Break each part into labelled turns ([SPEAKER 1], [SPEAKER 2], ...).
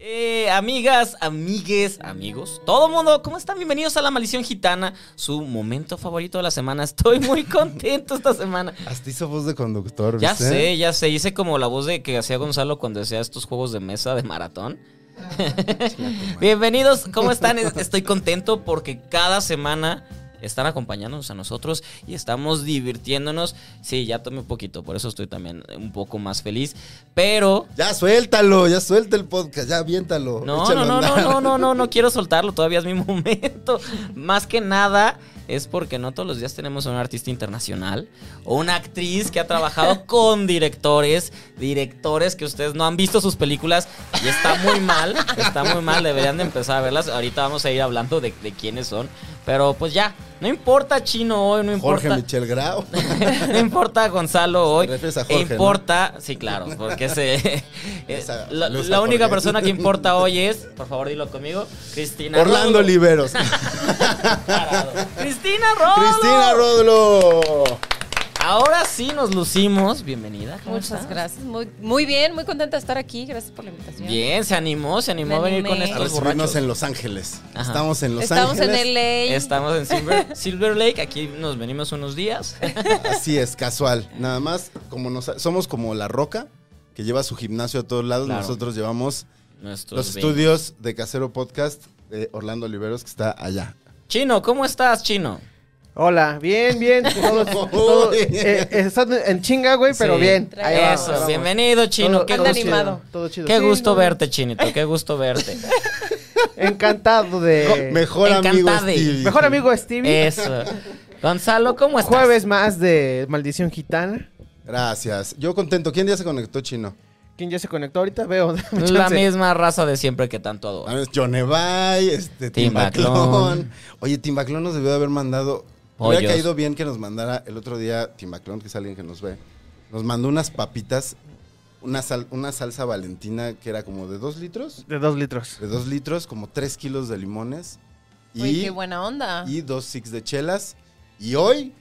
[SPEAKER 1] Eh, amigas, amigues, amigos, todo mundo, ¿cómo están? Bienvenidos a La Maldición Gitana, su momento favorito de la semana. Estoy muy contento esta semana.
[SPEAKER 2] Hasta hizo voz de conductor,
[SPEAKER 1] Ya
[SPEAKER 2] ¿viste?
[SPEAKER 1] sé, ya sé, hice como la voz de que hacía Gonzalo cuando hacía estos juegos de mesa de maratón. Bienvenidos, ¿cómo están? Es- Estoy contento porque cada semana están acompañándonos a nosotros y estamos divirtiéndonos. Sí, ya tomé un poquito, por eso estoy también un poco más feliz, pero
[SPEAKER 2] Ya suéltalo, ya suelta el podcast, ya aviéntalo.
[SPEAKER 1] No,
[SPEAKER 2] échalo
[SPEAKER 1] no, no,
[SPEAKER 2] a
[SPEAKER 1] no,
[SPEAKER 2] andar.
[SPEAKER 1] no, no, no, no quiero soltarlo, todavía es mi momento. Más que nada es porque no todos los días tenemos a un artista internacional o una actriz que ha trabajado con directores, directores que ustedes no han visto sus películas y está muy mal, está muy mal, deberían de empezar a verlas. Ahorita vamos a ir hablando de, de quiénes son, pero pues ya, no importa chino hoy, no importa.
[SPEAKER 2] Jorge Michel Grau.
[SPEAKER 1] no importa Gonzalo hoy.
[SPEAKER 2] Te refieres a
[SPEAKER 1] e
[SPEAKER 2] Jorge, ¿no?
[SPEAKER 1] importa, sí, claro, porque ese- eh,
[SPEAKER 2] Esa-
[SPEAKER 1] la,
[SPEAKER 2] saludos
[SPEAKER 1] la
[SPEAKER 2] a
[SPEAKER 1] única
[SPEAKER 2] Jorge.
[SPEAKER 1] persona que importa hoy es, por favor, dilo conmigo, Cristina
[SPEAKER 2] Orlando
[SPEAKER 1] Rodo.
[SPEAKER 2] Oliveros.
[SPEAKER 1] Parado. Cristina Rodo.
[SPEAKER 2] Cristina Rodlo.
[SPEAKER 1] Ahora sí nos lucimos. Bienvenida. ¿cómo
[SPEAKER 3] Muchas
[SPEAKER 1] estás?
[SPEAKER 3] gracias. Muy, muy bien, muy contenta de estar aquí. Gracias por la invitación.
[SPEAKER 1] Bien, se animó, se animó
[SPEAKER 3] Me
[SPEAKER 1] a venir
[SPEAKER 3] animé.
[SPEAKER 1] con
[SPEAKER 2] A
[SPEAKER 1] estos
[SPEAKER 2] recibirnos
[SPEAKER 1] borrachos.
[SPEAKER 2] en Los Ángeles.
[SPEAKER 1] Ajá.
[SPEAKER 2] Estamos en Los
[SPEAKER 3] Estamos en
[SPEAKER 2] Ángeles.
[SPEAKER 3] el ley.
[SPEAKER 1] Estamos en Silver, Silver Lake, aquí nos venimos unos días.
[SPEAKER 2] Así es, casual. Nada más, como nos, somos como la roca que lleva su gimnasio a todos lados.
[SPEAKER 1] Claro.
[SPEAKER 2] Nosotros llevamos
[SPEAKER 1] Nuestros
[SPEAKER 2] los
[SPEAKER 1] veinte.
[SPEAKER 2] estudios de Casero Podcast de Orlando Oliveros, que está allá.
[SPEAKER 1] Chino, ¿cómo estás, Chino?
[SPEAKER 4] Hola, bien, bien. Todo, todo- eh, eh, están en chinga, güey, pero
[SPEAKER 1] Sí.
[SPEAKER 4] bien. Ahí vamos,
[SPEAKER 1] Eso,
[SPEAKER 4] ahí vamos.
[SPEAKER 1] bienvenido, Chino.
[SPEAKER 4] Todo-
[SPEAKER 1] qué
[SPEAKER 4] todo
[SPEAKER 1] gusto.
[SPEAKER 4] chido,
[SPEAKER 3] animado.
[SPEAKER 4] todo chido.
[SPEAKER 1] Qué
[SPEAKER 4] Sí,
[SPEAKER 1] gusto
[SPEAKER 4] no,
[SPEAKER 1] verte, Chinito, qué gusto verte.
[SPEAKER 4] Encantado
[SPEAKER 3] Eh,
[SPEAKER 4] de.
[SPEAKER 2] Mejor amigo
[SPEAKER 1] Encantade.
[SPEAKER 2] Stevie.
[SPEAKER 4] Mejor amigo Stevie.
[SPEAKER 1] Eso. Gonzalo, Eh, ¿cómo estás?
[SPEAKER 4] Jueves más de Maldición Gitana.
[SPEAKER 2] Gracias. Yo contento. ¿Quién ya se conectó, Chino?
[SPEAKER 4] ¿Quién ya se conectó ahorita? Veo. dame
[SPEAKER 1] La
[SPEAKER 4] chance.
[SPEAKER 1] misma raza de siempre que tanto
[SPEAKER 2] A
[SPEAKER 1] adoro.
[SPEAKER 2] ver, Yonevay, este,
[SPEAKER 1] Timbaclón.
[SPEAKER 2] Timbaclón. Oye, Timbaclón nos debió de haber mandado.
[SPEAKER 1] Pollos.
[SPEAKER 2] Hubiera caído bien que nos mandara el otro día Timbaclón, que es alguien que nos ve. Nos mandó unas papitas, una, sal- una salsa valentina que era como de dos litros.
[SPEAKER 4] De dos litros.
[SPEAKER 2] De dos litros, como tres kilos de limones. Y,
[SPEAKER 3] Uy, qué buena onda.
[SPEAKER 2] y dos six de chelas. Y hoy,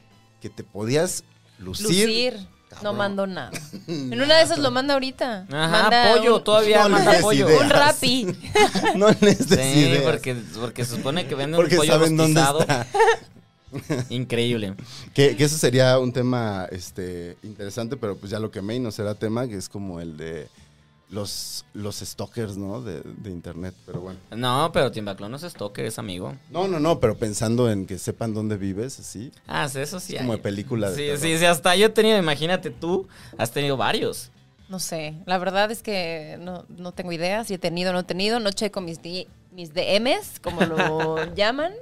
[SPEAKER 2] que te podías lucir.
[SPEAKER 3] Lucir. No
[SPEAKER 2] Cabrón.
[SPEAKER 3] mando nada. En una de esas lo manda ahorita.
[SPEAKER 1] Ajá,
[SPEAKER 3] Manda
[SPEAKER 1] pollo,
[SPEAKER 3] un-
[SPEAKER 1] todavía
[SPEAKER 2] No
[SPEAKER 1] manda
[SPEAKER 2] les
[SPEAKER 1] pollo.
[SPEAKER 2] idea.
[SPEAKER 3] Un rapi.
[SPEAKER 2] no les des
[SPEAKER 1] Sí,
[SPEAKER 2] ideas,
[SPEAKER 1] porque, porque se supone que venden
[SPEAKER 2] porque
[SPEAKER 1] un pollo
[SPEAKER 2] saben dónde
[SPEAKER 1] rostizado.
[SPEAKER 2] está.
[SPEAKER 1] Increíble.
[SPEAKER 2] Que, que eso sería un tema este, interesante, pero pues ya lo quemé y no será tema, que es como el de los, los stalkers, ¿no? De, de internet, pero bueno.
[SPEAKER 1] No, pero Timbaclón no es stalker, es amigo.
[SPEAKER 2] No, no, no, pero pensando en que sepan dónde vives, así.
[SPEAKER 1] Ah, sí, eso sí.
[SPEAKER 2] Es como
[SPEAKER 1] hay.
[SPEAKER 2] de película de
[SPEAKER 1] sí,
[SPEAKER 2] terror.
[SPEAKER 1] sí, sí, hasta yo he tenido, imagínate tú, has tenido varios.
[SPEAKER 3] No sé. La verdad es que no, no tengo idea si he tenido o no he tenido. No checo mis, di- mis DMs, como lo llaman.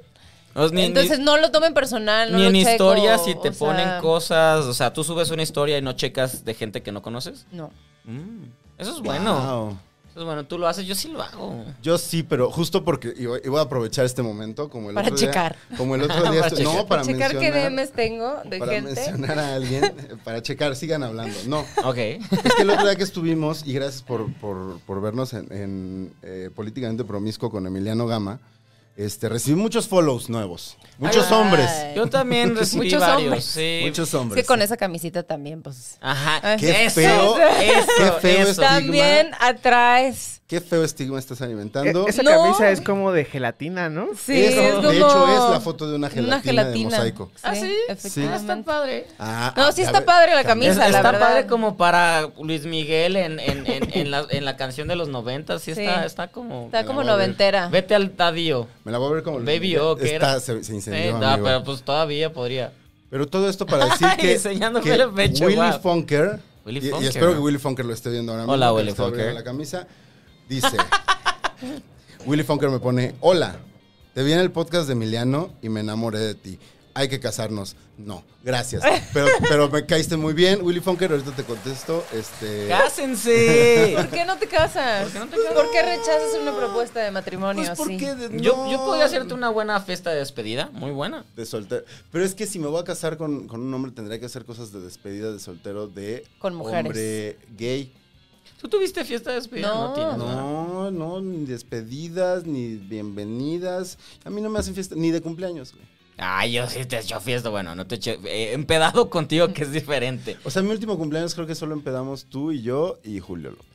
[SPEAKER 1] No, Pues ni- ni-
[SPEAKER 3] Entonces no lo tomen personal. No
[SPEAKER 1] ni
[SPEAKER 3] lo
[SPEAKER 1] en
[SPEAKER 3] checo,
[SPEAKER 1] historias si te
[SPEAKER 3] o sea,
[SPEAKER 1] ponen cosas, o sea, tú subes una historia y no checas de gente que no conoces.
[SPEAKER 3] No.
[SPEAKER 1] Mm, eso es bueno.
[SPEAKER 2] Wow.
[SPEAKER 1] Eso es bueno, tú lo haces, yo sí lo hago.
[SPEAKER 2] Ah, oh. Yo sí, pero justo porque iba, iba a aprovechar este momento como el
[SPEAKER 3] Para
[SPEAKER 2] otro día-
[SPEAKER 3] checar.
[SPEAKER 2] Como el otro día.
[SPEAKER 1] Para
[SPEAKER 2] estu-
[SPEAKER 1] checar.
[SPEAKER 2] no, para
[SPEAKER 3] Checar qué
[SPEAKER 2] mencionar-
[SPEAKER 3] DMs tengo de
[SPEAKER 2] para
[SPEAKER 3] gente.
[SPEAKER 2] mencionar a alguien, eh, para checar, sigan hablando. No,
[SPEAKER 1] Ok.
[SPEAKER 2] Es que el otro día que estuvimos, y gracias por, por- por vernos en, en, eh, Políticamente Promiscuo con Emiliano Gama, este, recibí muchos follows nuevos. Muchos
[SPEAKER 3] Ay.
[SPEAKER 2] hombres.
[SPEAKER 1] Yo también recibí
[SPEAKER 3] Muchos
[SPEAKER 1] varios.
[SPEAKER 3] hombres.
[SPEAKER 1] Sí.
[SPEAKER 2] Muchos
[SPEAKER 3] Es
[SPEAKER 2] hombres.
[SPEAKER 3] que con esa camisita también, pues.
[SPEAKER 1] Ajá.
[SPEAKER 3] Ay.
[SPEAKER 2] Qué
[SPEAKER 1] eso,
[SPEAKER 2] feo.
[SPEAKER 1] Eso,
[SPEAKER 2] qué feo
[SPEAKER 1] eso.
[SPEAKER 2] estigma.
[SPEAKER 3] También atraes.
[SPEAKER 2] Qué feo estigma estás alimentando.
[SPEAKER 4] E- Esa
[SPEAKER 3] No.
[SPEAKER 4] camisa es como de gelatina, ¿no?
[SPEAKER 3] Sí,
[SPEAKER 2] Eso,
[SPEAKER 3] es como.
[SPEAKER 2] De hecho, es la foto de una gelatina,
[SPEAKER 3] Una gelatina.
[SPEAKER 2] de mosaico.
[SPEAKER 1] Ah, sí.
[SPEAKER 3] Efectivamente.
[SPEAKER 1] padre.
[SPEAKER 2] Ah,
[SPEAKER 3] No,
[SPEAKER 2] ah,
[SPEAKER 3] sí
[SPEAKER 2] ya
[SPEAKER 3] está
[SPEAKER 2] ve-
[SPEAKER 3] padre la
[SPEAKER 2] cambié.
[SPEAKER 3] camisa, la
[SPEAKER 1] está
[SPEAKER 3] verdad.
[SPEAKER 1] padre como para Luis Miguel en, en, en, en la, en la canción de los 90. Sí, está,
[SPEAKER 3] Sí.
[SPEAKER 1] está como.
[SPEAKER 3] Está como
[SPEAKER 2] voy a ver.
[SPEAKER 3] noventera.
[SPEAKER 1] Vete al Tadio.
[SPEAKER 2] Me la voy a ver como...
[SPEAKER 1] Baby O, ¿qué
[SPEAKER 2] Está-
[SPEAKER 1] era?
[SPEAKER 2] Se, se
[SPEAKER 1] Sí,
[SPEAKER 2] incendió,
[SPEAKER 1] no,
[SPEAKER 2] amigo.
[SPEAKER 1] pero
[SPEAKER 2] pero,
[SPEAKER 1] pues todavía podría.
[SPEAKER 2] todo esto para decir
[SPEAKER 1] Ay,
[SPEAKER 2] que,
[SPEAKER 1] enseñándome
[SPEAKER 2] que
[SPEAKER 1] el pecho,
[SPEAKER 2] Willy
[SPEAKER 1] guau.
[SPEAKER 2] Funker...
[SPEAKER 1] Willy
[SPEAKER 2] y- Y,
[SPEAKER 1] Funker.
[SPEAKER 2] espero que Willy Funker lo esté viendo ahora mismo.
[SPEAKER 1] Hola,
[SPEAKER 2] que
[SPEAKER 1] Willy
[SPEAKER 2] está abriendo
[SPEAKER 1] Funker.
[SPEAKER 2] La camisa dice... Willy Funker me pone, hola, te vi en el podcast de Emiliano y me enamoré de ti. hay que casarnos. No, gracias. Pero, pero me caíste muy bien. Willy Funker, ahorita te contesto. Este,
[SPEAKER 1] ¡Cásense!
[SPEAKER 3] ¿Por qué no te casas?
[SPEAKER 1] ¿Por
[SPEAKER 3] ¿Por
[SPEAKER 1] qué
[SPEAKER 3] qué,
[SPEAKER 1] no te casas?
[SPEAKER 3] rechazas una propuesta de matrimonio
[SPEAKER 2] pues, ¿por
[SPEAKER 3] así?
[SPEAKER 2] qué de-
[SPEAKER 1] Yo,
[SPEAKER 2] no?
[SPEAKER 1] yo podría hacerte una buena fiesta de despedida, muy buena.
[SPEAKER 2] De soltero. Pero es que si me voy a casar con, con un hombre, tendría que hacer cosas de despedida de soltero de
[SPEAKER 3] Con mujeres.
[SPEAKER 2] hombre gay.
[SPEAKER 1] ¿Tú tuviste fiesta de despedida?
[SPEAKER 3] No.
[SPEAKER 1] tienes, ¿verdad?
[SPEAKER 2] No, no, ni despedidas, ni bienvenidas. A mí no me hacen fiesta, ni de cumpleaños, güey.
[SPEAKER 1] Ay, yo sí te he hecho fiesta. Bueno, no te he hecho... eh, empedado contigo, que es diferente.
[SPEAKER 2] O sea, mi último cumpleaños creo que solo empedamos tú y yo y Julio López.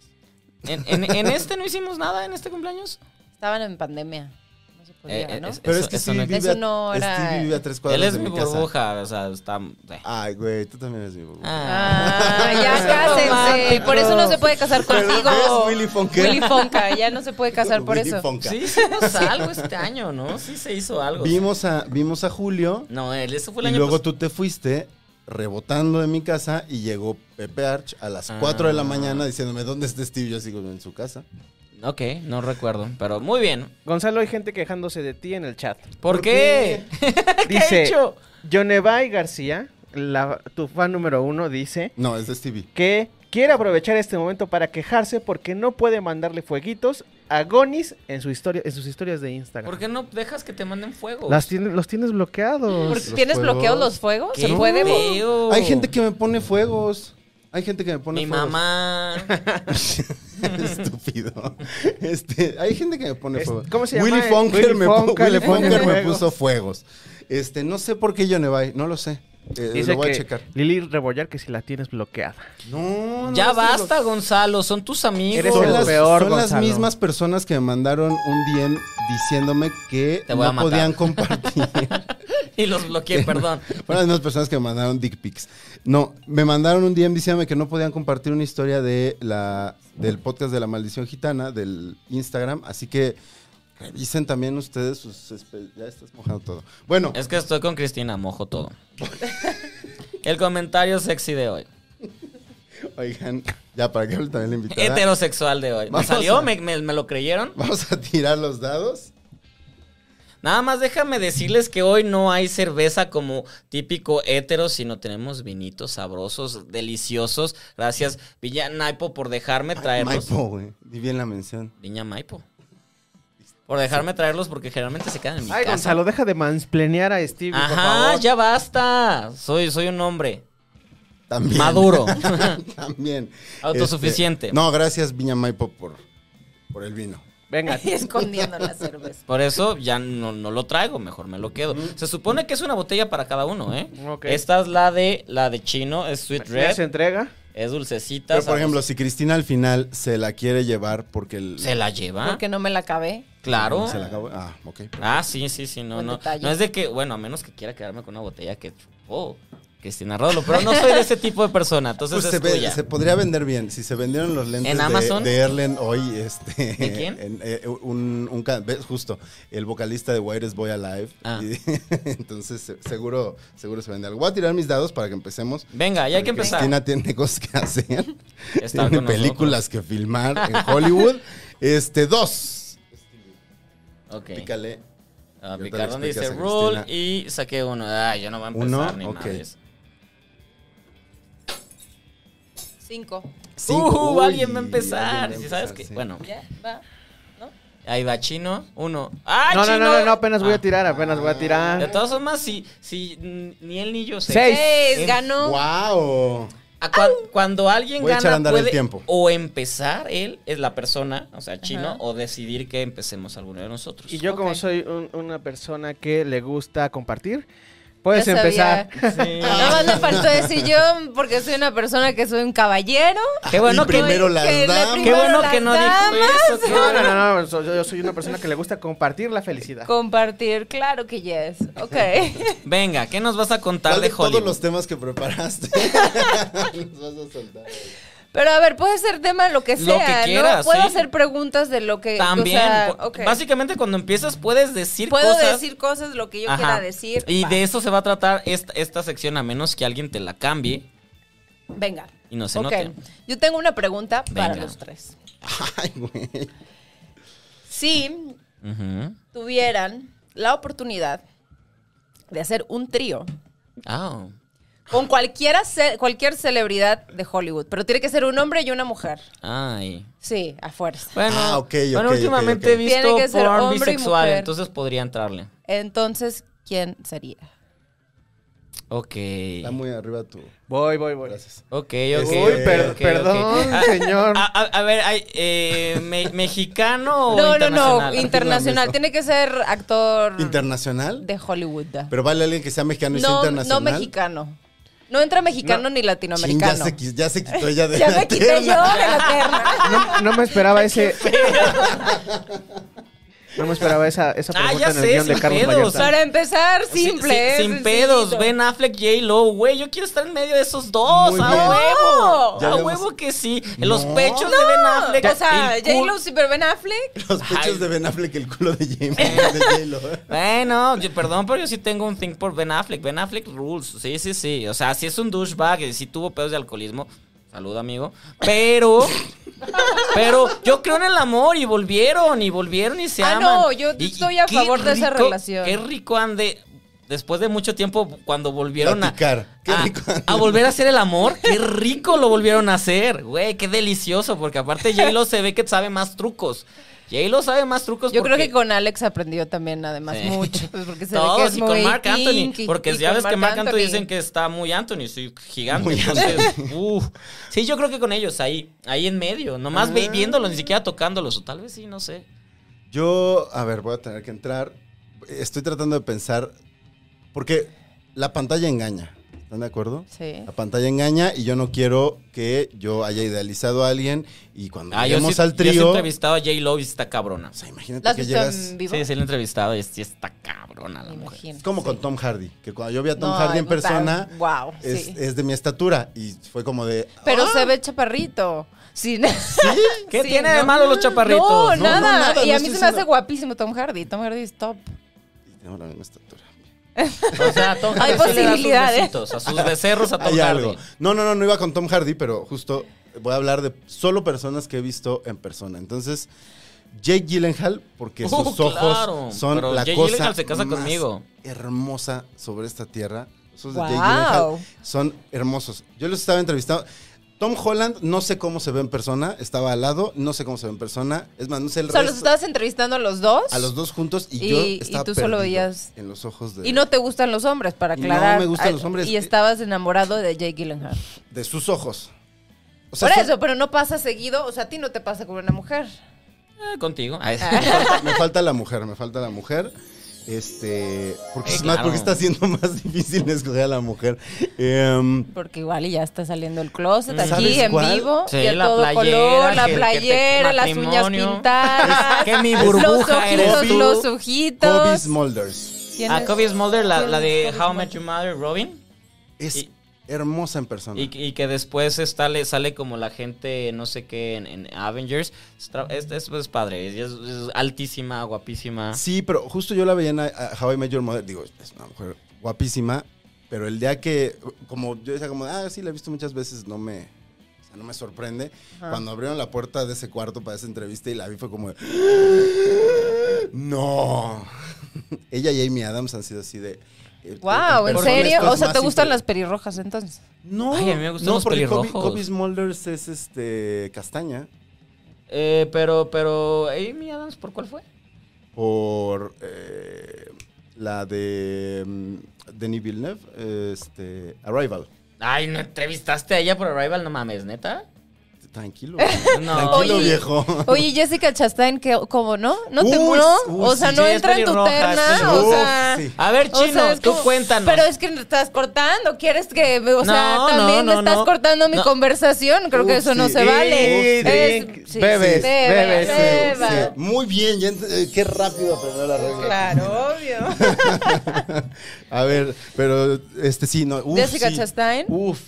[SPEAKER 1] ¿En, en- en este no hicimos nada en este cumpleaños?
[SPEAKER 3] Estaban en pandemia. No se podía,
[SPEAKER 1] Eh, eh,
[SPEAKER 3] ¿no?
[SPEAKER 1] es-
[SPEAKER 2] Pero
[SPEAKER 1] Eso-
[SPEAKER 2] es que
[SPEAKER 1] eso
[SPEAKER 2] Stevie
[SPEAKER 1] no-
[SPEAKER 2] vive,
[SPEAKER 3] Eso
[SPEAKER 2] a-
[SPEAKER 3] no era-
[SPEAKER 2] Stevie vive a tres cuadras
[SPEAKER 1] Él es
[SPEAKER 2] de
[SPEAKER 1] mi
[SPEAKER 2] mi casa.
[SPEAKER 1] burbuja, o sea, está... eh.
[SPEAKER 2] Ay, güey, tú también eres mi burbuja.
[SPEAKER 3] Ah, ya
[SPEAKER 1] Romántico.
[SPEAKER 3] cásense. Por eso no se puede casar
[SPEAKER 2] Pero
[SPEAKER 3] contigo.
[SPEAKER 2] no es Willy Fonka.
[SPEAKER 3] Willy Fonka, ya no se puede casar por
[SPEAKER 2] Willy
[SPEAKER 3] eso.
[SPEAKER 2] Fonka.
[SPEAKER 1] Sí hicimos algo este año, ¿no? Sí se hizo algo.
[SPEAKER 2] Vimos a, vimos a Julio
[SPEAKER 1] No, él, eso fue el
[SPEAKER 2] y
[SPEAKER 1] año
[SPEAKER 2] luego
[SPEAKER 1] pas-
[SPEAKER 2] tú te fuiste rebotando de mi casa y llegó Pepe Arch a las
[SPEAKER 1] Ah.
[SPEAKER 2] 4 de la mañana diciéndome, ¿dónde está Steve? Yo sigo en su casa.
[SPEAKER 1] Ok, no recuerdo, pero muy bien.
[SPEAKER 4] Gonzalo, hay gente quejándose de ti en el chat.
[SPEAKER 1] ¿Por, qué? ¿Qué ha
[SPEAKER 4] Dice,
[SPEAKER 1] hecho?
[SPEAKER 4] Yonevay García, la- tu fan número uno, dice
[SPEAKER 2] No, es de Stevie.
[SPEAKER 4] que quiere aprovechar este momento para quejarse porque no puede mandarle fueguitos a Gonis en, su historia, en sus historias de Instagram.
[SPEAKER 1] ¿Por qué no dejas que te manden fuego?
[SPEAKER 4] Las tiene- los tienes
[SPEAKER 3] ¿Por-
[SPEAKER 4] bloqueados.
[SPEAKER 2] Los
[SPEAKER 3] ¿Tienes
[SPEAKER 2] fuegos.
[SPEAKER 3] bloqueados los fuegos?
[SPEAKER 1] ¿Qué
[SPEAKER 3] ¿Se puede?
[SPEAKER 1] feo.
[SPEAKER 2] Hay gente que me pone fuegos. Hay gente que me pone
[SPEAKER 1] Mi
[SPEAKER 2] fuegos.
[SPEAKER 1] mamá.
[SPEAKER 2] Estúpido. Este, hay gente que me pone
[SPEAKER 4] Es-
[SPEAKER 2] fuegos.
[SPEAKER 4] ¿cómo se llama?
[SPEAKER 2] Willy
[SPEAKER 4] Eh,
[SPEAKER 2] Funker,
[SPEAKER 4] Willy
[SPEAKER 2] me, pu-
[SPEAKER 4] Fonka
[SPEAKER 2] Willy
[SPEAKER 4] le pone
[SPEAKER 2] Fonker me
[SPEAKER 4] fuegos.
[SPEAKER 2] puso fuegos. Este, no sé por qué yo Nevai, no lo sé. Eh,
[SPEAKER 4] Dice
[SPEAKER 2] lo voy
[SPEAKER 4] que
[SPEAKER 2] a checar.
[SPEAKER 4] Lili Rebollar que si la tienes bloqueada.
[SPEAKER 2] No, no,
[SPEAKER 1] ya
[SPEAKER 2] no sé lo-
[SPEAKER 1] basta, Gonzalo. Son tus amigos.
[SPEAKER 4] Eres
[SPEAKER 2] Son,
[SPEAKER 4] el
[SPEAKER 2] las,
[SPEAKER 4] peor,
[SPEAKER 2] son las
[SPEAKER 4] Gonzalo.
[SPEAKER 2] mismas personas que me mandaron un DM diciéndome que
[SPEAKER 1] Te voy a
[SPEAKER 2] no
[SPEAKER 1] matar.
[SPEAKER 2] podían compartir.
[SPEAKER 1] Y los bloqueé, perdón.
[SPEAKER 2] Fueron las mismas personas que me mandaron dick pics. No, me mandaron un DM diciéndome que no podían compartir una historia de la, del podcast de la maldición gitana, del Instagram. Así que revisen también ustedes sus... espe- Ya estás mojando todo. Bueno,
[SPEAKER 1] Es que estoy con Cristina, mojo todo. El comentario sexy de hoy.
[SPEAKER 2] oigan, ya para que hable también
[SPEAKER 1] Este
[SPEAKER 2] la invitada.
[SPEAKER 1] Heterosexual de hoy. ¿Me
[SPEAKER 2] Vamos
[SPEAKER 1] salió?
[SPEAKER 2] a-
[SPEAKER 1] ¿Me, me- me lo creyeron?
[SPEAKER 2] Vamos a tirar los dados.
[SPEAKER 1] Nada más déjame decirles que hoy no hay cerveza como típico hétero, sino tenemos vinitos sabrosos, deliciosos. Gracias, Villa Naipo, por dejarme traerlos.
[SPEAKER 2] Maipo, güey. Di bien la mención.
[SPEAKER 1] Viña Maipo. Por dejarme traerlos porque generalmente se quedan en mi
[SPEAKER 4] Ay,
[SPEAKER 1] casa.
[SPEAKER 4] Gonzalo, deja de mansplanear a Stevie, por
[SPEAKER 1] Ajá,
[SPEAKER 4] favor.
[SPEAKER 1] ya basta. Soy, soy un hombre
[SPEAKER 2] También.
[SPEAKER 1] maduro.
[SPEAKER 2] También.
[SPEAKER 1] Autosuficiente.
[SPEAKER 2] Este, no, gracias Viña Maipo por, por el vino.
[SPEAKER 4] Venga,
[SPEAKER 3] Y escondiendo la cerveza.
[SPEAKER 1] Por eso ya no, no lo traigo, mejor me lo quedo. Se supone que es una botella para cada uno, ¿eh?
[SPEAKER 4] Ok.
[SPEAKER 1] Esta es la de la de chino, es sweet
[SPEAKER 4] ¿ya se
[SPEAKER 1] red,
[SPEAKER 4] entrega?
[SPEAKER 1] es dulcecita.
[SPEAKER 2] Pero por
[SPEAKER 1] sabrosa.
[SPEAKER 2] ejemplo, si Cristina al final se la quiere llevar porque el...
[SPEAKER 1] se la lleva.
[SPEAKER 3] Porque no me la acabé.
[SPEAKER 1] Claro.
[SPEAKER 2] Se la acabó. Ah, ok.
[SPEAKER 1] Ah, sí, sí, sí, no,
[SPEAKER 3] Buen
[SPEAKER 1] no.
[SPEAKER 3] detalle.
[SPEAKER 1] No es de que, bueno, a menos que quiera quedarme con una botella que oh, Cristina Rodlo, pero no soy de ese tipo de persona, entonces
[SPEAKER 2] Pues se,
[SPEAKER 1] es
[SPEAKER 2] ve-
[SPEAKER 1] tuya.
[SPEAKER 2] se podría vender bien. Si se vendieron los lentes
[SPEAKER 1] ¿En
[SPEAKER 2] de,
[SPEAKER 1] Amazon?
[SPEAKER 2] de Erlen hoy, este.
[SPEAKER 1] ¿De quién?
[SPEAKER 2] en, eh, un, un ca- ves, justo, el vocalista de Wireless Boy Alive.
[SPEAKER 1] Ah.
[SPEAKER 2] Y- entonces, se- seguro, seguro se vende algo. Voy a tirar mis dados para que empecemos.
[SPEAKER 1] Venga, ya hay que empezar.
[SPEAKER 2] Cristina tiene cosas que hacer.
[SPEAKER 1] Está
[SPEAKER 2] tiene
[SPEAKER 1] con
[SPEAKER 2] películas que filmar en Hollywood. Este, dos.
[SPEAKER 1] Ok.
[SPEAKER 2] Pícale.
[SPEAKER 1] Ah,
[SPEAKER 2] Yo te
[SPEAKER 1] picar
[SPEAKER 2] lo
[SPEAKER 1] donde dice
[SPEAKER 2] explicas a
[SPEAKER 1] rule y saqué uno. Ay, yo no voy a empezar
[SPEAKER 2] Uno,
[SPEAKER 1] ni
[SPEAKER 2] ok.
[SPEAKER 1] madres.
[SPEAKER 3] Cinco.
[SPEAKER 2] Cinco.
[SPEAKER 1] Uh,
[SPEAKER 2] Uy,
[SPEAKER 1] alguien va a empezar.
[SPEAKER 2] alguien va a
[SPEAKER 1] Si sabes
[SPEAKER 2] empezar,
[SPEAKER 1] que,
[SPEAKER 2] sí.
[SPEAKER 1] bueno,
[SPEAKER 3] ¿Ya? ¿Va?
[SPEAKER 1] ahí va chino, uno. Ah,
[SPEAKER 4] No, no,
[SPEAKER 1] chino.
[SPEAKER 4] no, no, no, apenas voy
[SPEAKER 1] Ah.
[SPEAKER 4] a tirar, apenas voy a
[SPEAKER 1] De
[SPEAKER 4] tirar.
[SPEAKER 1] todas formas, si, si ni él ni yo sé.
[SPEAKER 4] Seis.
[SPEAKER 3] Seis, ganó.
[SPEAKER 2] ¡Wow!
[SPEAKER 1] A cuan- cuando alguien
[SPEAKER 2] Voy a
[SPEAKER 1] gana
[SPEAKER 2] echar a andar el
[SPEAKER 1] puede
[SPEAKER 2] tiempo.
[SPEAKER 1] o empezar él es la persona, o sea, chino,
[SPEAKER 3] Ajá.
[SPEAKER 1] o decidir que empecemos alguno de nosotros.
[SPEAKER 4] Y yo como
[SPEAKER 3] Ok.
[SPEAKER 4] soy un- una persona que le gusta compartir, puedes
[SPEAKER 3] Ya
[SPEAKER 4] empezar.
[SPEAKER 3] sabía. Nada más le faltó decir yo, porque soy una persona que soy un caballero.
[SPEAKER 1] Qué bueno
[SPEAKER 2] Y
[SPEAKER 1] que-
[SPEAKER 2] primero
[SPEAKER 3] que
[SPEAKER 2] las
[SPEAKER 3] la
[SPEAKER 2] damas.
[SPEAKER 1] Qué
[SPEAKER 3] primera-
[SPEAKER 1] bueno
[SPEAKER 3] las
[SPEAKER 1] que no dijo
[SPEAKER 3] damas.
[SPEAKER 1] eso. qué
[SPEAKER 4] No,
[SPEAKER 1] bueno.
[SPEAKER 4] no, no, no, so- yo, yo soy una persona que le gusta compartir la felicidad.
[SPEAKER 3] Compartir, claro que yes. Ok.
[SPEAKER 1] Venga, ¿qué nos vas a contar
[SPEAKER 2] ¿Cuál
[SPEAKER 1] de
[SPEAKER 2] de todos
[SPEAKER 1] Hollywood?
[SPEAKER 2] los temas que preparaste. Los vas a soltar.
[SPEAKER 3] Pero a ver, puede ser tema de lo que
[SPEAKER 1] Lo
[SPEAKER 3] sea,
[SPEAKER 1] que
[SPEAKER 3] ¿no?
[SPEAKER 1] quieras,
[SPEAKER 3] Puedo
[SPEAKER 1] sí.
[SPEAKER 3] hacer preguntas de lo que. Eh, o
[SPEAKER 1] También.
[SPEAKER 3] sea,
[SPEAKER 1] po-
[SPEAKER 3] ok.
[SPEAKER 1] Básicamente cuando empiezas puedes decir
[SPEAKER 3] Puedo
[SPEAKER 1] cosas.
[SPEAKER 3] decir cosas lo que yo
[SPEAKER 1] Ajá.
[SPEAKER 3] quiera decir.
[SPEAKER 1] Y
[SPEAKER 3] Va.
[SPEAKER 1] de eso se va a tratar esta, esta sección, a menos que alguien te la cambie
[SPEAKER 3] Venga.
[SPEAKER 1] y no se
[SPEAKER 3] ok.
[SPEAKER 1] note.
[SPEAKER 3] Yo tengo una pregunta para
[SPEAKER 1] Venga.
[SPEAKER 3] los tres.
[SPEAKER 2] Ay, güey.
[SPEAKER 3] Si
[SPEAKER 1] Ujú.
[SPEAKER 3] tuvieran la oportunidad de hacer un trío
[SPEAKER 1] Ah.
[SPEAKER 3] con cualquiera ce- cualquier celebridad de Hollywood, pero tiene que ser un hombre y una mujer.
[SPEAKER 1] Ay.
[SPEAKER 3] Sí, a fuerza.
[SPEAKER 1] Bueno,
[SPEAKER 2] Ah, ok,
[SPEAKER 1] bueno,
[SPEAKER 2] ok, ok,
[SPEAKER 1] últimamente
[SPEAKER 2] ok.
[SPEAKER 1] he visto
[SPEAKER 3] Tiene que ser
[SPEAKER 1] porn
[SPEAKER 3] hombre y
[SPEAKER 1] bisexual,
[SPEAKER 3] mujer.
[SPEAKER 1] entonces podría entrarle.
[SPEAKER 3] Entonces, ¿quién sería?
[SPEAKER 1] Ok.
[SPEAKER 2] Está muy arriba tú.
[SPEAKER 4] Voy, voy, voy.
[SPEAKER 1] Ok,
[SPEAKER 2] Uy,
[SPEAKER 1] ok.
[SPEAKER 2] per-
[SPEAKER 1] Este, ok, ok.
[SPEAKER 4] perdón,
[SPEAKER 1] Ah,
[SPEAKER 4] señor.
[SPEAKER 1] A, a- a ver, ay, eh, me- ¿mexicano o
[SPEAKER 3] No, no, no,
[SPEAKER 1] internacional?
[SPEAKER 3] internacional. Tiene que ser actor
[SPEAKER 2] ¿Internacional?
[SPEAKER 3] de Hollywood.
[SPEAKER 2] Pero vale alguien que sea mexicano y sea
[SPEAKER 3] No, no
[SPEAKER 2] internacional.
[SPEAKER 3] mexicano. No entra mexicano ni
[SPEAKER 2] Chin, ya,
[SPEAKER 3] latinoamericano.
[SPEAKER 2] se, qui- ya se quitó ella de
[SPEAKER 3] Ya
[SPEAKER 2] la
[SPEAKER 3] me quité yo de
[SPEAKER 2] terna.
[SPEAKER 3] la terna.
[SPEAKER 4] No, no me esperaba ese. No me esperaba esa, esa
[SPEAKER 1] Ah,
[SPEAKER 4] pregunta
[SPEAKER 1] ya
[SPEAKER 4] en el
[SPEAKER 1] sé,
[SPEAKER 4] guión de
[SPEAKER 1] sin
[SPEAKER 4] Carlos
[SPEAKER 1] pedos.
[SPEAKER 4] Vallarta.
[SPEAKER 3] Para empezar, simple.
[SPEAKER 1] Sin-
[SPEAKER 3] eh,
[SPEAKER 1] Sin,
[SPEAKER 3] sencillito.
[SPEAKER 1] pedos, Ben Affleck, J. Lo, güey. Yo quiero estar en medio de esos dos.
[SPEAKER 2] Muy
[SPEAKER 1] a
[SPEAKER 2] bien.
[SPEAKER 1] huevo.
[SPEAKER 2] Ya
[SPEAKER 1] a
[SPEAKER 2] habíamos-
[SPEAKER 1] huevo que sí. Los
[SPEAKER 2] No.
[SPEAKER 1] pechos de Ben Affleck.
[SPEAKER 3] O sea,
[SPEAKER 1] el culo-
[SPEAKER 3] J-Lo, Super Ben Affleck.
[SPEAKER 2] Los pechos
[SPEAKER 1] Ay.
[SPEAKER 2] de Ben Affleck, el culo de James. de J-Lo.
[SPEAKER 1] Bueno, yo, perdón, pero yo sí tengo un think por Ben Affleck. Ben Affleck rules. Sí, sí, sí. O sea, sí es un douchebag. y Sí tuvo pedos de alcoholismo. Saludo, amigo. Pero. Pero yo creo en el amor y volvieron y volvieron y se
[SPEAKER 3] Ah,
[SPEAKER 1] aman.
[SPEAKER 3] no, yo
[SPEAKER 1] Y-
[SPEAKER 3] estoy
[SPEAKER 1] y
[SPEAKER 3] a
[SPEAKER 1] qué
[SPEAKER 3] favor de esa relación.
[SPEAKER 1] Qué rico ande. Después de mucho tiempo, cuando volvieron a,
[SPEAKER 2] Platicar. Qué
[SPEAKER 1] a,
[SPEAKER 2] rico.
[SPEAKER 1] a volver a hacer el amor, qué rico lo volvieron a hacer, güey, qué delicioso, porque aparte J-Lo se ve que sabe más trucos. J-Lo sabe más trucos
[SPEAKER 3] Yo creo
[SPEAKER 1] porque-
[SPEAKER 3] que con Alex aprendió también, además,
[SPEAKER 1] Sí.
[SPEAKER 3] mucho. pues, porque se ve que
[SPEAKER 1] Todos,
[SPEAKER 3] es
[SPEAKER 1] y con
[SPEAKER 3] muy
[SPEAKER 1] Mark Anthony.
[SPEAKER 3] kinky,
[SPEAKER 1] Porque
[SPEAKER 3] y
[SPEAKER 1] ya
[SPEAKER 3] con
[SPEAKER 1] ves que Mark Anthony
[SPEAKER 3] Anthony.
[SPEAKER 1] dicen que está muy Anthony, sí, gigante.
[SPEAKER 2] Muy
[SPEAKER 1] entonces, uf. Sí, yo creo que con ellos, ahí, ahí en medio.
[SPEAKER 3] Ah.
[SPEAKER 1] Nomás vi- viéndolos, ni siquiera tocándolos. O tal vez sí, no sé.
[SPEAKER 2] Yo, a ver, voy a tener que entrar. Estoy tratando de pensar. Porque la pantalla engaña. ¿Están de acuerdo?
[SPEAKER 3] Sí.
[SPEAKER 2] La pantalla engaña y yo no quiero que yo haya idealizado a alguien y cuando
[SPEAKER 1] Ah, yo
[SPEAKER 2] lleguemos
[SPEAKER 1] sí,
[SPEAKER 2] al
[SPEAKER 1] yo sí he
[SPEAKER 2] trío. O
[SPEAKER 1] entrevistado a J-Lo y está cabrona.
[SPEAKER 2] sea, imagínate
[SPEAKER 3] ¿La has
[SPEAKER 2] que
[SPEAKER 3] visto
[SPEAKER 2] llegas.
[SPEAKER 3] en vivo?
[SPEAKER 1] Sí, sí, lo he entrevistado y sí está cabrona la
[SPEAKER 3] Me
[SPEAKER 1] mujer.
[SPEAKER 3] imagino.
[SPEAKER 2] Es como
[SPEAKER 3] sí.
[SPEAKER 2] con Tom Hardy, que cuando yo vi a Tom
[SPEAKER 3] No,
[SPEAKER 2] Hardy en
[SPEAKER 3] puta,
[SPEAKER 2] persona,
[SPEAKER 3] wow,
[SPEAKER 2] es,
[SPEAKER 3] sí.
[SPEAKER 2] es de mi estatura y fue como de.
[SPEAKER 3] Pero
[SPEAKER 2] ¡ah!
[SPEAKER 3] se ve chaparrito. Sí.
[SPEAKER 1] ¿Qué
[SPEAKER 3] Sí,
[SPEAKER 1] tiene de
[SPEAKER 3] no.
[SPEAKER 1] malo los chaparritos?
[SPEAKER 3] No,
[SPEAKER 2] No, no,
[SPEAKER 3] nada.
[SPEAKER 2] nada,
[SPEAKER 3] y
[SPEAKER 2] no
[SPEAKER 3] a
[SPEAKER 2] estoy
[SPEAKER 3] mí se me hace
[SPEAKER 2] diciendo-
[SPEAKER 3] guapísimo Tom Hardy. Tom Hardy es top.
[SPEAKER 2] Y Tengo la misma estatura.
[SPEAKER 1] O sea, a Tom
[SPEAKER 3] Hay
[SPEAKER 1] Hardy sí le da sus
[SPEAKER 3] posibilidades.
[SPEAKER 1] besitos, a sus becerros a Tom
[SPEAKER 2] Hay
[SPEAKER 1] Hardy.
[SPEAKER 2] algo. No, no, no, no iba con Tom Hardy, pero justo voy a hablar de solo personas que he visto en persona. Entonces, Jake Gyllenhaal, porque sus
[SPEAKER 1] Uh,
[SPEAKER 2] ojos
[SPEAKER 1] claro,
[SPEAKER 2] son
[SPEAKER 1] pero
[SPEAKER 2] la
[SPEAKER 1] Jake
[SPEAKER 2] cosa
[SPEAKER 1] Gyllenhaal se casa
[SPEAKER 2] más
[SPEAKER 1] conmigo.
[SPEAKER 2] hermosa sobre esta tierra. Los ojos de Jake Gyllenhaal
[SPEAKER 3] Wow.
[SPEAKER 2] son hermosos. Yo los estaba entrevistando. Tom Holland, no sé cómo se ve en persona, estaba al lado, no sé cómo se ve en persona. Es más, no sé el
[SPEAKER 3] O sea, los
[SPEAKER 2] resto-
[SPEAKER 3] estabas entrevistando a los dos.
[SPEAKER 2] a los dos juntos y,
[SPEAKER 3] Y-
[SPEAKER 2] yo
[SPEAKER 3] y
[SPEAKER 2] estaba
[SPEAKER 3] tú solo
[SPEAKER 2] perdido
[SPEAKER 3] veías-
[SPEAKER 2] en los ojos de,
[SPEAKER 3] Y no te gustan los hombres, para
[SPEAKER 2] No
[SPEAKER 3] aclarar.
[SPEAKER 2] me gustan
[SPEAKER 3] Ay,
[SPEAKER 2] los hombres. eh.
[SPEAKER 3] Y estabas enamorado de Jake Gyllenhaal.
[SPEAKER 2] de sus ojos. O
[SPEAKER 3] Por
[SPEAKER 2] son-
[SPEAKER 3] eso, pero no pasa seguido. O sea, a ti no te pasa con una mujer.
[SPEAKER 1] Eh, contigo. Ay,
[SPEAKER 3] Ah.
[SPEAKER 2] me falta la mujer, me falta la mujer. Este, porque
[SPEAKER 1] Eh,
[SPEAKER 2] es más,
[SPEAKER 1] claro.
[SPEAKER 2] porque está siendo más difícil escoger a la mujer. Em,
[SPEAKER 3] Porque igual y ya está saliendo el closet
[SPEAKER 2] ¿Sabes
[SPEAKER 3] aquí en
[SPEAKER 2] cuál?
[SPEAKER 3] vivo.
[SPEAKER 1] Sí,
[SPEAKER 3] y a
[SPEAKER 1] la
[SPEAKER 3] todo
[SPEAKER 1] playera,
[SPEAKER 3] color, la
[SPEAKER 1] que- que te-
[SPEAKER 3] playera, las uñas
[SPEAKER 1] matrimonio.
[SPEAKER 3] pintadas.
[SPEAKER 1] Es que mi
[SPEAKER 3] los
[SPEAKER 1] burbuja eres
[SPEAKER 3] ojitos,
[SPEAKER 1] tú.
[SPEAKER 3] los
[SPEAKER 2] Kobe
[SPEAKER 3] ojitos.
[SPEAKER 2] Smulders.
[SPEAKER 3] ¿Quién
[SPEAKER 1] A
[SPEAKER 3] es?
[SPEAKER 1] Kobe Smolder, la,
[SPEAKER 3] ¿Quién
[SPEAKER 1] la
[SPEAKER 3] es
[SPEAKER 1] de
[SPEAKER 3] Kobe
[SPEAKER 1] How I
[SPEAKER 3] Smulders?
[SPEAKER 1] Met Your Mother, Robin.
[SPEAKER 2] Es
[SPEAKER 1] Y-
[SPEAKER 2] hermosa en persona.
[SPEAKER 1] Y, y que después está, le sale como la gente, no sé qué, en, en Avengers. Es, tra- es- es- es padre, es, es altísima, guapísima.
[SPEAKER 2] Sí, pero justo yo la veía en a- a How I Met Your Mother. Digo, es una mujer guapísima, pero el día que, como yo decía, como, ah, sí, la he visto muchas veces, no me, o sea, no me sorprende. Cuando abrieron la puerta de ese cuarto para esa entrevista y la vi, fue como, no. Ella y Amy Adams han sido así de... eh,
[SPEAKER 3] Wow, ¿en
[SPEAKER 2] persona esto
[SPEAKER 3] serio?
[SPEAKER 2] es
[SPEAKER 3] O sea,
[SPEAKER 2] más
[SPEAKER 3] ¿te gustan
[SPEAKER 2] impre-
[SPEAKER 3] las pelirrojas entonces?
[SPEAKER 2] No,
[SPEAKER 1] Ay, a mí me gustan
[SPEAKER 2] no,
[SPEAKER 1] los
[SPEAKER 2] porque Kobe,
[SPEAKER 1] pelirrojos.
[SPEAKER 2] Kobe Smulders es este, castaña
[SPEAKER 1] Eh, pero, pero, Amy Adams, ¿por cuál fue?
[SPEAKER 2] por eh, la de mm, Denis Villeneuve, este, Arrival.
[SPEAKER 1] Ay, ¿no entrevistaste a ella por Arrival? No mames, ¿neta?
[SPEAKER 2] Tranquilo.
[SPEAKER 1] No.
[SPEAKER 2] Tranquilo,
[SPEAKER 3] Oye,
[SPEAKER 2] viejo.
[SPEAKER 3] Oye, Jessica Chastain, que ¿cómo no? ¿No te
[SPEAKER 2] Uy,
[SPEAKER 3] murió?
[SPEAKER 2] uy,
[SPEAKER 3] O sea,
[SPEAKER 1] sí,
[SPEAKER 3] no
[SPEAKER 1] es
[SPEAKER 3] entra en tu
[SPEAKER 1] pelirroja, es
[SPEAKER 3] terna, o
[SPEAKER 1] pelirroja.
[SPEAKER 3] sea...
[SPEAKER 2] Uf, sí.
[SPEAKER 1] A ver,
[SPEAKER 3] o
[SPEAKER 1] Chino,
[SPEAKER 3] sea, es
[SPEAKER 1] tú
[SPEAKER 3] como-
[SPEAKER 1] cuéntanos.
[SPEAKER 3] Pero es que me estás cortando, quieres que, o sea,
[SPEAKER 1] No, no,
[SPEAKER 3] también me
[SPEAKER 1] no,
[SPEAKER 3] estás
[SPEAKER 1] no.
[SPEAKER 3] cortando mi
[SPEAKER 1] No.
[SPEAKER 3] conversación, creo que
[SPEAKER 2] Uf,
[SPEAKER 3] eso no
[SPEAKER 2] sí.
[SPEAKER 3] se vale.
[SPEAKER 2] Uf, sí.
[SPEAKER 3] Es- sí,
[SPEAKER 4] Bebes,
[SPEAKER 3] sí, bebe,
[SPEAKER 4] bebes,
[SPEAKER 2] Sí,
[SPEAKER 3] beba.
[SPEAKER 2] sí. Muy bien, ya ent- eh, qué rápido aprendió la regla.
[SPEAKER 3] Claro, obvio.
[SPEAKER 2] A ver, pero este sí, no. Uf,
[SPEAKER 3] Jessica
[SPEAKER 2] sí.
[SPEAKER 3] Chastain.
[SPEAKER 2] Uf,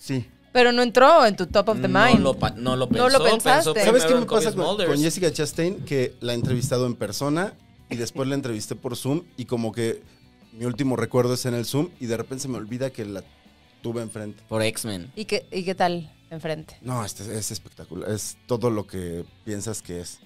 [SPEAKER 2] sí.
[SPEAKER 3] Pero no entró en tu top of the mind.
[SPEAKER 1] No lo, pa- no lo pensó.
[SPEAKER 3] No lo pensaste.
[SPEAKER 1] pensó
[SPEAKER 3] ¿Sabes
[SPEAKER 2] ¿Sabes
[SPEAKER 1] primero
[SPEAKER 2] qué
[SPEAKER 1] en
[SPEAKER 2] me
[SPEAKER 1] Kobe
[SPEAKER 2] pasa con,
[SPEAKER 1] Smulders.
[SPEAKER 2] con Jessica Chastain? Que la he entrevistado en persona y después la entrevisté por Zoom y como que mi último recuerdo es en el Zoom y de repente se me olvida que la tuve enfrente.
[SPEAKER 1] Por X-Men.
[SPEAKER 3] ¿Y, qué, ¿Y qué tal enfrente?
[SPEAKER 2] No, este es espectacular. Es todo lo que piensas que es.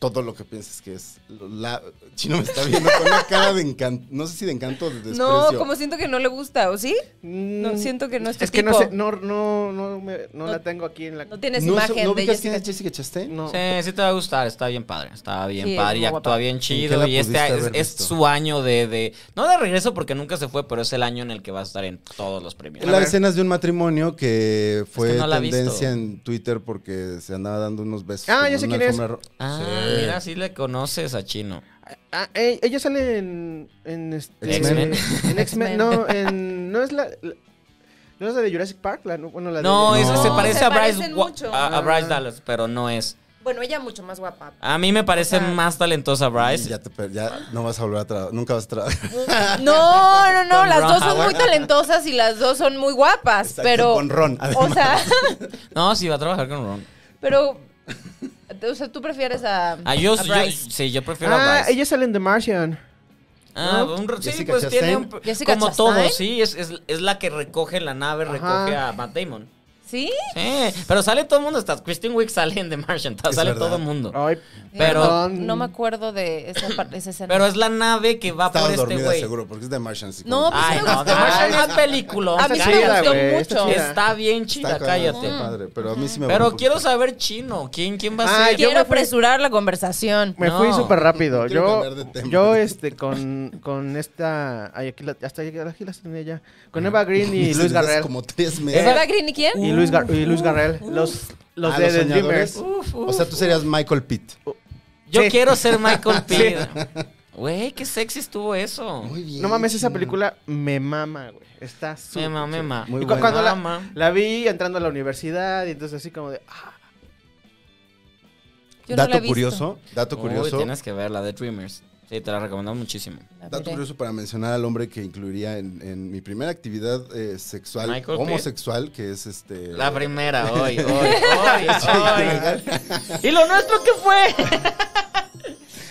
[SPEAKER 2] todo lo que pienses que es. lo- La, Chino me está viendo con una cara de encanto. No sé si de encanto o de desprecio.
[SPEAKER 3] No, como siento que no le gusta, ¿o sí? No, siento que no es tu
[SPEAKER 4] Mm, Es que no
[SPEAKER 3] tipo.
[SPEAKER 4] sé, no, no, no, me- no la tengo aquí en la...
[SPEAKER 3] No tienes
[SPEAKER 2] ¿No,
[SPEAKER 3] imagen
[SPEAKER 2] ¿no
[SPEAKER 3] de
[SPEAKER 2] ubicas quién
[SPEAKER 3] Jessica.
[SPEAKER 2] es Jessica Chastain?
[SPEAKER 4] no.
[SPEAKER 1] Sí, sí te va a gustar, está bien padre, está bien
[SPEAKER 3] Sí, es
[SPEAKER 1] padre y
[SPEAKER 3] muy
[SPEAKER 1] actúa
[SPEAKER 3] guapa.
[SPEAKER 1] bien
[SPEAKER 2] ¿En qué
[SPEAKER 1] chido
[SPEAKER 2] la
[SPEAKER 1] y este
[SPEAKER 2] pudiste
[SPEAKER 1] es,
[SPEAKER 2] haber
[SPEAKER 1] es
[SPEAKER 2] visto?
[SPEAKER 1] su año de, de- no de regreso porque nunca se fue, pero es el año en el que va a estar en todos los premios.
[SPEAKER 2] En las escenas de un matrimonio que fue
[SPEAKER 1] no la he visto.
[SPEAKER 2] tendencia en Twitter porque se andaba dando unos besos.
[SPEAKER 4] Ah,
[SPEAKER 2] como
[SPEAKER 4] ya sé
[SPEAKER 2] en una
[SPEAKER 4] quién es.
[SPEAKER 2] alfombra ro-
[SPEAKER 1] Ah,
[SPEAKER 2] Sí.
[SPEAKER 1] mira, sí le conoces a Chino.
[SPEAKER 4] Ah, eh, ella sale en... En este-
[SPEAKER 2] X-Men.
[SPEAKER 4] En X-Men,
[SPEAKER 3] X-Men.
[SPEAKER 4] no, en... No es la... la- ¿No es la de Jurassic Park? La, no, bueno, la de-
[SPEAKER 1] No, eso
[SPEAKER 2] No,
[SPEAKER 1] se parece
[SPEAKER 3] se
[SPEAKER 1] a Bryce,
[SPEAKER 3] parecen
[SPEAKER 1] Wa-
[SPEAKER 3] mucho.
[SPEAKER 1] a, a Bryce
[SPEAKER 4] Ah.
[SPEAKER 1] Dallas, pero no es.
[SPEAKER 3] Bueno, ella mucho más guapa.
[SPEAKER 1] A mí me parece
[SPEAKER 3] O sea,
[SPEAKER 1] más talentosa Bryce.
[SPEAKER 2] Ya, te per- ya no vas a volver a trabajar. Nunca vas a trabajar.
[SPEAKER 3] No, no, no,
[SPEAKER 1] Con
[SPEAKER 3] las
[SPEAKER 1] Ron
[SPEAKER 3] dos son
[SPEAKER 1] Howard.
[SPEAKER 3] muy talentosas y las dos son muy guapas,
[SPEAKER 2] Exacto,
[SPEAKER 3] pero...
[SPEAKER 2] con Ron,
[SPEAKER 3] O
[SPEAKER 2] además.
[SPEAKER 3] sea,
[SPEAKER 1] No, sí, va a trabajar con Ron.
[SPEAKER 3] pero... O sea, tú prefieres a...
[SPEAKER 1] Ah, yo,
[SPEAKER 3] a
[SPEAKER 1] yo-
[SPEAKER 3] Bryce.
[SPEAKER 1] sí, yo prefiero a
[SPEAKER 4] Ah,
[SPEAKER 1] Bryce.
[SPEAKER 4] ella sale en The Martian.
[SPEAKER 1] Ah,
[SPEAKER 4] ¿no?
[SPEAKER 1] un, sí,
[SPEAKER 2] Jessica
[SPEAKER 1] pues tiene
[SPEAKER 2] Chastain.
[SPEAKER 1] un-
[SPEAKER 3] Jessica
[SPEAKER 1] como
[SPEAKER 3] Chastain.
[SPEAKER 1] todo, sí, es, es, es la que recoge la nave,
[SPEAKER 4] Ajá.
[SPEAKER 1] recoge a Matt Damon.
[SPEAKER 3] ¿Sí?
[SPEAKER 1] Sí, pero sale todo el mundo, hasta Christian Wick sale en The Martian, ta-
[SPEAKER 2] Es
[SPEAKER 1] sale
[SPEAKER 2] verdad.
[SPEAKER 1] todo el mundo.
[SPEAKER 3] Oh.
[SPEAKER 4] Ay,
[SPEAKER 1] Pero-
[SPEAKER 4] perdón.
[SPEAKER 3] No me acuerdo de esa, par- esa escena.
[SPEAKER 1] Pero es la nave que va
[SPEAKER 2] Estabas
[SPEAKER 1] por este
[SPEAKER 2] dormida
[SPEAKER 1] güey.
[SPEAKER 2] seguro porque es de Martian. así
[SPEAKER 3] No,
[SPEAKER 2] como-
[SPEAKER 3] pues,
[SPEAKER 1] Ay,
[SPEAKER 3] me
[SPEAKER 1] no,
[SPEAKER 3] gustó.
[SPEAKER 1] The Martian
[SPEAKER 4] Ay,
[SPEAKER 1] es película.
[SPEAKER 3] a mí
[SPEAKER 1] o sea,
[SPEAKER 3] sí me
[SPEAKER 4] chida,
[SPEAKER 3] gustó
[SPEAKER 4] güey, está
[SPEAKER 3] mucho.
[SPEAKER 4] chida.
[SPEAKER 1] Está bien
[SPEAKER 2] Está
[SPEAKER 1] chida,
[SPEAKER 2] con-
[SPEAKER 1] cállate.
[SPEAKER 2] está padre, pero a mí sí me aburre
[SPEAKER 1] Pero
[SPEAKER 2] un
[SPEAKER 1] quiero
[SPEAKER 2] poquito.
[SPEAKER 1] saber chino, ¿quién, quién va a
[SPEAKER 4] Ay,
[SPEAKER 1] ser?
[SPEAKER 4] yo
[SPEAKER 3] Quiero
[SPEAKER 4] me fui-
[SPEAKER 3] apresurar la conversación.
[SPEAKER 4] Me
[SPEAKER 1] No.
[SPEAKER 4] fui súper rápido.
[SPEAKER 2] Quiero
[SPEAKER 4] Yo,
[SPEAKER 2] cambiar de tema.
[SPEAKER 4] yo este, con, con esta. Ay, aquí la, hasta aquí, aquí las tenía ya. Con Eva Green y
[SPEAKER 2] Dices
[SPEAKER 4] Luis Garrel.
[SPEAKER 2] como tres meses.
[SPEAKER 3] ¿Eva Green y quién?
[SPEAKER 4] Y Luis, Gar- y Luis Garrel. Los, los
[SPEAKER 2] Ah,
[SPEAKER 4] de The
[SPEAKER 2] soñadores.
[SPEAKER 4] Dreamers.
[SPEAKER 2] O sea, tú serías Michael Pitt.
[SPEAKER 1] Yo
[SPEAKER 4] Sí.
[SPEAKER 1] quiero ser Michael Pitt. Güey, qué sexy estuvo eso.
[SPEAKER 2] Muy bien.
[SPEAKER 4] No mames, esa película me mama, güey. Está súper.
[SPEAKER 1] Mema,
[SPEAKER 4] chida.
[SPEAKER 1] mema.
[SPEAKER 2] Muy
[SPEAKER 4] Y cu-
[SPEAKER 2] buena.
[SPEAKER 4] cuando la,
[SPEAKER 1] Mama.
[SPEAKER 4] la vi entrando a la universidad, y entonces así como de. ah,
[SPEAKER 3] Yo no
[SPEAKER 2] dato
[SPEAKER 3] la he visto.
[SPEAKER 2] curioso, dato curioso.
[SPEAKER 1] Uy, tienes que ver la de Dreamers. Sí, te la recomendamos muchísimo.
[SPEAKER 3] La
[SPEAKER 2] Dato
[SPEAKER 3] veré.
[SPEAKER 2] curioso para mencionar al hombre que incluiría en, en mi primera actividad eh, sexual,
[SPEAKER 1] Michael Pitt.
[SPEAKER 2] homosexual, que es este.
[SPEAKER 1] La primera, hoy, hoy, hoy, hoy. ¿Y lo nuestro qué fue?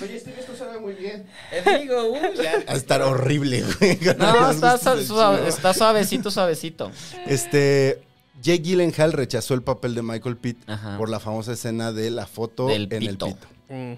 [SPEAKER 4] Oye, este disco suena muy bien.
[SPEAKER 1] Te digo, uy, ya.
[SPEAKER 2] a estar horrible, güey.
[SPEAKER 1] No, está,
[SPEAKER 2] Gustos
[SPEAKER 1] su-
[SPEAKER 2] del
[SPEAKER 1] suave-
[SPEAKER 2] chivo.
[SPEAKER 1] está suavecito, suavecito.
[SPEAKER 2] Este. Jake Gyllenhaal rechazó el papel de Michael Pitt
[SPEAKER 1] Ajá.
[SPEAKER 2] por la famosa escena de la foto
[SPEAKER 1] Del
[SPEAKER 2] en
[SPEAKER 1] pito.
[SPEAKER 2] el pito.
[SPEAKER 4] mm.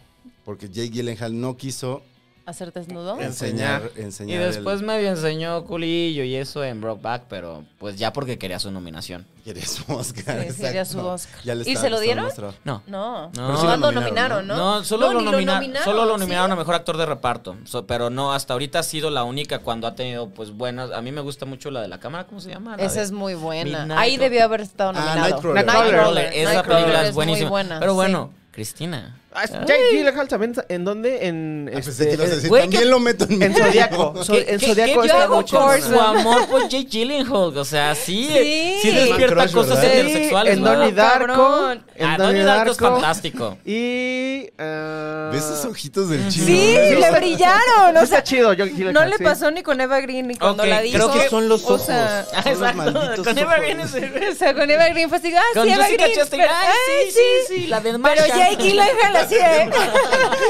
[SPEAKER 2] Porque Jake Gyllenhaal no quiso
[SPEAKER 3] ¿Hacer desnudo?
[SPEAKER 2] Eh, enseñar,
[SPEAKER 1] Y
[SPEAKER 2] enseñar.
[SPEAKER 1] después
[SPEAKER 2] el-
[SPEAKER 1] medio enseñó culillo y eso en Brockback, pero pues ya porque quería su nominación.
[SPEAKER 2] Quería su Oscar.
[SPEAKER 3] Sí, quería
[SPEAKER 2] exacto.
[SPEAKER 3] su Oscar.
[SPEAKER 2] Ya le
[SPEAKER 3] ¿Y se
[SPEAKER 2] estaba Ah,
[SPEAKER 3] lo
[SPEAKER 2] costando
[SPEAKER 3] dieron?
[SPEAKER 2] más trabajo.
[SPEAKER 1] No.
[SPEAKER 3] No.
[SPEAKER 1] No.
[SPEAKER 2] Pero sí lo
[SPEAKER 3] ¿Cuándo
[SPEAKER 2] nominaron,
[SPEAKER 3] nominaron,
[SPEAKER 2] ¿no?
[SPEAKER 3] no?
[SPEAKER 1] No, solo,
[SPEAKER 3] ni
[SPEAKER 1] lo, nomina- solo lo
[SPEAKER 3] ¿sí?
[SPEAKER 1] nominaron a mejor actor de reparto. So, pero no, hasta ahorita ha sido la única cuando ha tenido, pues buenas. A mí me gusta mucho la de la cámara, ¿cómo se llama? La
[SPEAKER 3] Esa
[SPEAKER 1] de-
[SPEAKER 3] es muy buena.
[SPEAKER 1] Midnight
[SPEAKER 3] Ahí
[SPEAKER 1] Oil.
[SPEAKER 3] debió haber estado
[SPEAKER 2] Ah,
[SPEAKER 3] nominado.
[SPEAKER 2] Nightcrawler.
[SPEAKER 1] Nightcrawler. Esa
[SPEAKER 3] Nightcrawler
[SPEAKER 1] película es,
[SPEAKER 3] muy
[SPEAKER 1] buenísima.
[SPEAKER 3] buena,
[SPEAKER 1] pero
[SPEAKER 3] sí.
[SPEAKER 1] bueno, Cristina.
[SPEAKER 4] Ah, es- Jake Gyllenhaal también. ¿En dónde? En.
[SPEAKER 2] Ah, pensé
[SPEAKER 4] este,
[SPEAKER 2] que ibas a
[SPEAKER 4] en-
[SPEAKER 2] decir,
[SPEAKER 1] güey,
[SPEAKER 2] también
[SPEAKER 1] ¿qué-
[SPEAKER 2] lo meto en mi
[SPEAKER 4] en Zodíaco. So-
[SPEAKER 1] ¿Qué-
[SPEAKER 4] en
[SPEAKER 1] qué-
[SPEAKER 4] Zodíaco
[SPEAKER 1] qué
[SPEAKER 3] yo
[SPEAKER 4] está
[SPEAKER 3] hago
[SPEAKER 4] muy
[SPEAKER 3] con
[SPEAKER 4] chingona.
[SPEAKER 2] Ah,
[SPEAKER 1] Por su amor por Jake Gyllenhaal. O sea, sí, sí,
[SPEAKER 3] Sí.
[SPEAKER 1] despierta
[SPEAKER 2] Crush,
[SPEAKER 1] cosas
[SPEAKER 2] ¿verdad?
[SPEAKER 1] heterosexuales.
[SPEAKER 4] en
[SPEAKER 1] ¿verdad?
[SPEAKER 4] Donnie Darko.
[SPEAKER 3] Cabrón.
[SPEAKER 4] En
[SPEAKER 1] Ah, Donnie Darko es fantástico.
[SPEAKER 4] Y. ah,
[SPEAKER 2] ¿Ves esos ojitos del chino?
[SPEAKER 3] Sí, le brillaron. O
[SPEAKER 4] Está
[SPEAKER 3] sea,
[SPEAKER 4] chido, Jake Gyllenhaal,
[SPEAKER 3] no le
[SPEAKER 4] sí.
[SPEAKER 3] pasó ni con Eva Green ni cuando
[SPEAKER 1] Ok,
[SPEAKER 3] la
[SPEAKER 1] creo
[SPEAKER 3] dijo.
[SPEAKER 1] que
[SPEAKER 2] son los
[SPEAKER 3] O sea,
[SPEAKER 2] ojos.
[SPEAKER 1] Ah,
[SPEAKER 2] Son los
[SPEAKER 1] Exacto.
[SPEAKER 2] malditos
[SPEAKER 1] Con Eva
[SPEAKER 2] ojos.
[SPEAKER 1] Green es
[SPEAKER 3] o sea, con Eva Green fue así, ah,
[SPEAKER 1] Con
[SPEAKER 3] sí, Eva
[SPEAKER 1] Jessica
[SPEAKER 3] Green.
[SPEAKER 1] Chastain,
[SPEAKER 3] pero-
[SPEAKER 1] ay, sí, sí, sí, la de
[SPEAKER 3] Pero
[SPEAKER 1] Martian.
[SPEAKER 3] Jake Gyllenhaal así, ¿eh?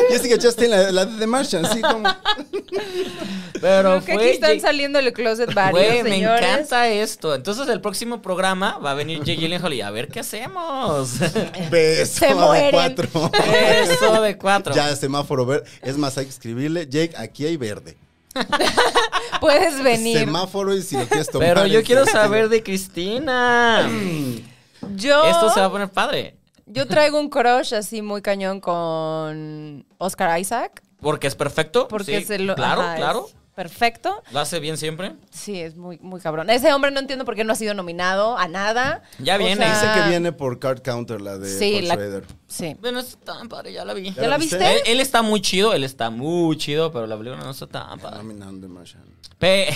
[SPEAKER 2] Jessica Chastain, la, la de The Martian, sí, como.
[SPEAKER 1] Pero
[SPEAKER 3] Creo que aquí
[SPEAKER 1] fue
[SPEAKER 3] están
[SPEAKER 1] Jake-
[SPEAKER 3] saliendo del closet varios
[SPEAKER 1] Güey, me
[SPEAKER 3] señores.
[SPEAKER 1] encanta esto. Entonces el próximo programa va a venir Jake Gyllenhaal y a ver qué hacemos.
[SPEAKER 2] Beso
[SPEAKER 3] Se
[SPEAKER 2] de
[SPEAKER 3] mueren.
[SPEAKER 2] cuatro.
[SPEAKER 1] Eso de cuatro.
[SPEAKER 2] Ya, semáforo verde. Es más, hay que escribirle, Jake, aquí hay verde. Este
[SPEAKER 3] Puedes venir.
[SPEAKER 2] Semáforo y si lo quieres tomar.
[SPEAKER 1] Pero yo
[SPEAKER 2] es
[SPEAKER 1] quiero
[SPEAKER 2] el-
[SPEAKER 1] saber de Cristina.
[SPEAKER 3] Yo,
[SPEAKER 1] Esto se va a poner padre.
[SPEAKER 3] yo traigo un crush así muy cañón con Oscar Isaac.
[SPEAKER 1] Porque es perfecto.
[SPEAKER 3] Porque
[SPEAKER 1] sí,
[SPEAKER 3] es el-
[SPEAKER 1] Claro,
[SPEAKER 3] ajá, es
[SPEAKER 1] claro.
[SPEAKER 3] Perfecto.
[SPEAKER 1] Lo hace bien siempre.
[SPEAKER 3] Sí, es muy, muy cabrón. Ese hombre no entiendo por qué no ha sido nominado a nada.
[SPEAKER 1] Ya viene.
[SPEAKER 2] Dice que viene por Card Counter, la de
[SPEAKER 3] Sí,
[SPEAKER 2] Paul
[SPEAKER 3] la-
[SPEAKER 2] Schrader.
[SPEAKER 3] Sí.
[SPEAKER 1] Bueno, no está tan padre, ya la vi.
[SPEAKER 3] ¿Ya la viste?
[SPEAKER 1] Él, él está muy chido, él está muy chido, pero la película no está tan
[SPEAKER 2] Ah,
[SPEAKER 1] padre.
[SPEAKER 2] mi nombre, The Martian.
[SPEAKER 1] Pe-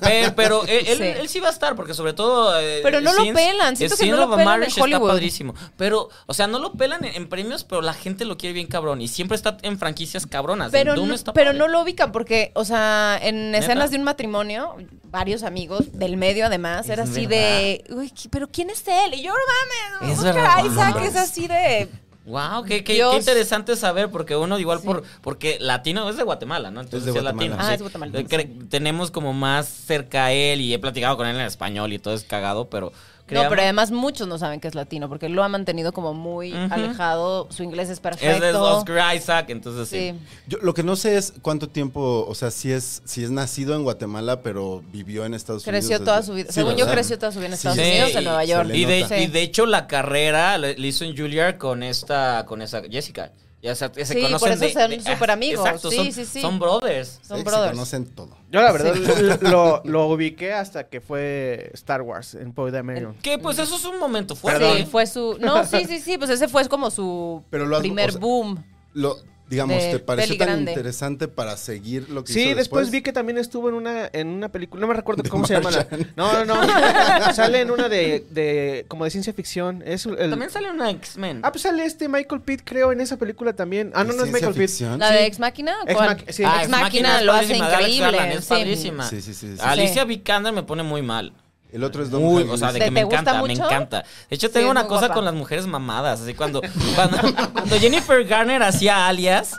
[SPEAKER 1] pe- pero él, él-
[SPEAKER 3] Sí.
[SPEAKER 1] él sí va a estar, porque sobre todo. eh,
[SPEAKER 3] Pero no lo
[SPEAKER 1] Sins-
[SPEAKER 3] pelan, siento
[SPEAKER 1] eh,
[SPEAKER 3] que
[SPEAKER 1] Sins
[SPEAKER 3] no lo
[SPEAKER 1] of a
[SPEAKER 3] pelan en
[SPEAKER 1] Marriage
[SPEAKER 3] Hollywood.
[SPEAKER 1] Está padrísimo. Pero, o sea, no lo pelan en, en premios, pero la gente lo quiere bien cabrón. Y siempre está en franquicias cabronas.
[SPEAKER 3] Pero,
[SPEAKER 1] Doom
[SPEAKER 3] no,
[SPEAKER 1] está
[SPEAKER 3] pero
[SPEAKER 1] padre.
[SPEAKER 3] no lo ubican porque, o sea, en
[SPEAKER 1] ¿Neta?
[SPEAKER 3] escenas de un matrimonio, varios amigos del medio además, era
[SPEAKER 1] Es
[SPEAKER 3] así de, uy, ¿qui- pero ¿quién es él? Y yo, no mames,
[SPEAKER 1] Es
[SPEAKER 3] Oscar
[SPEAKER 1] verdad,
[SPEAKER 3] Isaac
[SPEAKER 1] mames.
[SPEAKER 3] es así de...
[SPEAKER 1] Wow, qué, qué- qué
[SPEAKER 3] Dios.
[SPEAKER 1] interesante saber, porque uno igual por, porque latino es de Guatemala, ¿no? Entonces
[SPEAKER 2] Es de
[SPEAKER 1] sí
[SPEAKER 2] Guatemala.
[SPEAKER 1] latino.
[SPEAKER 3] Ah,
[SPEAKER 1] sí. Eh,
[SPEAKER 3] es guatemalteco,
[SPEAKER 1] Cre- Tenemos como más cerca a él y he platicado con él en español y todo es cagado, pero Creamos-
[SPEAKER 3] No, pero además muchos no saben que es latino, porque lo ha mantenido como muy
[SPEAKER 1] Ujú.
[SPEAKER 3] alejado. Su inglés es perfecto.
[SPEAKER 1] es de Oscar Isaac, entonces sí.
[SPEAKER 3] Sí.
[SPEAKER 2] Yo, lo que no sé es cuánto tiempo, o sea, si es, si es nacido en Guatemala, pero vivió en Estados Unidos.
[SPEAKER 3] Creció
[SPEAKER 2] desde-
[SPEAKER 3] toda su vida.
[SPEAKER 2] Sí,
[SPEAKER 3] Según yo,
[SPEAKER 2] ¿verdad?
[SPEAKER 3] creció toda su vida en
[SPEAKER 2] Sí,
[SPEAKER 3] Estados
[SPEAKER 2] sí.
[SPEAKER 3] Unidos,
[SPEAKER 1] y-
[SPEAKER 3] en Nueva
[SPEAKER 2] se
[SPEAKER 3] York.
[SPEAKER 2] le
[SPEAKER 1] Y de,
[SPEAKER 2] nota.
[SPEAKER 3] Sí.
[SPEAKER 1] y de hecho la carrera le le hizo en Juilliard con esta, con esa Jessica. Ya se, ya se
[SPEAKER 3] Sí,
[SPEAKER 1] conocen
[SPEAKER 3] por eso
[SPEAKER 1] de-
[SPEAKER 3] son
[SPEAKER 1] de- ah,
[SPEAKER 3] súper amigos.
[SPEAKER 1] Exacto,
[SPEAKER 3] Sí,
[SPEAKER 1] son,
[SPEAKER 3] sí, sí.
[SPEAKER 1] son brothers.
[SPEAKER 3] Son
[SPEAKER 2] Sí, se
[SPEAKER 3] brothers.
[SPEAKER 2] conocen todo.
[SPEAKER 4] Yo la verdad lo, lo ubiqué hasta que fue Star Wars en Poe de American.
[SPEAKER 1] Que pues eso es un momento fuerte.
[SPEAKER 3] Sí, fue su. No, sí, sí, sí. Pues ese fue como su
[SPEAKER 2] Pero lo has-
[SPEAKER 3] primer
[SPEAKER 2] o sea,
[SPEAKER 3] boom.
[SPEAKER 2] Lo, digamos,
[SPEAKER 3] De
[SPEAKER 2] ¿te pareció
[SPEAKER 3] peli
[SPEAKER 2] tan
[SPEAKER 3] grande.
[SPEAKER 2] interesante para seguir lo que
[SPEAKER 4] Sí,
[SPEAKER 2] hizo
[SPEAKER 4] después, vi que también estuvo en una, en una película, no me recuerdo cómo se llama. la-
[SPEAKER 2] Martian.
[SPEAKER 4] No, no, no. sale en una de, de- como de ciencia ficción. Es el-
[SPEAKER 1] También sale una X-Men.
[SPEAKER 4] ah, pues sale este Michael Pitt, creo, en esa película también. Ah, no, no es
[SPEAKER 2] ¿Ciencia
[SPEAKER 4] Michael Pitt.
[SPEAKER 2] ficción?
[SPEAKER 3] ¿La
[SPEAKER 4] Sí.
[SPEAKER 3] de Ex Máquina?
[SPEAKER 4] Ex
[SPEAKER 3] ¿Cuál?
[SPEAKER 4] Mach- sí.
[SPEAKER 3] Ah,
[SPEAKER 4] Ex
[SPEAKER 3] Ex
[SPEAKER 1] Máquina
[SPEAKER 3] Máquina
[SPEAKER 1] es
[SPEAKER 3] lo hace
[SPEAKER 1] padrísima, de Alex
[SPEAKER 3] increíble.
[SPEAKER 1] Garland, es
[SPEAKER 3] sí.
[SPEAKER 1] padrísima.
[SPEAKER 2] Sí, sí, sí. sí.
[SPEAKER 1] Alicia Vikander me pone muy mal.
[SPEAKER 2] El otro es Don
[SPEAKER 1] Muy, o sea, de
[SPEAKER 3] ¿Te-
[SPEAKER 1] que me
[SPEAKER 3] te gusta
[SPEAKER 1] encanta, me
[SPEAKER 3] mucho?
[SPEAKER 1] encanta. De hecho,
[SPEAKER 3] Sí,
[SPEAKER 1] tengo
[SPEAKER 3] es
[SPEAKER 1] una
[SPEAKER 3] muy
[SPEAKER 1] cosa
[SPEAKER 3] guapa.
[SPEAKER 1] con las mujeres mamadas. Así cuando, cuando, cuando Jennifer Garner hacía alias,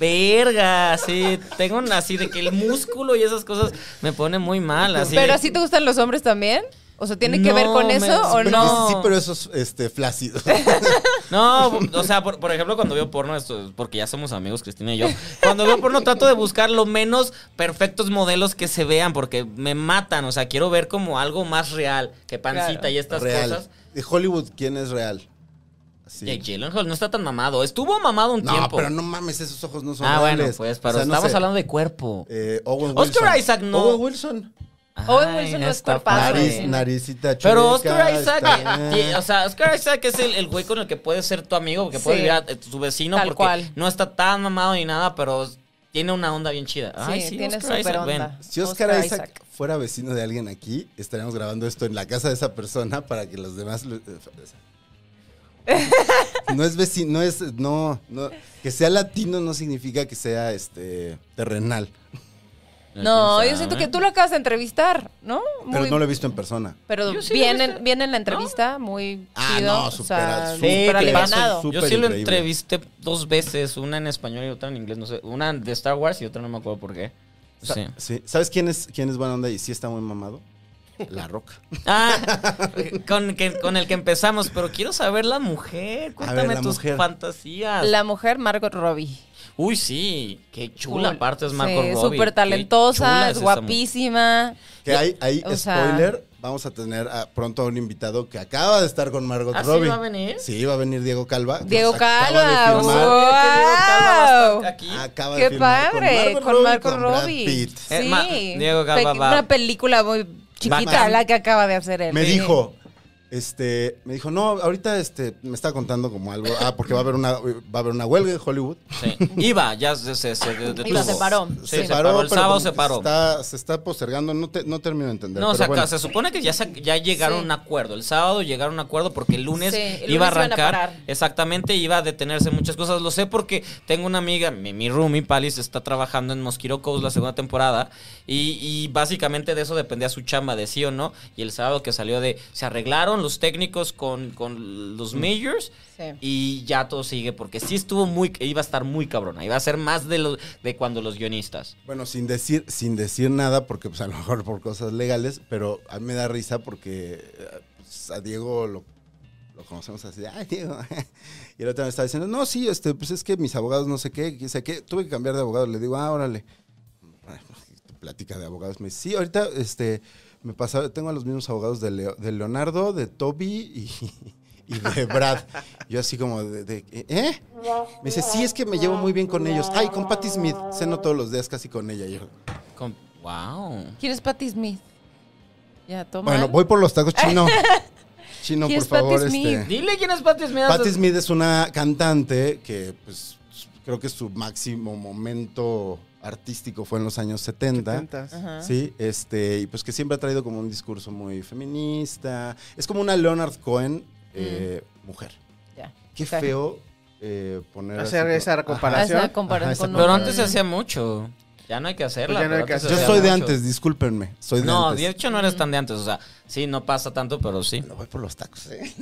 [SPEAKER 1] verga, sí. Tengo una así de que el músculo y esas cosas me pone muy mal. Así
[SPEAKER 3] Pero
[SPEAKER 1] de-
[SPEAKER 3] así te gustan los hombres también. O sea, ¿tiene que ver
[SPEAKER 1] No,
[SPEAKER 3] con
[SPEAKER 1] me- Pues
[SPEAKER 3] eso o
[SPEAKER 1] pero-
[SPEAKER 3] no?
[SPEAKER 2] Sí, pero esos este, flácidos.
[SPEAKER 1] No, o sea, por, por ejemplo, cuando veo porno, esto es porque ya somos amigos, Cristina y yo. Cuando veo porno, trato de buscar lo menos perfectos modelos que se vean, porque me matan. O sea, quiero ver como algo más real que pancita
[SPEAKER 3] Claro.
[SPEAKER 1] y estas
[SPEAKER 2] real.
[SPEAKER 1] cosas.
[SPEAKER 2] De Hollywood, ¿quién es real? Sí.
[SPEAKER 1] Jake Gyllenhaal no está tan mamado. Estuvo mamado un
[SPEAKER 2] No,
[SPEAKER 1] tiempo.
[SPEAKER 2] pero no mames, esos ojos no son
[SPEAKER 1] ah, bueno,
[SPEAKER 2] reales.
[SPEAKER 1] pues, pero
[SPEAKER 2] O sea, no
[SPEAKER 1] estamos
[SPEAKER 2] sé.
[SPEAKER 1] hablando de cuerpo.
[SPEAKER 2] Eh, Owen Wilson.
[SPEAKER 1] Oscar Isaac no.
[SPEAKER 2] Owen Wilson.
[SPEAKER 3] Owen
[SPEAKER 1] Ay,
[SPEAKER 3] Wilson no es
[SPEAKER 1] está
[SPEAKER 3] cuerpazo,
[SPEAKER 1] padre.
[SPEAKER 2] Nariz,
[SPEAKER 3] sí.
[SPEAKER 2] naricita chueca.
[SPEAKER 1] Pero Oscar
[SPEAKER 2] está
[SPEAKER 1] Isaac,
[SPEAKER 2] bien.
[SPEAKER 1] eh, o sea, Oscar Isaac es el, el güey con el que puede ser tu amigo, que puede
[SPEAKER 3] Sí.
[SPEAKER 1] vivir a eh, tu vecino,
[SPEAKER 3] Tal
[SPEAKER 1] porque
[SPEAKER 3] cual.
[SPEAKER 1] no está tan mamado ni nada, pero tiene una onda bien chida. Ay, sí,
[SPEAKER 3] sí, tiene
[SPEAKER 1] Oscar
[SPEAKER 3] súper
[SPEAKER 1] Isaac,
[SPEAKER 3] onda.
[SPEAKER 2] Si Oscar, Isaac, fuera vecino de alguien aquí, estaríamos grabando esto en la casa de esa persona para que los demás... lo- eh, No es vecino, no es... No, no, que sea latino no significa que sea este terrenal.
[SPEAKER 1] ven.
[SPEAKER 3] No,
[SPEAKER 1] ¿Quién
[SPEAKER 3] yo siento
[SPEAKER 1] sabe? ¿eh?
[SPEAKER 3] que tú lo acabas de entrevistar, ¿no?
[SPEAKER 2] Pero
[SPEAKER 3] Muy-
[SPEAKER 2] no lo he visto en persona.
[SPEAKER 3] pero
[SPEAKER 1] Yo sí lo
[SPEAKER 3] bien,
[SPEAKER 1] viste.
[SPEAKER 3] en, bien en la entrevista, muy
[SPEAKER 2] Ah,
[SPEAKER 3] chido.
[SPEAKER 2] no,
[SPEAKER 3] o
[SPEAKER 2] súper
[SPEAKER 3] sea,
[SPEAKER 2] azul.
[SPEAKER 1] Sí,
[SPEAKER 3] súper
[SPEAKER 1] te paso.
[SPEAKER 3] alivianado.
[SPEAKER 2] Súper
[SPEAKER 1] Yo sí lo
[SPEAKER 2] increíble.
[SPEAKER 1] entrevisté dos veces, una en español y otra en inglés, no sé, una de Star Wars y otra no me acuerdo por qué.
[SPEAKER 2] Sa-
[SPEAKER 1] Sí.
[SPEAKER 2] sí. ¿Sabes quién es, quién es buena onda y sí está muy mamado? La Roca.
[SPEAKER 1] Ah, con, que- con el que empezamos, pero quiero saber la mujer. Cuéntame
[SPEAKER 2] la
[SPEAKER 1] tus
[SPEAKER 2] mujer.
[SPEAKER 1] fantasías.
[SPEAKER 3] La mujer Margot Robbie.
[SPEAKER 1] Uy, sí, qué chula
[SPEAKER 3] Cool.
[SPEAKER 1] aparte es
[SPEAKER 3] Sí,
[SPEAKER 1] Marco Robbie.
[SPEAKER 3] Súper
[SPEAKER 1] qué chula
[SPEAKER 3] talentosa,
[SPEAKER 1] es
[SPEAKER 3] es
[SPEAKER 1] esa
[SPEAKER 3] guapísima.
[SPEAKER 2] Que hay, hay
[SPEAKER 3] O sea-
[SPEAKER 2] spoiler, vamos a tener a- pronto a un invitado que acaba de estar con Margot
[SPEAKER 1] ¿Ah, sí
[SPEAKER 2] Robbie.
[SPEAKER 1] va a venir?
[SPEAKER 2] Sí, va a venir Diego Calva. que
[SPEAKER 3] Diego
[SPEAKER 2] nos acaba de firmar.
[SPEAKER 3] Calva, wow.
[SPEAKER 1] mujer. Que Diego Calva va a estar aquí.
[SPEAKER 2] Acaba de
[SPEAKER 3] Qué
[SPEAKER 2] firmar
[SPEAKER 3] padre,
[SPEAKER 2] Robbie y
[SPEAKER 3] con Marco
[SPEAKER 2] con Brad
[SPEAKER 3] Robbie.
[SPEAKER 2] Pitt.
[SPEAKER 1] Eh, ma-
[SPEAKER 3] Sí.
[SPEAKER 1] Diego Calva
[SPEAKER 3] Pe-
[SPEAKER 1] va-
[SPEAKER 3] Una película muy
[SPEAKER 2] Va-
[SPEAKER 3] chiquita la que acaba de hacer él.
[SPEAKER 2] Me
[SPEAKER 3] Sí.
[SPEAKER 2] dijo, este, me dijo, no, ahorita este, me está contando como algo, ah, porque va a haber una, va a haber una huelga en Hollywood. Pues,
[SPEAKER 1] Sí. Iba, ya se, se, se detuvo.
[SPEAKER 3] Iba, se paró.
[SPEAKER 1] Sí,
[SPEAKER 3] Se
[SPEAKER 1] se, paró. El
[SPEAKER 2] pero
[SPEAKER 1] sábado
[SPEAKER 2] como
[SPEAKER 1] se
[SPEAKER 2] que
[SPEAKER 1] paró.
[SPEAKER 2] Está, se está postergando, no, te- no termino de entender.
[SPEAKER 1] No, o
[SPEAKER 2] pero
[SPEAKER 1] sea,
[SPEAKER 2] bueno.
[SPEAKER 1] se supone que ya, se- ya llegaron a
[SPEAKER 3] Sí.
[SPEAKER 1] un acuerdo. El sábado llegaron a un acuerdo porque el lunes
[SPEAKER 3] Sí, el lunes
[SPEAKER 1] iba a
[SPEAKER 3] iban a
[SPEAKER 1] arrancar.
[SPEAKER 3] parar.
[SPEAKER 1] exactamente, iba a detenerse muchas cosas. Lo sé porque tengo una amiga, mi, mi roomie, Palis, está trabajando en Mosquito Coast la segunda temporada. Y, y básicamente de eso dependía su chamba, de sí o no. Y el sábado que salió de. Se arreglaron los técnicos con, con
[SPEAKER 2] Mm.
[SPEAKER 1] los majors.
[SPEAKER 3] Sí.
[SPEAKER 1] Y ya todo sigue porque sí estuvo muy. Iba a estar muy cabrona. Iba a ser más de, lo, de cuando los guionistas.
[SPEAKER 2] Bueno, sin decir, sin decir nada, porque pues a lo mejor por cosas legales, pero a mí me da risa porque eh, pues, a Diego lo, lo conocemos así, ay Diego. Y el otro me estaba diciendo, no, sí, este, pues es que mis abogados no sé qué, que sé qué, tuve que cambiar de abogado. Le digo, ah, órale. Ay, pues, Plática de abogados. Me dice, sí, ahorita este, me pasa, tengo a los mismos abogados de, Leo- de Leonardo, de Toby y, y de Brad. Yo así como de, de, ¿eh? Me dice, sí, es que me llevo muy bien con ellos. Ay, con Patti Smith. Ceno todos los días casi con ella. Y Yo,
[SPEAKER 1] Con- ¡Wow!
[SPEAKER 3] ¿Quién es Patti Smith? Ya, toma.
[SPEAKER 2] bueno, voy por los tacos chino. Chino,
[SPEAKER 3] ¿Quién
[SPEAKER 2] por
[SPEAKER 3] es Patti
[SPEAKER 2] favor.
[SPEAKER 3] Smith?
[SPEAKER 2] Este.
[SPEAKER 1] Dile quién es Patti Smith.
[SPEAKER 2] Patti Smith es una cantante que, pues, creo que su máximo momento artístico fue en los años 70.
[SPEAKER 4] Tantas.
[SPEAKER 3] Ajá.
[SPEAKER 2] Sí, este, y pues que siempre ha traído como un discurso muy feminista. Es como una Leonard Cohen eh, mujer.
[SPEAKER 3] Ya,
[SPEAKER 2] Qué
[SPEAKER 3] Mm. ok.
[SPEAKER 2] feo eh, poner.
[SPEAKER 4] Hacer
[SPEAKER 2] así como-
[SPEAKER 4] esa
[SPEAKER 2] Ajá.
[SPEAKER 3] Ah,
[SPEAKER 4] comparación.
[SPEAKER 3] es una comparación
[SPEAKER 2] Ajá,
[SPEAKER 3] con
[SPEAKER 2] exacto.
[SPEAKER 1] Pero
[SPEAKER 3] un-
[SPEAKER 1] antes se hacía mucho. Ya no hay que hacerla.
[SPEAKER 4] Pues ya no hay
[SPEAKER 1] pero
[SPEAKER 4] que
[SPEAKER 1] antes se
[SPEAKER 2] Yo
[SPEAKER 1] hacía
[SPEAKER 2] soy de
[SPEAKER 1] mucho.
[SPEAKER 2] antes, discúlpenme. Soy de
[SPEAKER 1] No, de
[SPEAKER 2] antes.
[SPEAKER 1] hecho no eres tan de antes. O sea, sí, no pasa tanto, pero sí.
[SPEAKER 2] Lo voy por los tacos, ¿eh?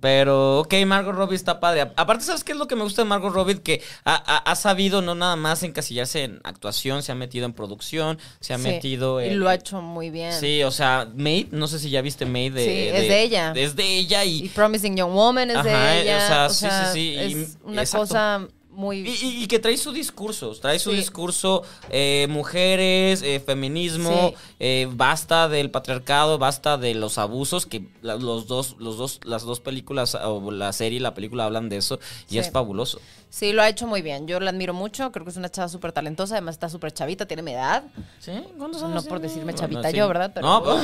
[SPEAKER 1] Pero, ok, Margot Robbie está padre. A- Aparte, ¿sabes qué es lo que me gusta de Margot Robbie? Que ha, ha- ha sabido no nada más encasillarse en actuación, se ha metido en producción, se ha
[SPEAKER 3] Sí.
[SPEAKER 1] metido en...
[SPEAKER 3] Y lo ha hecho muy bien.
[SPEAKER 1] Sí, o sea, Maid, no sé si ya viste Maid de...
[SPEAKER 3] Sí, es de ella.
[SPEAKER 1] Es de ella y...
[SPEAKER 3] Y Promising Young Woman es
[SPEAKER 1] Ajá,
[SPEAKER 3] de ella.
[SPEAKER 1] o sea,
[SPEAKER 3] o
[SPEAKER 1] sí,
[SPEAKER 3] sea,
[SPEAKER 1] sí, sí,
[SPEAKER 3] Es
[SPEAKER 1] y-
[SPEAKER 3] una
[SPEAKER 1] exacto.
[SPEAKER 3] cosa muy.
[SPEAKER 1] Y, y- y que trae su discurso, trae su
[SPEAKER 3] Sí.
[SPEAKER 1] discurso, eh, mujeres, eh, feminismo,
[SPEAKER 3] Sí.
[SPEAKER 1] eh, basta del patriarcado, basta de los abusos, que la- los dos, los dos, las dos películas, o la serie y la película hablan de eso, y
[SPEAKER 3] Sí.
[SPEAKER 1] es fabuloso.
[SPEAKER 3] Sí, lo ha hecho muy bien. Yo la admiro mucho. Creo que es una chava súper talentosa. Además, está súper chavita, tiene mi edad.
[SPEAKER 1] ¿Sí?
[SPEAKER 3] años No por tiene? decirme chavita
[SPEAKER 1] sí.
[SPEAKER 3] yo, ¿verdad? Pero-
[SPEAKER 1] No, pero,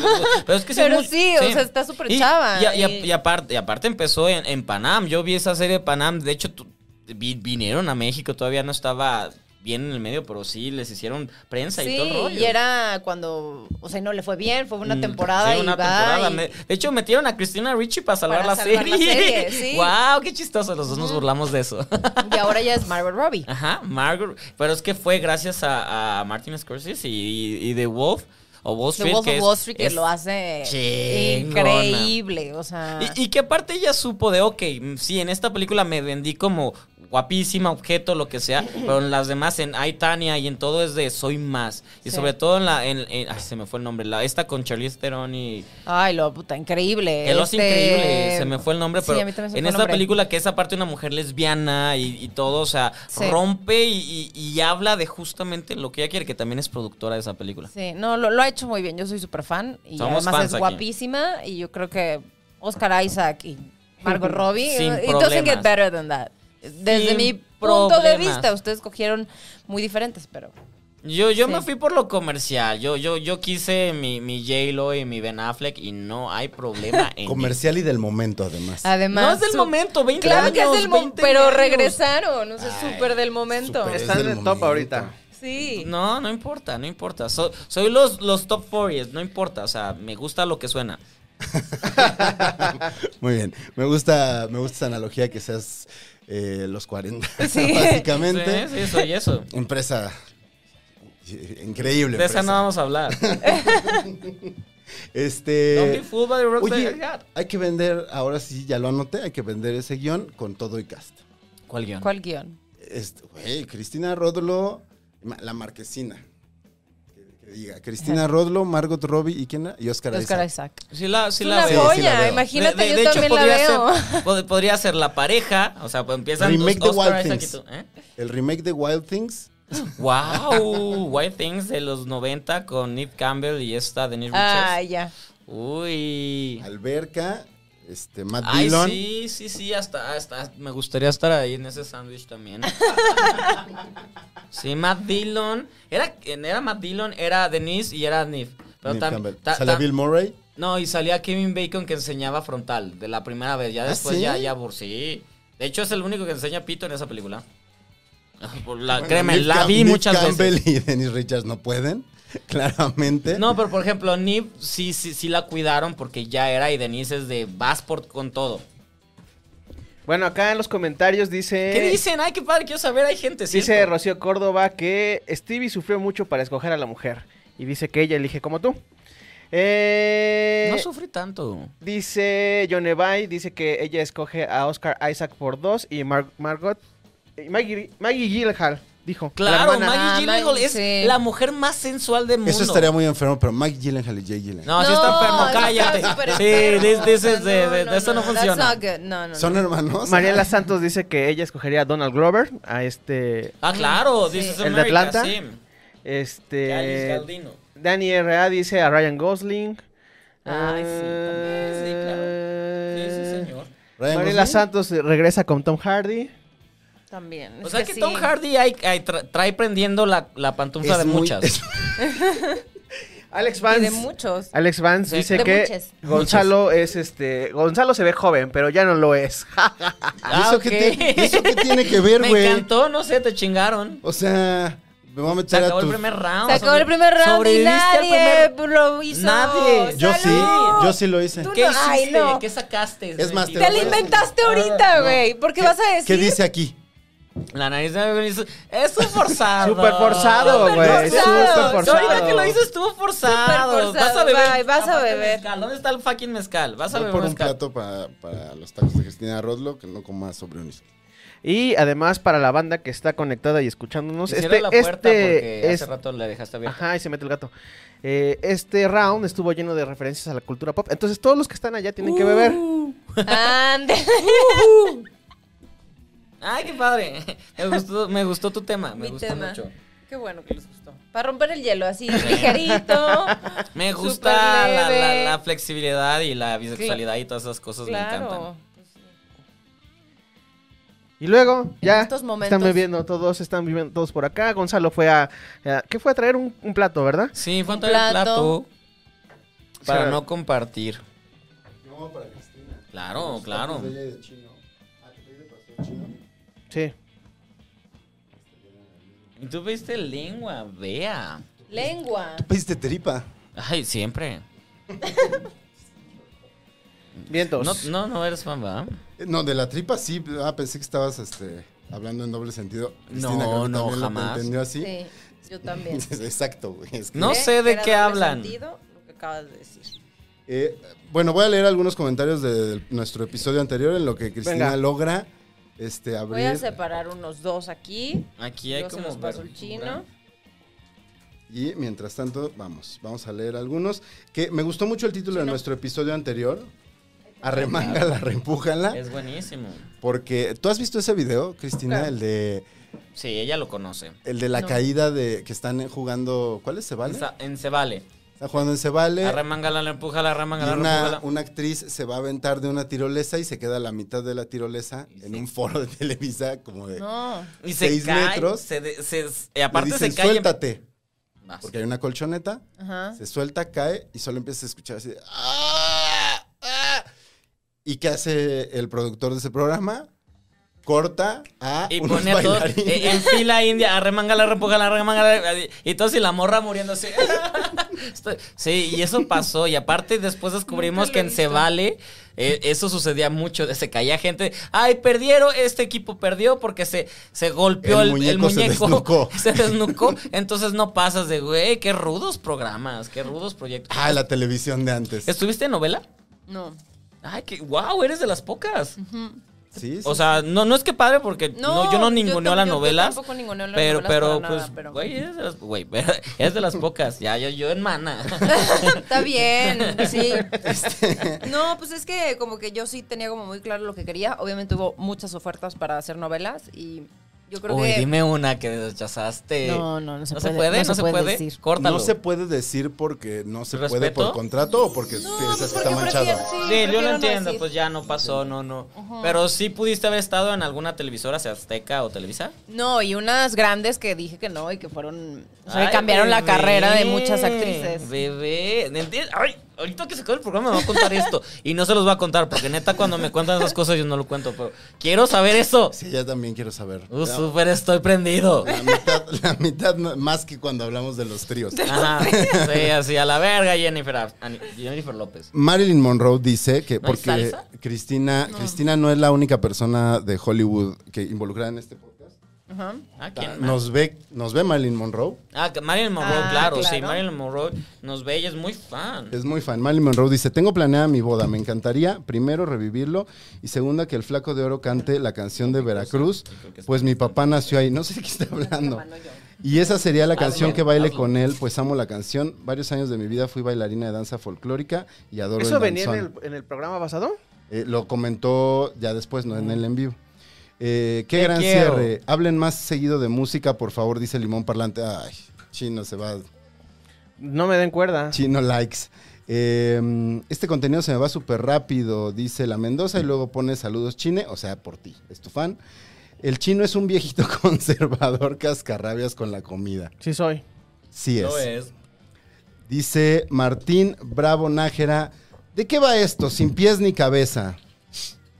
[SPEAKER 1] pero es que
[SPEAKER 3] Pero
[SPEAKER 1] muy-
[SPEAKER 3] sí, o sea, está súper
[SPEAKER 1] Y-
[SPEAKER 3] chava,
[SPEAKER 1] Y, a- y a-
[SPEAKER 3] y-
[SPEAKER 1] y aparte, y aparte empezó en, en Panam. Yo vi esa serie de Panam. De hecho, tu- vi- vinieron a México. Todavía no estaba bien en el medio, pero sí les hicieron prensa y
[SPEAKER 3] Sí,
[SPEAKER 1] todo el rollo.
[SPEAKER 3] y era cuando. O sea, y no le fue bien. Fue una
[SPEAKER 1] Mm,
[SPEAKER 3] temporada
[SPEAKER 1] sí,
[SPEAKER 3] y
[SPEAKER 1] una
[SPEAKER 3] va
[SPEAKER 1] temporada.
[SPEAKER 3] y-
[SPEAKER 1] Me- De hecho, metieron a Cristina Ricci para salvar,
[SPEAKER 3] Para
[SPEAKER 1] la,
[SPEAKER 3] salvar
[SPEAKER 1] serie.
[SPEAKER 3] la serie, sí.
[SPEAKER 1] ¡Wow! ¡Qué chistoso! Los dos nos burlamos de eso.
[SPEAKER 3] y ahora ya es Margot Robbie.
[SPEAKER 1] Ajá, Margaret. Pero es que fue gracias a, a Martin Scorsese y, y, y The Wolf. O Wall
[SPEAKER 3] The
[SPEAKER 1] Street.
[SPEAKER 3] Wolf
[SPEAKER 1] que
[SPEAKER 3] of
[SPEAKER 1] es-
[SPEAKER 3] Wall Street que
[SPEAKER 1] es-
[SPEAKER 3] lo hace
[SPEAKER 1] chingona.
[SPEAKER 3] increíble. O sea.
[SPEAKER 1] Y, y que aparte ella supo de, ok, mm, sí, en esta película me vendí como guapísima, objeto, lo que sea, pero en las demás, en Ay, Tania y en todo es de soy más. Y
[SPEAKER 3] Sí.
[SPEAKER 1] sobre todo en la, en, en- ay, se me fue el nombre, la, esta con Charlize Theron y...
[SPEAKER 3] Ay, lo puta, increíble.
[SPEAKER 1] Que lo hace
[SPEAKER 3] Este-
[SPEAKER 1] increíble, se me fue el nombre,
[SPEAKER 3] Sí,
[SPEAKER 1] pero
[SPEAKER 3] a mí también se me
[SPEAKER 1] en
[SPEAKER 3] fue el
[SPEAKER 1] esta
[SPEAKER 3] nombre.
[SPEAKER 1] película que es aparte una mujer lesbiana y, y todo, o sea,
[SPEAKER 3] Sí.
[SPEAKER 1] rompe y, y- y habla de justamente lo que ella quiere, que también es productora de esa película.
[SPEAKER 3] Sí, no, lo, lo ha hecho muy bien. Yo soy súper fan. Y
[SPEAKER 1] Somos
[SPEAKER 3] además
[SPEAKER 1] fans
[SPEAKER 3] es
[SPEAKER 1] aquí.
[SPEAKER 3] guapísima. Y yo creo que Oscar Isaac y Margot Robbie. eh,
[SPEAKER 1] Sin
[SPEAKER 3] it doesn't get
[SPEAKER 1] problemas.
[SPEAKER 3] better than that. Desde
[SPEAKER 1] Sin
[SPEAKER 3] mi punto de
[SPEAKER 1] problemas.
[SPEAKER 3] vista, ustedes cogieron muy diferentes, pero.
[SPEAKER 1] Yo, yo
[SPEAKER 3] Sí.
[SPEAKER 1] me fui por lo comercial. Yo, yo, yo quise mi, mi J-Lo y mi Ben Affleck y no hay problema en
[SPEAKER 2] Comercial y del momento, además.
[SPEAKER 3] Además.
[SPEAKER 1] No es del
[SPEAKER 3] su-
[SPEAKER 1] momento, 20
[SPEAKER 3] Claro que es
[SPEAKER 1] años,
[SPEAKER 3] del
[SPEAKER 1] 20
[SPEAKER 3] momento. Pero
[SPEAKER 1] años.
[SPEAKER 3] regresaron. O sea,
[SPEAKER 2] Ay,
[SPEAKER 3] súper del momento.
[SPEAKER 2] súper.
[SPEAKER 4] Están en
[SPEAKER 2] del
[SPEAKER 4] el top
[SPEAKER 2] momento.
[SPEAKER 4] ahorita.
[SPEAKER 3] Sí.
[SPEAKER 1] No, no importa, no importa. So- soy los, los top 40, no importa. O sea, me gusta lo que suena.
[SPEAKER 2] Muy bien. Me gusta, me gusta esa analogía que seas eh, los 40,
[SPEAKER 3] Sí.
[SPEAKER 2] básicamente.
[SPEAKER 1] Sí, sí, soy eso.
[SPEAKER 2] Empresa eh, increíble.
[SPEAKER 1] De esa
[SPEAKER 2] Empresa.
[SPEAKER 1] no vamos a hablar. Don't
[SPEAKER 2] Este.
[SPEAKER 1] be fooled by the rocks
[SPEAKER 2] Oye,
[SPEAKER 1] that I got.
[SPEAKER 2] hay que vender, ahora sí ya lo anoté, hay que vender ese guión con todo y cast.
[SPEAKER 1] ¿Cuál guión?
[SPEAKER 3] ¿Cuál guión?
[SPEAKER 2] Este, güey, Cristina Rodlo, ma- la marquesina. Que, que diga, Cristina Rodlo, Margot Robbie y quién era? y Oscar,
[SPEAKER 3] Oscar
[SPEAKER 2] Isaac.
[SPEAKER 3] Isaac.
[SPEAKER 1] Sí la, sí
[SPEAKER 3] Es
[SPEAKER 1] la
[SPEAKER 3] una
[SPEAKER 1] veo.
[SPEAKER 2] voy. Sí, sí la
[SPEAKER 3] joya.
[SPEAKER 2] veo.
[SPEAKER 3] Imagínate,
[SPEAKER 1] De- de-
[SPEAKER 3] yo
[SPEAKER 1] de hecho,
[SPEAKER 3] también la
[SPEAKER 1] podría
[SPEAKER 3] veo.
[SPEAKER 1] ser- pod- podría ser la pareja. O sea, pues empiezan
[SPEAKER 2] Remake de
[SPEAKER 1] Oscar
[SPEAKER 2] Wild
[SPEAKER 1] Isaac y
[SPEAKER 2] Things.
[SPEAKER 1] tú, ¿eh?
[SPEAKER 2] El remake de Wild Things.
[SPEAKER 1] Wow, White Things de los 90 con Nick Campbell y esta de Nick
[SPEAKER 3] Ah,
[SPEAKER 1] Richards.
[SPEAKER 3] ya.
[SPEAKER 1] Uy.
[SPEAKER 2] Alberca, este, Matt
[SPEAKER 1] Ay,
[SPEAKER 2] Dillon.
[SPEAKER 1] sí, sí, sí, hasta, hasta me gustaría estar ahí en ese sándwich también. sí, Matt Dillon. Era, era Matt Dillon, era Denise y era Nif. Pero
[SPEAKER 2] Neil
[SPEAKER 1] tam-
[SPEAKER 2] Campbell.
[SPEAKER 1] ta-
[SPEAKER 2] Sale
[SPEAKER 1] ta-
[SPEAKER 2] Bill Murray.
[SPEAKER 1] No, y salía Kevin Bacon que enseñaba frontal de la primera vez. Ya
[SPEAKER 2] ¿Ah,
[SPEAKER 1] después
[SPEAKER 2] sí?
[SPEAKER 1] ya, ya, por sí. De hecho, es el único que enseña pito en esa película. Por la,
[SPEAKER 2] Bueno,
[SPEAKER 1] Ah, créeme,
[SPEAKER 2] Nick
[SPEAKER 1] la
[SPEAKER 2] Cam-
[SPEAKER 1] vi
[SPEAKER 2] Nick
[SPEAKER 1] muchas
[SPEAKER 2] Campbell ¿eh?
[SPEAKER 1] veces.
[SPEAKER 2] y Dennis Richards no pueden, claramente.
[SPEAKER 1] No, pero por ejemplo, Nip sí, sí, sí la cuidaron porque ya era y Denise es de vas por con todo.
[SPEAKER 4] Bueno, acá en los comentarios dice.
[SPEAKER 3] Eh,
[SPEAKER 1] ¿Qué dicen? Ay, qué padre, quiero saber, hay gente.
[SPEAKER 4] Dice
[SPEAKER 1] ¿cierto?
[SPEAKER 4] Rocío Córdoba que Stevie sufrió mucho para escoger a la mujer. Y dice que ella elige como tú. Eh,
[SPEAKER 1] No sufrí tanto.
[SPEAKER 4] dice John Evay, dice que ella escoge a Oscar Isaac por dos y Mar- Margot. eh, Maggie, Maggie Gyllenhaal, dijo.
[SPEAKER 1] Claro,
[SPEAKER 4] hermana.
[SPEAKER 3] Ah,
[SPEAKER 1] Maggie Gyllenhaal
[SPEAKER 3] Maggie,
[SPEAKER 1] es
[SPEAKER 3] sí.
[SPEAKER 1] la mujer más sensual del mundo.
[SPEAKER 2] Eso estaría muy enfermo, pero Mike Gyllenhaal y Jay Gyllenhaal.
[SPEAKER 1] No, sí
[SPEAKER 3] No,
[SPEAKER 1] está enfermo,
[SPEAKER 3] eso
[SPEAKER 1] cállate.
[SPEAKER 3] está súper
[SPEAKER 1] Sí,
[SPEAKER 3] enfermo.
[SPEAKER 1] this, this is the-
[SPEAKER 3] No,
[SPEAKER 1] de,
[SPEAKER 3] no,
[SPEAKER 1] de eso no,
[SPEAKER 3] no, that's
[SPEAKER 1] funciona.
[SPEAKER 3] not good. No, no, no.
[SPEAKER 2] ¿Son hermanos?
[SPEAKER 4] Mariela Santos dice que ella escogería a Donald Glover, a este.
[SPEAKER 1] Ah, claro,
[SPEAKER 3] Sí.
[SPEAKER 1] this is
[SPEAKER 4] ¿El de
[SPEAKER 1] America,
[SPEAKER 4] Atlanta?
[SPEAKER 1] sí. Alice
[SPEAKER 4] Este.
[SPEAKER 1] Galdino.
[SPEAKER 4] Danny R.A. dice a Ryan Gosling.
[SPEAKER 3] Ay, sí, también.
[SPEAKER 1] Sí, Sí, sí,
[SPEAKER 4] Eh,
[SPEAKER 1] señor.
[SPEAKER 2] Ryan
[SPEAKER 4] Mariela
[SPEAKER 2] Gosling.
[SPEAKER 4] Santos eh, regresa con Tom Hardy.
[SPEAKER 3] También.
[SPEAKER 1] O
[SPEAKER 3] es
[SPEAKER 1] sea Pues que,
[SPEAKER 3] sí.
[SPEAKER 1] Tom Hardy hay- hay tra- trae prendiendo la, la pantufla
[SPEAKER 2] Es
[SPEAKER 1] de
[SPEAKER 2] muy-
[SPEAKER 1] muchas.
[SPEAKER 2] es-
[SPEAKER 4] Alex
[SPEAKER 3] Y de
[SPEAKER 4] Vance.
[SPEAKER 3] muchos.
[SPEAKER 4] Alex Vance
[SPEAKER 1] Sí,
[SPEAKER 4] dice
[SPEAKER 3] de
[SPEAKER 4] que
[SPEAKER 3] muchas.
[SPEAKER 4] Gonzalo es este. Gonzalo se ve joven, pero ya no lo es.
[SPEAKER 2] ¿Y
[SPEAKER 1] Ah,
[SPEAKER 2] eso,
[SPEAKER 1] ok.
[SPEAKER 2] qué tiene- y eso qué tiene que ver,
[SPEAKER 1] Me
[SPEAKER 2] güey?
[SPEAKER 1] encantó, no sé, te chingaron.
[SPEAKER 2] O sea, me voy a
[SPEAKER 1] Se
[SPEAKER 2] meter a
[SPEAKER 1] acabó el
[SPEAKER 2] tu...
[SPEAKER 1] primer round.
[SPEAKER 3] Se acabó el primer round y
[SPEAKER 1] Ah, Sobreviviste al
[SPEAKER 3] nadie
[SPEAKER 1] primer-
[SPEAKER 3] lo hizo.
[SPEAKER 1] Nadie.
[SPEAKER 2] Yo sí,
[SPEAKER 3] ¡Salud!
[SPEAKER 2] yo sí lo hice.
[SPEAKER 3] Tú-
[SPEAKER 1] ¿Qué
[SPEAKER 3] No,
[SPEAKER 1] hiciste?
[SPEAKER 3] ay, no.
[SPEAKER 1] ¿Qué sacaste?
[SPEAKER 2] Es más,
[SPEAKER 1] Mentira. Ah,
[SPEAKER 3] Te lo inventaste ahorita, güey. ¿Por qué, vas a decir?
[SPEAKER 2] ¿Qué dice aquí?
[SPEAKER 1] La nariz de Beverly Hills. Eso es forzado.
[SPEAKER 4] Súper forzado,
[SPEAKER 1] Súper
[SPEAKER 4] güey.
[SPEAKER 1] forzado.
[SPEAKER 4] Súper
[SPEAKER 1] Yo ahorita
[SPEAKER 4] forzado.
[SPEAKER 1] que lo hice estuvo forzado.
[SPEAKER 3] Súper forzado,
[SPEAKER 1] Vas a beber.
[SPEAKER 3] bye, vas a
[SPEAKER 1] Aparte
[SPEAKER 3] beber.
[SPEAKER 1] mezcal. ¿Dónde está el fucking mezcal? Vas a
[SPEAKER 2] Voy
[SPEAKER 1] beber
[SPEAKER 2] por un
[SPEAKER 1] mezcal.
[SPEAKER 2] plato para, para los tacos de Cristina Rodlo, que no coma sobre un
[SPEAKER 4] Y además para la banda que está conectada y escuchándonos.
[SPEAKER 1] Y
[SPEAKER 4] Este,
[SPEAKER 1] cierra la puerta porque
[SPEAKER 4] este,
[SPEAKER 1] hace
[SPEAKER 4] es-
[SPEAKER 1] rato la dejaste abierta.
[SPEAKER 4] Ajá, y se mete el gato. Eh, este round estuvo lleno de referencias a la cultura pop. Entonces todos los que están allá tienen que beber.
[SPEAKER 3] Uh. Ande.
[SPEAKER 1] Ay, qué padre. Me gustó, me gustó tu tema. Me
[SPEAKER 3] Mi
[SPEAKER 1] gustó
[SPEAKER 3] tema.
[SPEAKER 1] mucho.
[SPEAKER 3] Qué bueno que les gustó. Para romper el hielo, así, ligerito.
[SPEAKER 1] Me
[SPEAKER 3] Súper
[SPEAKER 1] gusta la, la-
[SPEAKER 3] leve.
[SPEAKER 1] la flexibilidad y la bisexualidad y todas esas cosas me
[SPEAKER 3] claro. Pues
[SPEAKER 1] encantan.
[SPEAKER 4] Y luego, ya
[SPEAKER 3] estos momentos.
[SPEAKER 4] están bebiendo todos, están viviendo todos por acá. Gonzalo fue a... a- ¿Qué fue a traer? Un, un plato, ¿verdad?
[SPEAKER 1] Sí, fue
[SPEAKER 3] Un
[SPEAKER 1] todo el plato
[SPEAKER 3] plato.
[SPEAKER 1] para
[SPEAKER 4] Cierra.
[SPEAKER 1] no compartir.
[SPEAKER 2] No, para Cristina.
[SPEAKER 1] Claro, claro.
[SPEAKER 4] Sí.
[SPEAKER 1] Y tú viste lengua, vea.
[SPEAKER 3] Lengua.
[SPEAKER 2] Pediste tripa.
[SPEAKER 1] Ay, siempre.
[SPEAKER 4] Vientos.
[SPEAKER 1] No, no, no eres fan, ¿verdad?
[SPEAKER 2] Eh, No, de la tripa sí. Ah, pensé que estabas este, hablando en doble sentido.
[SPEAKER 1] No,
[SPEAKER 2] creo que
[SPEAKER 1] no,
[SPEAKER 2] también lo
[SPEAKER 1] jamás.
[SPEAKER 2] entendió así?
[SPEAKER 3] Sí, yo también.
[SPEAKER 2] Exacto, güey. es que-
[SPEAKER 1] No
[SPEAKER 3] ¿Eh?
[SPEAKER 1] sé de
[SPEAKER 3] Era
[SPEAKER 1] qué
[SPEAKER 3] doble
[SPEAKER 1] hablan.
[SPEAKER 3] sentido lo que acabas de decir.
[SPEAKER 2] Eh, bueno, voy a leer algunos comentarios de, nuestro episodio anterior en lo que Cristina
[SPEAKER 4] Venga.
[SPEAKER 2] logra este, abrir.
[SPEAKER 3] Voy a separar unos dos aquí.
[SPEAKER 1] Aquí hay
[SPEAKER 3] Yo se
[SPEAKER 1] como.
[SPEAKER 3] los paso el
[SPEAKER 1] verdura.
[SPEAKER 3] chino.
[SPEAKER 2] Y mientras tanto, vamos, vamos a leer algunos. Que me gustó mucho el título de nuestro episodio anterior. Arremángala, reempújala.
[SPEAKER 1] Ah. Es buenísimo.
[SPEAKER 2] Porque tú has visto ese video, Cristina,
[SPEAKER 3] Claro.
[SPEAKER 2] el de
[SPEAKER 1] Sí, ella lo conoce.
[SPEAKER 2] el de la
[SPEAKER 3] No.
[SPEAKER 2] caída de que están jugando, ¿cuál es Cebale?
[SPEAKER 1] Sa- En se vale.
[SPEAKER 2] Están jugando en Cebale.
[SPEAKER 1] Arremángala, la empuja, la
[SPEAKER 2] Eh. Y
[SPEAKER 1] arremángala, la
[SPEAKER 2] una,
[SPEAKER 1] empújala.
[SPEAKER 2] una actriz se va a aventar de una tirolesa y se queda a la mitad de la tirolesa en un foro de Televisa como de
[SPEAKER 3] No.
[SPEAKER 1] Y se
[SPEAKER 2] seis
[SPEAKER 1] cae.
[SPEAKER 2] metros.
[SPEAKER 1] Se de- se- se- y
[SPEAKER 2] le
[SPEAKER 1] aparte
[SPEAKER 2] dicen,
[SPEAKER 1] se cae. Ah,
[SPEAKER 2] suéltate.
[SPEAKER 1] Vas.
[SPEAKER 2] Porque hay una colchoneta,
[SPEAKER 3] Ajá.
[SPEAKER 2] se suelta, cae y solo empiezas a escuchar así de, "Ah, ah". ¿Y qué hace el productor de ese programa? Corta a
[SPEAKER 1] Y
[SPEAKER 2] unos
[SPEAKER 1] pone a todos
[SPEAKER 2] bailarines.
[SPEAKER 1] eh, en fila india, arremángala, repújala, arremángala. así, Y todos y la morra muriéndose. Estoy- sí, y eso pasó. Y aparte, después descubrimos
[SPEAKER 3] Nunca lo
[SPEAKER 1] que
[SPEAKER 3] he
[SPEAKER 1] en
[SPEAKER 3] visto.
[SPEAKER 1] Cebale eh, eso sucedía mucho. Se caía gente. Ay, perdieron. Este equipo perdió porque se, se golpeó
[SPEAKER 2] El
[SPEAKER 1] el, el
[SPEAKER 2] muñeco se
[SPEAKER 1] muñeco.
[SPEAKER 2] desnucó.
[SPEAKER 1] Se desnucó. Entonces no pasas de, güey, qué rudos programas, qué rudos proyectos.
[SPEAKER 2] Ah, la televisión de antes.
[SPEAKER 1] ¿Estuviste en novela?
[SPEAKER 3] No.
[SPEAKER 1] Ay, qué wow, eres de las pocas.
[SPEAKER 2] Sí, sí.
[SPEAKER 1] O sea, no, no es que padre porque no, yo no ninguneo
[SPEAKER 3] tam-
[SPEAKER 1] las
[SPEAKER 3] yo- yo
[SPEAKER 1] novelas.
[SPEAKER 3] tampoco ninguneo las
[SPEAKER 1] Pero,
[SPEAKER 3] novelas
[SPEAKER 1] pero,
[SPEAKER 3] para
[SPEAKER 1] pues,
[SPEAKER 3] nada, pero-
[SPEAKER 1] güey, es de las, güey, pero es de las pocas. Ya, yo, yo en mana.
[SPEAKER 3] Está bien, sí. No, pues es que como que yo sí tenía como muy claro lo que quería. Obviamente hubo muchas ofertas para hacer novelas y yo creo
[SPEAKER 1] Uy,
[SPEAKER 3] que...
[SPEAKER 1] dime una que rechazaste.
[SPEAKER 3] No, no, no se
[SPEAKER 1] No
[SPEAKER 3] puede,
[SPEAKER 1] se puede,
[SPEAKER 3] no se puede decir.
[SPEAKER 1] Córtalo.
[SPEAKER 2] No se puede decir porque no se puede
[SPEAKER 1] ¿Respeto?
[SPEAKER 2] por contrato o porque
[SPEAKER 3] pues,
[SPEAKER 2] piensas que
[SPEAKER 3] porque
[SPEAKER 2] está manchado.
[SPEAKER 3] prefiero- sí,
[SPEAKER 1] Sí, yo
[SPEAKER 3] prefiero
[SPEAKER 1] lo
[SPEAKER 3] no
[SPEAKER 1] entiendo,
[SPEAKER 3] decir.
[SPEAKER 1] pues ya no pasó, no, no. Pero sí pudiste haber estado en alguna televisora, sea Azteca o Televisa.
[SPEAKER 3] No, y unas grandes que dije que no y que fueron... O sea,
[SPEAKER 1] Ay,
[SPEAKER 3] que cambiaron la
[SPEAKER 1] bebé,
[SPEAKER 3] carrera de muchas actrices.
[SPEAKER 1] Bebé, ¿entiendes? Ay, ahorita que se acabe el programa me va a contar esto. Y no se los voy a contar, porque neta, cuando me cuentan esas cosas yo no lo cuento, pero quiero saber eso.
[SPEAKER 2] Sí, ya también quiero saber.
[SPEAKER 1] Uh,
[SPEAKER 2] Ya,
[SPEAKER 1] súper estoy prendido.
[SPEAKER 2] la, mitad, la mitad ma- más que cuando hablamos de los tríos.
[SPEAKER 1] Ajá. Sí, así a la verga, Jennifer, Ab- Ani- Jennifer López.
[SPEAKER 2] Marilyn Monroe dice
[SPEAKER 1] ¿No
[SPEAKER 2] que
[SPEAKER 1] hay
[SPEAKER 2] porque
[SPEAKER 1] salsa?
[SPEAKER 2] Cristina, Cristina no es la única persona de Hollywood que involucrada en este podcast.
[SPEAKER 3] Ajá.
[SPEAKER 1] Ah, ¿quién más?
[SPEAKER 2] Nos ve, nos ve Marilyn Monroe.
[SPEAKER 1] Ah, que Marilyn Monroe,
[SPEAKER 3] Ah,
[SPEAKER 1] claro, sí,
[SPEAKER 3] claro.
[SPEAKER 1] Marilyn Monroe nos ve, ella es muy fan.
[SPEAKER 2] Es muy fan. Marilyn Monroe dice, tengo planeada mi boda, me encantaría, primero, revivirlo, y segunda, que el flaco de oro cante la canción de Veracruz, pues mi papá nació ahí, no sé de qué está hablando. Y esa sería la canción que baile con él, pues amo la canción. Varios años de mi vida fui bailarina de danza folclórica y adoro
[SPEAKER 4] ¿Eso
[SPEAKER 2] el
[SPEAKER 4] venía en
[SPEAKER 2] danzón.
[SPEAKER 4] el, en el programa basado?
[SPEAKER 2] Eh, lo comentó ya después, no en el en vivo. Eh, qué
[SPEAKER 1] Te
[SPEAKER 2] gran
[SPEAKER 1] quiero.
[SPEAKER 2] cierre. Hablen más seguido de música, por favor, dice Limón Parlante. Ay, chino se va.
[SPEAKER 4] No me den cuerda.
[SPEAKER 2] Chino likes. Eh, este contenido se me va súper rápido, dice la Mendoza, y luego pone saludos chine, o sea, por ti, es tu fan. El chino es un viejito conservador cascarrabias con la comida.
[SPEAKER 4] Sí soy.
[SPEAKER 2] Sí
[SPEAKER 1] Lo
[SPEAKER 2] es.
[SPEAKER 1] es.
[SPEAKER 2] Dice Martín Bravo Nájera, ¿de qué va esto? Sin pies ni cabeza.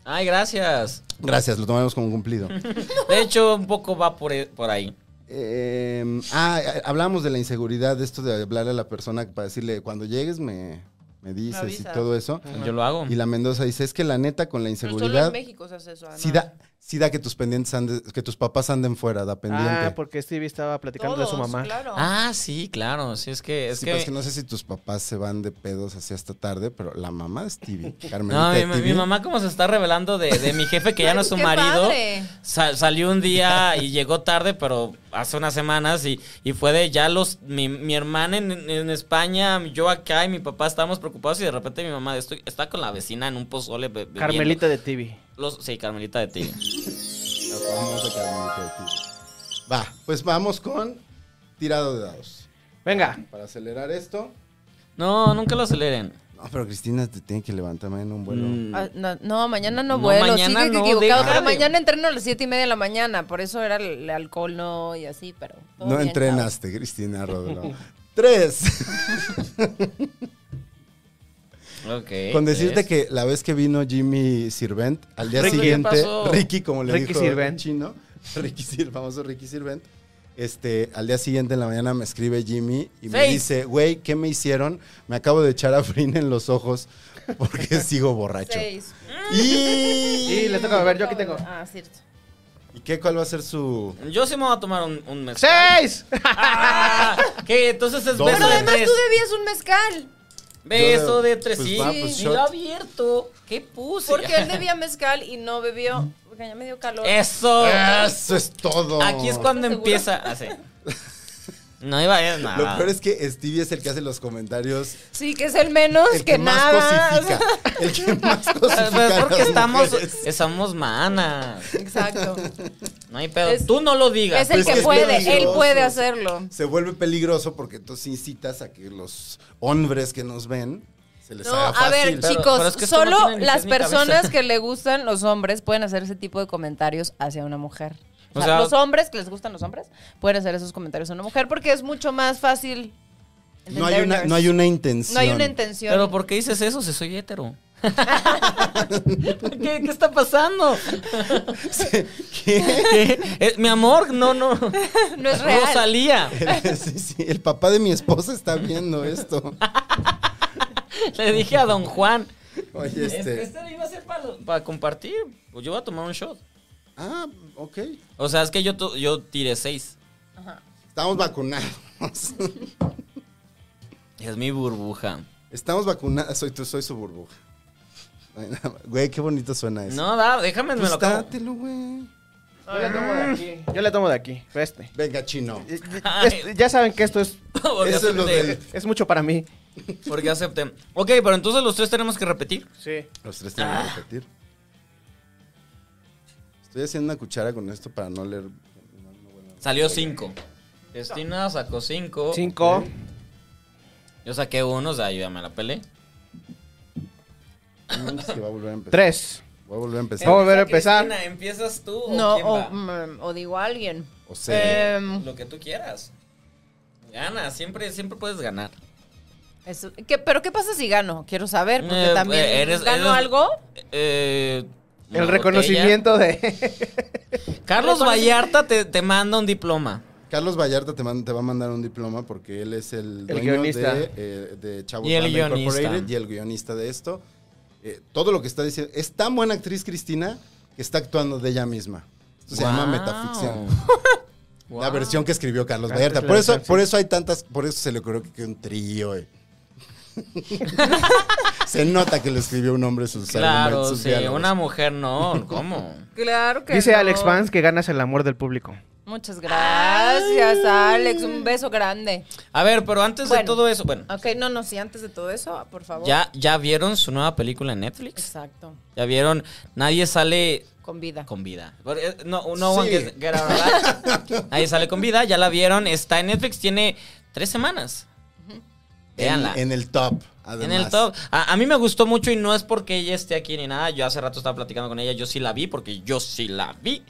[SPEAKER 1] Ay, gracias.
[SPEAKER 2] Gracias, lo tomamos como cumplido.
[SPEAKER 1] De hecho, un poco va por, e- por ahí.
[SPEAKER 2] Em, Eh, ah, eh, hablamos de la inseguridad, de esto de hablarle a la persona para decirle, cuando llegues me, me me dices y
[SPEAKER 3] avisas.
[SPEAKER 2] todo eso.
[SPEAKER 1] Yo lo hago.
[SPEAKER 2] Y la Mendoza dice, es que la neta con la
[SPEAKER 3] Pero Pues solo en
[SPEAKER 2] inseguridad
[SPEAKER 3] México se hace eso. ah,
[SPEAKER 2] sí
[SPEAKER 3] no.
[SPEAKER 2] da, sí da que tus pendientes anden- que tus papás anden fuera, da pendiente.
[SPEAKER 4] Ah, porque Stevie estaba platicando de su
[SPEAKER 3] Todos,
[SPEAKER 4] mamá.
[SPEAKER 3] Claro.
[SPEAKER 1] Ah, sí, claro. Sí, es que. Es
[SPEAKER 2] Sí,
[SPEAKER 1] que...
[SPEAKER 2] pero es que no sé si tus papás se van de pedos así hasta tarde, pero la mamá de Stevie, Carmelita
[SPEAKER 1] No, mi,
[SPEAKER 2] de
[SPEAKER 1] mi
[SPEAKER 2] TV,
[SPEAKER 1] mamá como se está revelando de, de mi jefe que ya no es su
[SPEAKER 3] Qué
[SPEAKER 1] marido.
[SPEAKER 3] padre.
[SPEAKER 1] Sa- salió un día y llegó tarde, pero hace unas semanas y, y fue de ya los... Mi, mi hermana en, en España, yo acá y mi papá estábamos preocupados y de repente mi mamá estoy, está con la vecina en un pozole. be- bebiendo.
[SPEAKER 4] Carmelita de TV.
[SPEAKER 1] Los- sí, Carmelita de ti.
[SPEAKER 2] la famosa Carmelita de TV. Va, pues vamos con tirado de dados.
[SPEAKER 4] Venga.
[SPEAKER 2] Para acelerar esto.
[SPEAKER 1] No, nunca lo aceleren.
[SPEAKER 2] No, pero Cristina te tiene que levantar mañana en un vuelo.
[SPEAKER 1] Mm.
[SPEAKER 3] Ah, no, no, mañana no
[SPEAKER 1] No,
[SPEAKER 3] vuelo.
[SPEAKER 1] mañana
[SPEAKER 3] sí, que- que
[SPEAKER 1] no,
[SPEAKER 3] equivocado.
[SPEAKER 1] deja
[SPEAKER 3] Pero
[SPEAKER 1] de-
[SPEAKER 3] mañana entreno a las siete y media de la mañana. Por eso era el, el alcohol, no, y así, pero. todo
[SPEAKER 2] No
[SPEAKER 3] bien,
[SPEAKER 2] entrenaste, Cristina Rodolfo. Tres.
[SPEAKER 1] Ok, pues.
[SPEAKER 2] Con decirte
[SPEAKER 1] Eh, tres.
[SPEAKER 2] que la vez que vino Jimmy Sirvent, al día
[SPEAKER 1] Ricky. ¿Qué
[SPEAKER 2] siguiente,
[SPEAKER 1] pasó?
[SPEAKER 2] Ricky, como le
[SPEAKER 4] Ricky
[SPEAKER 2] dijo
[SPEAKER 4] Sirvent.
[SPEAKER 2] en chino, Ricky Sir, famoso Ricky Sirvent, este, al día siguiente en la mañana me escribe Jimmy y me
[SPEAKER 1] Seis.
[SPEAKER 2] dice, güey, ¿qué me hicieron? Me acabo de echar a Frin en los ojos porque sigo
[SPEAKER 3] chao.
[SPEAKER 2] borracho.
[SPEAKER 3] Seis.
[SPEAKER 2] Y...
[SPEAKER 4] Y le toca beber, yo aquí tengo.
[SPEAKER 3] Ah, cierto.
[SPEAKER 2] ¿Y qué cuál va a ser su...?
[SPEAKER 1] Yo sí me voy a tomar un, un mezcal.
[SPEAKER 4] ¡Seis!
[SPEAKER 1] Ah, que entonces es
[SPEAKER 2] Doble.
[SPEAKER 1] beso
[SPEAKER 3] Pero
[SPEAKER 1] de
[SPEAKER 3] además
[SPEAKER 1] tres.
[SPEAKER 3] tú debías un mezcal.
[SPEAKER 1] Beso
[SPEAKER 2] Yo
[SPEAKER 1] de
[SPEAKER 2] de-
[SPEAKER 1] tres,
[SPEAKER 2] pues
[SPEAKER 1] sí.
[SPEAKER 2] va,
[SPEAKER 3] pues
[SPEAKER 1] Sí,
[SPEAKER 2] shot.
[SPEAKER 1] lo abierto. ¿Qué puse?
[SPEAKER 3] Porque él debía mezcal y no bebió. Porque ya me dio calor.
[SPEAKER 1] Eso.
[SPEAKER 2] ¡Eso es todo!
[SPEAKER 1] Aquí es cuando
[SPEAKER 3] ¿Estás seguro?
[SPEAKER 1] empieza. Ah, sí. No iba a ir nada.
[SPEAKER 2] Lo peor es que Stevie es el que hace los comentarios,
[SPEAKER 3] Sí, que es el menos
[SPEAKER 2] el
[SPEAKER 3] Pues que,
[SPEAKER 2] que, más
[SPEAKER 3] nada. Pues
[SPEAKER 2] cosifica, el que más
[SPEAKER 1] Ah,
[SPEAKER 2] cosifica.
[SPEAKER 1] pero es
[SPEAKER 2] a
[SPEAKER 1] porque
[SPEAKER 2] las
[SPEAKER 1] estamos,
[SPEAKER 2] mujeres.
[SPEAKER 1] somos manas.
[SPEAKER 3] Exacto.
[SPEAKER 1] No hay pedo.
[SPEAKER 3] Es-
[SPEAKER 1] Tú no lo digas.
[SPEAKER 3] Es el
[SPEAKER 2] Pues
[SPEAKER 3] que
[SPEAKER 2] es
[SPEAKER 3] puede, él
[SPEAKER 2] peligroso.
[SPEAKER 3] puede hacerlo.
[SPEAKER 2] se vuelve peligroso porque entonces incitas a que los hombres que nos ven se les
[SPEAKER 3] No,
[SPEAKER 2] haga
[SPEAKER 3] a
[SPEAKER 2] fácil.
[SPEAKER 3] ver,
[SPEAKER 1] Pero-
[SPEAKER 3] chicos,
[SPEAKER 1] pero es que esto no
[SPEAKER 3] solo
[SPEAKER 1] tiene ni pies
[SPEAKER 3] las
[SPEAKER 1] ni cabeza.
[SPEAKER 3] personas que le gustan los hombres pueden hacer ese tipo de comentarios hacia una mujer. O
[SPEAKER 1] O
[SPEAKER 3] sea,
[SPEAKER 1] sea-
[SPEAKER 3] los hombres que les gustan los hombres pueden hacer esos comentarios a una mujer porque es mucho más fácil.
[SPEAKER 2] no, hay una, no hay una intención.
[SPEAKER 3] No hay una intención.
[SPEAKER 1] Pero ¿por qué dices eso si soy hétero? ¿Qué, qué está pasando?
[SPEAKER 2] ¿Qué?
[SPEAKER 1] ¿Qué? Eh, mi amor, no, no.
[SPEAKER 3] no es real.
[SPEAKER 1] Rosalía.
[SPEAKER 2] Sí, sí, el papá de mi esposa está viendo esto.
[SPEAKER 1] Le dije a don Juan.
[SPEAKER 2] Oye,
[SPEAKER 1] Este,
[SPEAKER 2] este.
[SPEAKER 1] este lo iba a hacer para, compartir. Pues yo voy a tomar un shot.
[SPEAKER 2] Ah, ok.
[SPEAKER 1] O sea, es que yo, tu- yo tiré seis.
[SPEAKER 2] Estamos vacunados.
[SPEAKER 1] Es mi burbuja.
[SPEAKER 2] Estamos vacunados. Soy, tu- soy su burbuja. Ay, nada más. Güey, qué bonito suena eso.
[SPEAKER 1] No, da, déjame, me
[SPEAKER 2] Pues
[SPEAKER 1] lo acabo.
[SPEAKER 2] dátelo, güey.
[SPEAKER 4] Yo le tomo de aquí. Yo le tomo de aquí. pero Este.
[SPEAKER 2] Venga, chino.
[SPEAKER 4] Y- y- este- ya saben que esto es,
[SPEAKER 1] Porque
[SPEAKER 2] Eso es lo
[SPEAKER 1] acepté,
[SPEAKER 2] del.
[SPEAKER 4] es mucho para mí.
[SPEAKER 1] Porque acepté. Ok, pero entonces los tres tenemos que repetir.
[SPEAKER 4] Sí.
[SPEAKER 2] Los tres tienen
[SPEAKER 1] Ah.
[SPEAKER 2] que repetir. Estoy haciendo una cuchara con esto para no leer.
[SPEAKER 1] Salió cinco. Cristina sacó cinco.
[SPEAKER 4] Cinco.
[SPEAKER 1] Yo saqué uno, o sea, yo ya me la pelé.
[SPEAKER 2] No, es que va a volver a empezar.
[SPEAKER 4] Tres.
[SPEAKER 2] Voy a volver a empezar.
[SPEAKER 4] Vamos a volver a empezar.
[SPEAKER 1] Cristina, ¿empiezas tú o
[SPEAKER 3] No,
[SPEAKER 1] quién
[SPEAKER 3] o,
[SPEAKER 1] va?
[SPEAKER 3] mm, o digo a alguien.
[SPEAKER 2] O sea,
[SPEAKER 3] Em,
[SPEAKER 1] Lo que tú quieras. Gana, siempre, siempre puedes ganar.
[SPEAKER 3] eso- ¿qué- ¿Pero qué pasa si gano? Quiero saber, porque
[SPEAKER 1] Eh,
[SPEAKER 3] también
[SPEAKER 1] eh, eres-
[SPEAKER 3] gano
[SPEAKER 1] eres-
[SPEAKER 3] algo.
[SPEAKER 1] Eh, una
[SPEAKER 4] El
[SPEAKER 1] botella.
[SPEAKER 4] reconocimiento de.
[SPEAKER 1] Carlos
[SPEAKER 3] Reconocimiento.
[SPEAKER 1] Vallarta te, te manda un diploma.
[SPEAKER 2] Carlos Vallarta te, man- te va a mandar un diploma porque él es el dueño
[SPEAKER 4] guionista.
[SPEAKER 2] de, eh, de Chavos
[SPEAKER 1] Y el
[SPEAKER 2] Banda
[SPEAKER 1] guionista.
[SPEAKER 2] Incorporated y el guionista de esto. Eh, todo lo que está diciendo. Es tan buena actriz Cristina que está actuando de ella misma. Esto se llama
[SPEAKER 1] Wow.
[SPEAKER 2] metaficción. La
[SPEAKER 1] Wow.
[SPEAKER 2] versión que escribió Carlos
[SPEAKER 4] Esta es
[SPEAKER 2] Vallarta.
[SPEAKER 4] la
[SPEAKER 2] Por eso,
[SPEAKER 4] versión, sí.
[SPEAKER 2] por eso hay tantas, por eso se le ocurrió que un trío. eh. se nota que lo escribió un hombre sus
[SPEAKER 1] Claro,
[SPEAKER 2] argumentos, sus
[SPEAKER 1] sí,
[SPEAKER 2] diálogos.
[SPEAKER 1] una mujer no, ¿cómo?
[SPEAKER 3] Claro que
[SPEAKER 4] Dice
[SPEAKER 3] no.
[SPEAKER 4] Alex Vance que ganas el amor del público.
[SPEAKER 3] Muchas gracias, Alex. Un beso grande.
[SPEAKER 1] A ver, pero antes de
[SPEAKER 3] Bueno.
[SPEAKER 1] todo eso, bueno,
[SPEAKER 3] Ok, no, no, sí, antes de todo eso, por favor.
[SPEAKER 1] ¿ya, ¿ya vieron su nueva película en Netflix?
[SPEAKER 3] Exacto,
[SPEAKER 1] ¿Ya vieron? Nadie sale
[SPEAKER 3] con vida.
[SPEAKER 1] con vida. Pero, eh, No, no one
[SPEAKER 2] Sí.
[SPEAKER 1] gets- get out alive. Nadie sale con vida, ya la vieron, está en Netflix, tiene tres semanas.
[SPEAKER 2] En,
[SPEAKER 1] Véanla.
[SPEAKER 2] en el top, además.
[SPEAKER 1] En el top. A, a mí me gustó mucho y no es porque ella esté aquí ni nada. Yo hace rato estaba platicando con ella. Yo sí la vi porque yo sí la vi.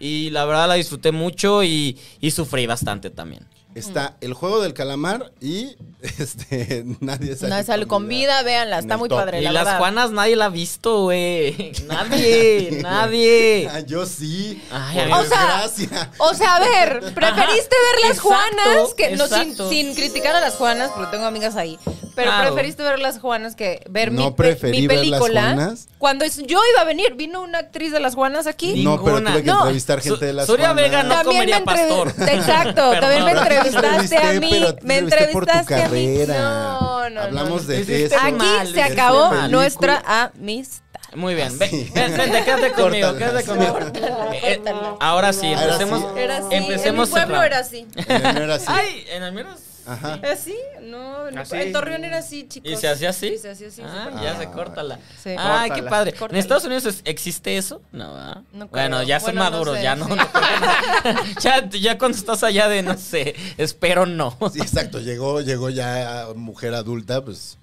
[SPEAKER 1] Y la verdad la disfruté mucho y, y sufrí bastante también. Mm.
[SPEAKER 2] Está el juego del calamar y este nadie sale,
[SPEAKER 3] No sale con vida, véanla, está
[SPEAKER 2] En el
[SPEAKER 3] muy
[SPEAKER 2] top.
[SPEAKER 3] padre.
[SPEAKER 1] Y
[SPEAKER 3] la
[SPEAKER 1] las
[SPEAKER 3] verdad.
[SPEAKER 1] Juanas nadie la ha visto, güey. Nadie, nadie.
[SPEAKER 2] Ah, yo sí.
[SPEAKER 1] Ay,
[SPEAKER 2] por
[SPEAKER 1] a mí-
[SPEAKER 3] O sea,
[SPEAKER 2] desgracia.
[SPEAKER 3] O sea, a ver, preferiste ver las
[SPEAKER 1] exacto,
[SPEAKER 3] Juanas, que no sin,
[SPEAKER 1] exacto.
[SPEAKER 3] sin criticar a las Juanas, porque tengo amigas ahí. Pero
[SPEAKER 1] Claro.
[SPEAKER 3] preferiste ver las Juanas que ver mi,
[SPEAKER 2] No
[SPEAKER 3] pe- mi
[SPEAKER 2] preferí ver las
[SPEAKER 3] película.
[SPEAKER 2] Juanas.
[SPEAKER 3] Cuando es- yo iba a venir, vino una actriz de las Juanas aquí.
[SPEAKER 2] No, pero
[SPEAKER 1] Ninguna.
[SPEAKER 2] tuve que
[SPEAKER 3] No.
[SPEAKER 2] entrevistar gente de las
[SPEAKER 1] Surya
[SPEAKER 2] Juanas.
[SPEAKER 1] Vega no comería
[SPEAKER 3] entrevi-
[SPEAKER 1] pastor.
[SPEAKER 3] Exacto,
[SPEAKER 1] Perdón.
[SPEAKER 3] también me
[SPEAKER 1] No
[SPEAKER 2] te
[SPEAKER 3] entrevistaste a mí.
[SPEAKER 2] pero te
[SPEAKER 3] me
[SPEAKER 2] entrevisté por tu
[SPEAKER 3] entrevistaste a mí.
[SPEAKER 2] carrera.
[SPEAKER 3] No, no, no,
[SPEAKER 2] Hablamos
[SPEAKER 3] no.
[SPEAKER 2] de
[SPEAKER 1] Hiciste
[SPEAKER 2] eso.
[SPEAKER 3] Aquí
[SPEAKER 1] mal,
[SPEAKER 3] se
[SPEAKER 1] hiciste
[SPEAKER 3] acabó
[SPEAKER 1] mal.
[SPEAKER 3] nuestra amistad.
[SPEAKER 1] Muy bien, ven, ven, vente, quédate conmigo, quédate
[SPEAKER 2] Córtala.
[SPEAKER 1] conmigo.
[SPEAKER 3] Córtala,
[SPEAKER 1] Eh, eh,
[SPEAKER 3] córtala.
[SPEAKER 1] ahora sí,
[SPEAKER 2] Ahora sí.
[SPEAKER 1] empecemos.
[SPEAKER 3] Era así.
[SPEAKER 1] Empecemos
[SPEAKER 3] en mi pueblo
[SPEAKER 1] cerrado.
[SPEAKER 3] era así.
[SPEAKER 2] En el mío era así.
[SPEAKER 1] Ay, en el mío era así.
[SPEAKER 2] Ajá.
[SPEAKER 3] ¿Era así? No, en, mi-
[SPEAKER 4] Así.
[SPEAKER 3] en Torreón era así, chicos.
[SPEAKER 1] ¿Ah, ¿Y se hacía así?
[SPEAKER 3] Sí, se hacía así.
[SPEAKER 1] Ah,
[SPEAKER 3] súper
[SPEAKER 1] ya
[SPEAKER 3] bien.
[SPEAKER 1] se córtala.
[SPEAKER 3] Sí.
[SPEAKER 1] Ay,
[SPEAKER 4] Córtala.
[SPEAKER 1] qué padre. ¿En
[SPEAKER 3] Córtala.
[SPEAKER 1] Estados Unidos es- existe eso? No, ¿verdad?
[SPEAKER 3] No creo.
[SPEAKER 1] bueno, ya son
[SPEAKER 3] Bueno, no
[SPEAKER 1] maduros,
[SPEAKER 3] sé,
[SPEAKER 1] ya no.
[SPEAKER 3] sí.
[SPEAKER 1] ya, ya cuando estás allá de, no sé, espero no.
[SPEAKER 2] Sí, exacto. Llegó, llegó ya mujer adulta, pues.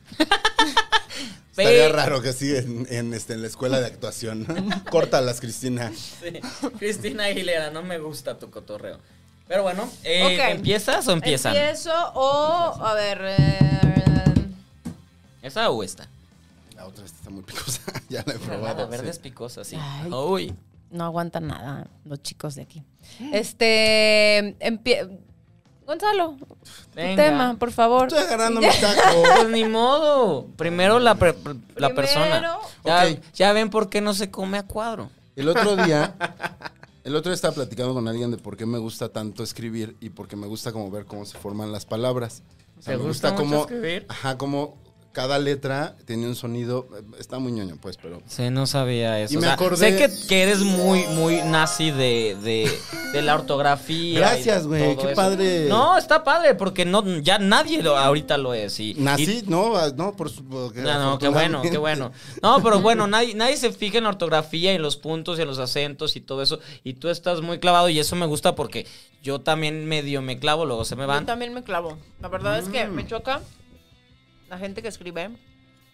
[SPEAKER 1] Pe-
[SPEAKER 2] Estaría raro que así en, en, este, en la escuela de actuación. ¿no? Córtalas, Cristina.
[SPEAKER 1] Sí. Cristina Aguilera, no me gusta tu cotorreo. Pero bueno, eh,
[SPEAKER 3] Ok.
[SPEAKER 1] ¿empiezas o empiezan?
[SPEAKER 3] Empiezo o, a ver, eh,
[SPEAKER 1] ¿Esa o esta?
[SPEAKER 2] La otra está muy picosa. ya la he
[SPEAKER 1] La
[SPEAKER 2] probado.
[SPEAKER 1] verde es
[SPEAKER 2] sí.
[SPEAKER 1] picosa, sí.
[SPEAKER 3] Ay.
[SPEAKER 1] Uy.
[SPEAKER 3] no aguantan nada los chicos de aquí.
[SPEAKER 2] Mm.
[SPEAKER 3] Este, empie- Gonzalo, tu
[SPEAKER 1] Venga.
[SPEAKER 3] tema, por favor.
[SPEAKER 2] Estoy agarrando mi taco.
[SPEAKER 1] Pues ni modo. Primero la, pre- pre- la
[SPEAKER 3] Primero.
[SPEAKER 1] persona. Ya,
[SPEAKER 2] Ok.
[SPEAKER 1] ya ven por qué no se come a cuadro.
[SPEAKER 2] El otro día, el otro día estaba platicando con alguien de por qué me gusta tanto escribir y por qué me gusta como ver cómo se forman las palabras. O
[SPEAKER 1] ¿Te
[SPEAKER 2] me
[SPEAKER 1] gusta mucho
[SPEAKER 2] cómo-
[SPEAKER 1] escribir?
[SPEAKER 2] Ajá, como cada letra tiene un sonido. eh, Está muy ñoño, pues, pero.
[SPEAKER 1] Sí, no sabía eso.
[SPEAKER 2] Y me
[SPEAKER 1] O sea,
[SPEAKER 2] acordé-
[SPEAKER 1] Sé que, que eres muy, muy nazi de, de, de la ortografía. y
[SPEAKER 2] Gracias,
[SPEAKER 1] de
[SPEAKER 2] güey.
[SPEAKER 1] todo
[SPEAKER 2] Qué
[SPEAKER 1] eso.
[SPEAKER 2] padre.
[SPEAKER 1] No, está padre, porque no, ya nadie lo, ahorita lo es. Y,
[SPEAKER 2] Nací, no, ah, no, por supuesto.
[SPEAKER 1] y- no, no, qué bueno, qué bueno. No, pero bueno, nadie, nadie se fija en la ortografía, en los puntos y en los acentos y todo eso. Y tú estás muy clavado y eso me gusta porque yo también medio me clavo, luego se me
[SPEAKER 3] Yo
[SPEAKER 1] van.
[SPEAKER 3] también me clavo. La verdad es
[SPEAKER 2] Mm.
[SPEAKER 3] que me choca la gente que escribe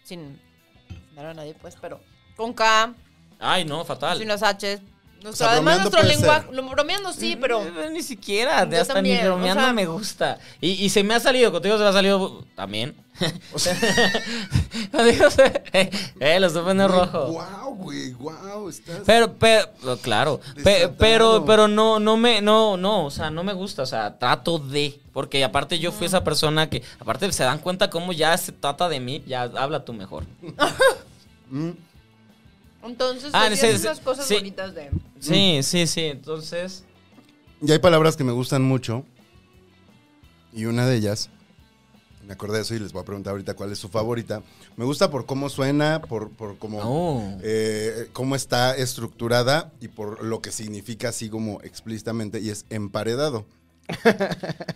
[SPEAKER 3] sin dar a nadie, pues, pero con K,
[SPEAKER 1] Ay, no, fatal.
[SPEAKER 3] sin los H. Nuestro-
[SPEAKER 2] sea,
[SPEAKER 3] además,
[SPEAKER 2] bromeando
[SPEAKER 3] nuestro
[SPEAKER 2] puede
[SPEAKER 3] lenguaje,
[SPEAKER 2] ser.
[SPEAKER 3] lo bromeando sí, pero
[SPEAKER 1] Eh, Ni siquiera, de
[SPEAKER 3] Yo
[SPEAKER 1] hasta
[SPEAKER 3] también,
[SPEAKER 1] ni bromeando
[SPEAKER 3] o sea-
[SPEAKER 1] me gusta. Y, y se me ha salido, contigo se me ha salido también. Contigo se- eh, eh, lo estoy poniendo rojo.
[SPEAKER 2] Wow, güey, wow. Estás.
[SPEAKER 1] Pero, pero, claro, pe-
[SPEAKER 2] Desatado.
[SPEAKER 1] pero, pero no, no me, no, no, o sea, no me gusta, o sea, trato de, porque aparte yo
[SPEAKER 3] Mm.
[SPEAKER 1] fui esa persona que, aparte se dan cuenta cómo ya se trata de mí, ya habla tú mejor.
[SPEAKER 2] Mm.
[SPEAKER 3] entonces
[SPEAKER 1] Ah,
[SPEAKER 3] decías
[SPEAKER 1] sí, sí,
[SPEAKER 3] esas cosas
[SPEAKER 1] sí.
[SPEAKER 3] bonitas de...
[SPEAKER 1] Sí, sí, sí, entonces,
[SPEAKER 2] Y hay palabras que me gustan mucho. Y una de ellas, me acordé de eso y les voy a preguntar ahorita cuál es su favorita. Me gusta por cómo suena, por, por
[SPEAKER 3] Ah,
[SPEAKER 2] cómo,
[SPEAKER 1] Oh.
[SPEAKER 2] eh, cómo está estructurada y por lo que significa así como explícitamente. Y es emparedado.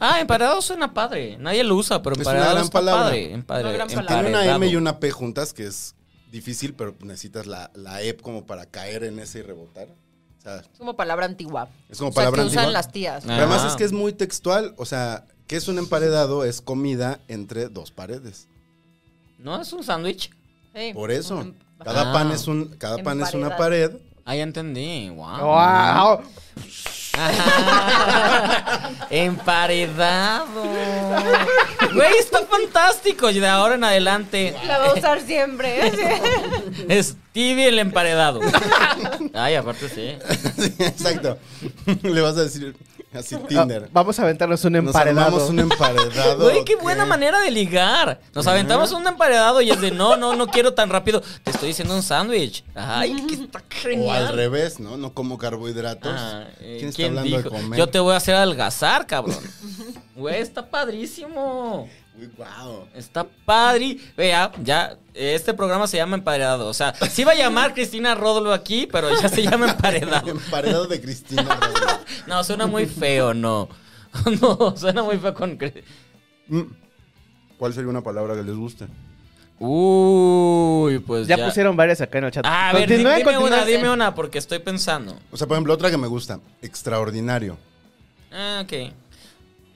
[SPEAKER 1] ah, emparedado suena padre, nadie lo usa, pero
[SPEAKER 2] Es una
[SPEAKER 1] emparedado
[SPEAKER 2] gran
[SPEAKER 1] está
[SPEAKER 2] palabra.
[SPEAKER 1] padre, empadre-
[SPEAKER 3] Una gran palabra.
[SPEAKER 2] Tiene una
[SPEAKER 1] emparedado.
[SPEAKER 2] M y una P juntas que es difícil, pero necesitas la, la E como para caer en ese y rebotar. O sea,
[SPEAKER 3] Es como palabra antigua.
[SPEAKER 2] es como
[SPEAKER 3] o sea,
[SPEAKER 2] palabra
[SPEAKER 3] que usan
[SPEAKER 2] antigua.
[SPEAKER 3] las tías.
[SPEAKER 1] Ah.
[SPEAKER 2] Pero además es que es muy textual, o sea, que es un emparedado es comida entre dos paredes.
[SPEAKER 1] No, es un sándwich.
[SPEAKER 3] Sí.
[SPEAKER 2] Por eso.
[SPEAKER 3] Em-
[SPEAKER 2] Cada
[SPEAKER 1] Ah.
[SPEAKER 2] pan es un, cada pan es una pared.
[SPEAKER 1] Ah, ya entendí. Wow.
[SPEAKER 4] ¡Wow! Ah,
[SPEAKER 1] Ajá. Emparedado. Güey, está fantástico. Y de ahora en adelante.
[SPEAKER 3] La va a usar siempre. ¿eh? Sí.
[SPEAKER 1] Stevie el emparedado. Ay, aparte sí.
[SPEAKER 2] Sí, exacto. Le vas a decir así
[SPEAKER 1] Ah,
[SPEAKER 2] Tinder.
[SPEAKER 4] Vamos a aventarnos un
[SPEAKER 2] Nos armamos
[SPEAKER 4] emparedado.
[SPEAKER 2] un em- emparedado.
[SPEAKER 1] Güey, qué
[SPEAKER 2] ¿ok?
[SPEAKER 1] buena manera de ligar. Nos aventamos un emparedado y es de no, no, no quiero tan rápido. Te estoy diciendo un sándwich. Ay, que está
[SPEAKER 2] O al
[SPEAKER 1] genial.
[SPEAKER 2] revés, ¿no? No como carbohidratos.
[SPEAKER 1] Ah, eh,
[SPEAKER 2] ¿Quién está
[SPEAKER 1] ¿quién
[SPEAKER 2] hablando
[SPEAKER 1] dijo?
[SPEAKER 2] de comer?
[SPEAKER 1] Yo te voy a hacer algazar, cabrón. Güey, está padrísimo.
[SPEAKER 2] Uy, guau.
[SPEAKER 1] Está padre. Vea, ya. Este programa se llama Emparedado. O sea, sí va a llamar Cristina Ródolo aquí, pero ya se llama Emparedado.
[SPEAKER 2] Emparedado de Cristina. Rodríguez.
[SPEAKER 1] No, suena muy feo, no. No, suena muy feo con. Cri-
[SPEAKER 2] Mm. ¿Cuál sería una palabra que les guste?
[SPEAKER 1] Uy, pues ya.
[SPEAKER 4] Ya pusieron varias acá en el chat.
[SPEAKER 1] Ah, a ver, di-
[SPEAKER 4] Continúen,
[SPEAKER 1] dime
[SPEAKER 4] continúen.
[SPEAKER 1] una, dime una, porque estoy pensando.
[SPEAKER 2] O sea, por ejemplo, otra que me gusta, extraordinario.
[SPEAKER 1] Ah, ok.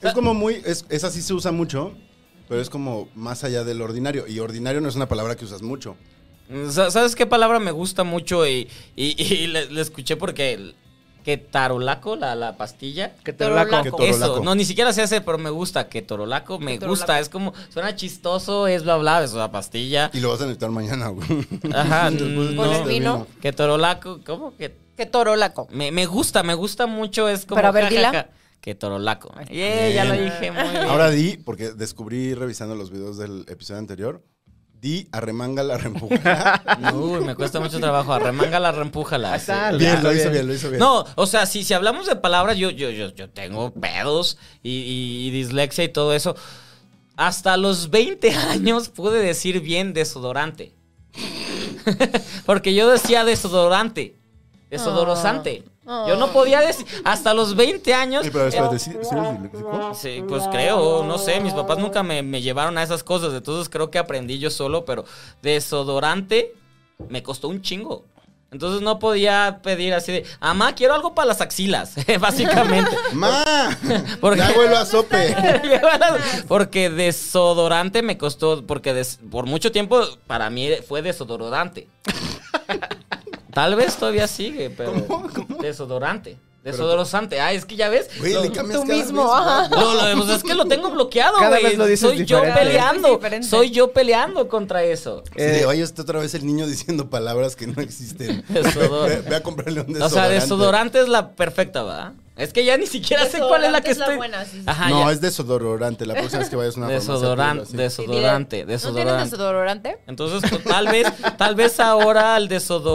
[SPEAKER 2] Es como muy, es, esa sí se usa mucho, pero es como más allá del ordinario. Y ordinario no es una palabra que usas mucho.
[SPEAKER 1] Sa- ¿Sabes qué palabra me gusta mucho? Y, y, y la, la escuché porque. el- que tarolaco, la, la pastilla.
[SPEAKER 4] Que te lo laco.
[SPEAKER 2] Que
[SPEAKER 1] Eso,
[SPEAKER 2] Torolaco.
[SPEAKER 1] no, ni siquiera se hace, pero me gusta que Torolaco me
[SPEAKER 3] Torolaco.
[SPEAKER 1] gusta. Es como, suena chistoso, es bla bla, es una pastilla.
[SPEAKER 2] Y lo vas a necesitar mañana, güey.
[SPEAKER 1] Ajá,
[SPEAKER 2] Después de
[SPEAKER 1] Mm, no.
[SPEAKER 2] este
[SPEAKER 3] vino.
[SPEAKER 1] Que Torolaco, ¿cómo que?
[SPEAKER 3] Qué Pues, torolaco.
[SPEAKER 1] Me, me gusta, me gusta mucho, es como.
[SPEAKER 3] Pero a ver, dila.
[SPEAKER 1] jajaja. que Torolaco. Yeah, ya lo dije muy bien.
[SPEAKER 2] Ahora di, porque descubrí revisando los videos del episodio anterior, di arremanga la rempuja.
[SPEAKER 1] Uy, me cuesta mucho trabajo. Arremángala, reempújala.
[SPEAKER 4] Ahí está,
[SPEAKER 1] Sí.
[SPEAKER 2] bien,
[SPEAKER 4] Claro,
[SPEAKER 2] lo hizo
[SPEAKER 4] bien.
[SPEAKER 2] bien, lo hizo bien.
[SPEAKER 1] No, o sea, si, si hablamos de palabras, yo, yo, yo, yo tengo pedos y, y- y dislexia y todo eso. Hasta los 20 años pude decir bien desodorante. Porque yo decía desodorante. Desodorosante. Yo no podía decir. Hasta los 20 años.
[SPEAKER 2] Ay, pero espérate, ¿sí, sí eres disléxico?
[SPEAKER 1] Sí, pues creo, no sé, mis papás nunca me, me llevaron a esas cosas, entonces creo que aprendí yo solo, pero desodorante me costó un chingo. Entonces no podía pedir así de, mamá, quiero algo para las axilas, básicamente.
[SPEAKER 2] ¡Ma!
[SPEAKER 1] Porque-
[SPEAKER 2] Ya vuelo a sope.
[SPEAKER 1] porque desodorante me costó, porque des- por mucho tiempo para mí fue desodorante. Tal vez todavía sigue, pero desodorante. Desodorosante. Ah, es que ya ves.
[SPEAKER 2] Güey,
[SPEAKER 1] lo-
[SPEAKER 2] le cambias
[SPEAKER 3] Tú
[SPEAKER 2] cada
[SPEAKER 3] mismo,
[SPEAKER 2] vez,
[SPEAKER 3] ajá.
[SPEAKER 2] güey.
[SPEAKER 1] No, lo, pues es que lo tengo bloqueado,
[SPEAKER 4] Cada
[SPEAKER 1] güey.
[SPEAKER 4] vez lo dices
[SPEAKER 1] Soy yo
[SPEAKER 4] diferente.
[SPEAKER 3] Es
[SPEAKER 1] peleando.
[SPEAKER 3] diferente.
[SPEAKER 1] Soy yo peleando contra eso.
[SPEAKER 2] Sí, de, "Ay, está otra vez el niño diciendo palabras que no existen.
[SPEAKER 1] Desodor-
[SPEAKER 2] Ve, ve a comprarle un
[SPEAKER 1] O
[SPEAKER 2] desodorante.
[SPEAKER 1] sea, desodorante es la perfecta, ¿verdad? Es que ya ni siquiera sé cuál es la que
[SPEAKER 3] Desodorante es la
[SPEAKER 1] estoy.
[SPEAKER 3] buena, sí, sí.
[SPEAKER 1] Ajá,
[SPEAKER 2] no,
[SPEAKER 1] Ah, ya.
[SPEAKER 2] es desodorante. La próxima vez que vayas a una
[SPEAKER 1] Desodorante,
[SPEAKER 2] farmacia, pídelo así.
[SPEAKER 3] Sí,
[SPEAKER 1] desodorante,
[SPEAKER 3] dile, ¿No tienes
[SPEAKER 1] desodorante.
[SPEAKER 3] desodorante?
[SPEAKER 1] Entonces, pues, tal vez, tal vez ahora el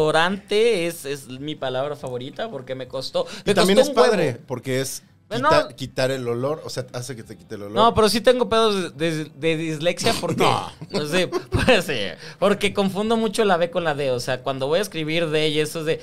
[SPEAKER 1] desodorante es, es mi palabra favorita porque me costó.
[SPEAKER 2] Y
[SPEAKER 1] me
[SPEAKER 2] también es
[SPEAKER 1] costó un huevo.
[SPEAKER 2] padre, porque es
[SPEAKER 1] Bueno.
[SPEAKER 2] quita- quitar el olor, o sea, hace que te quite el olor.
[SPEAKER 1] No, pero sí tengo pedos de, de- de dislexia porque.
[SPEAKER 2] No.
[SPEAKER 1] No. sé, pues, sí, porque confundo mucho la B con la D. O sea, cuando voy a escribir D y eso es de.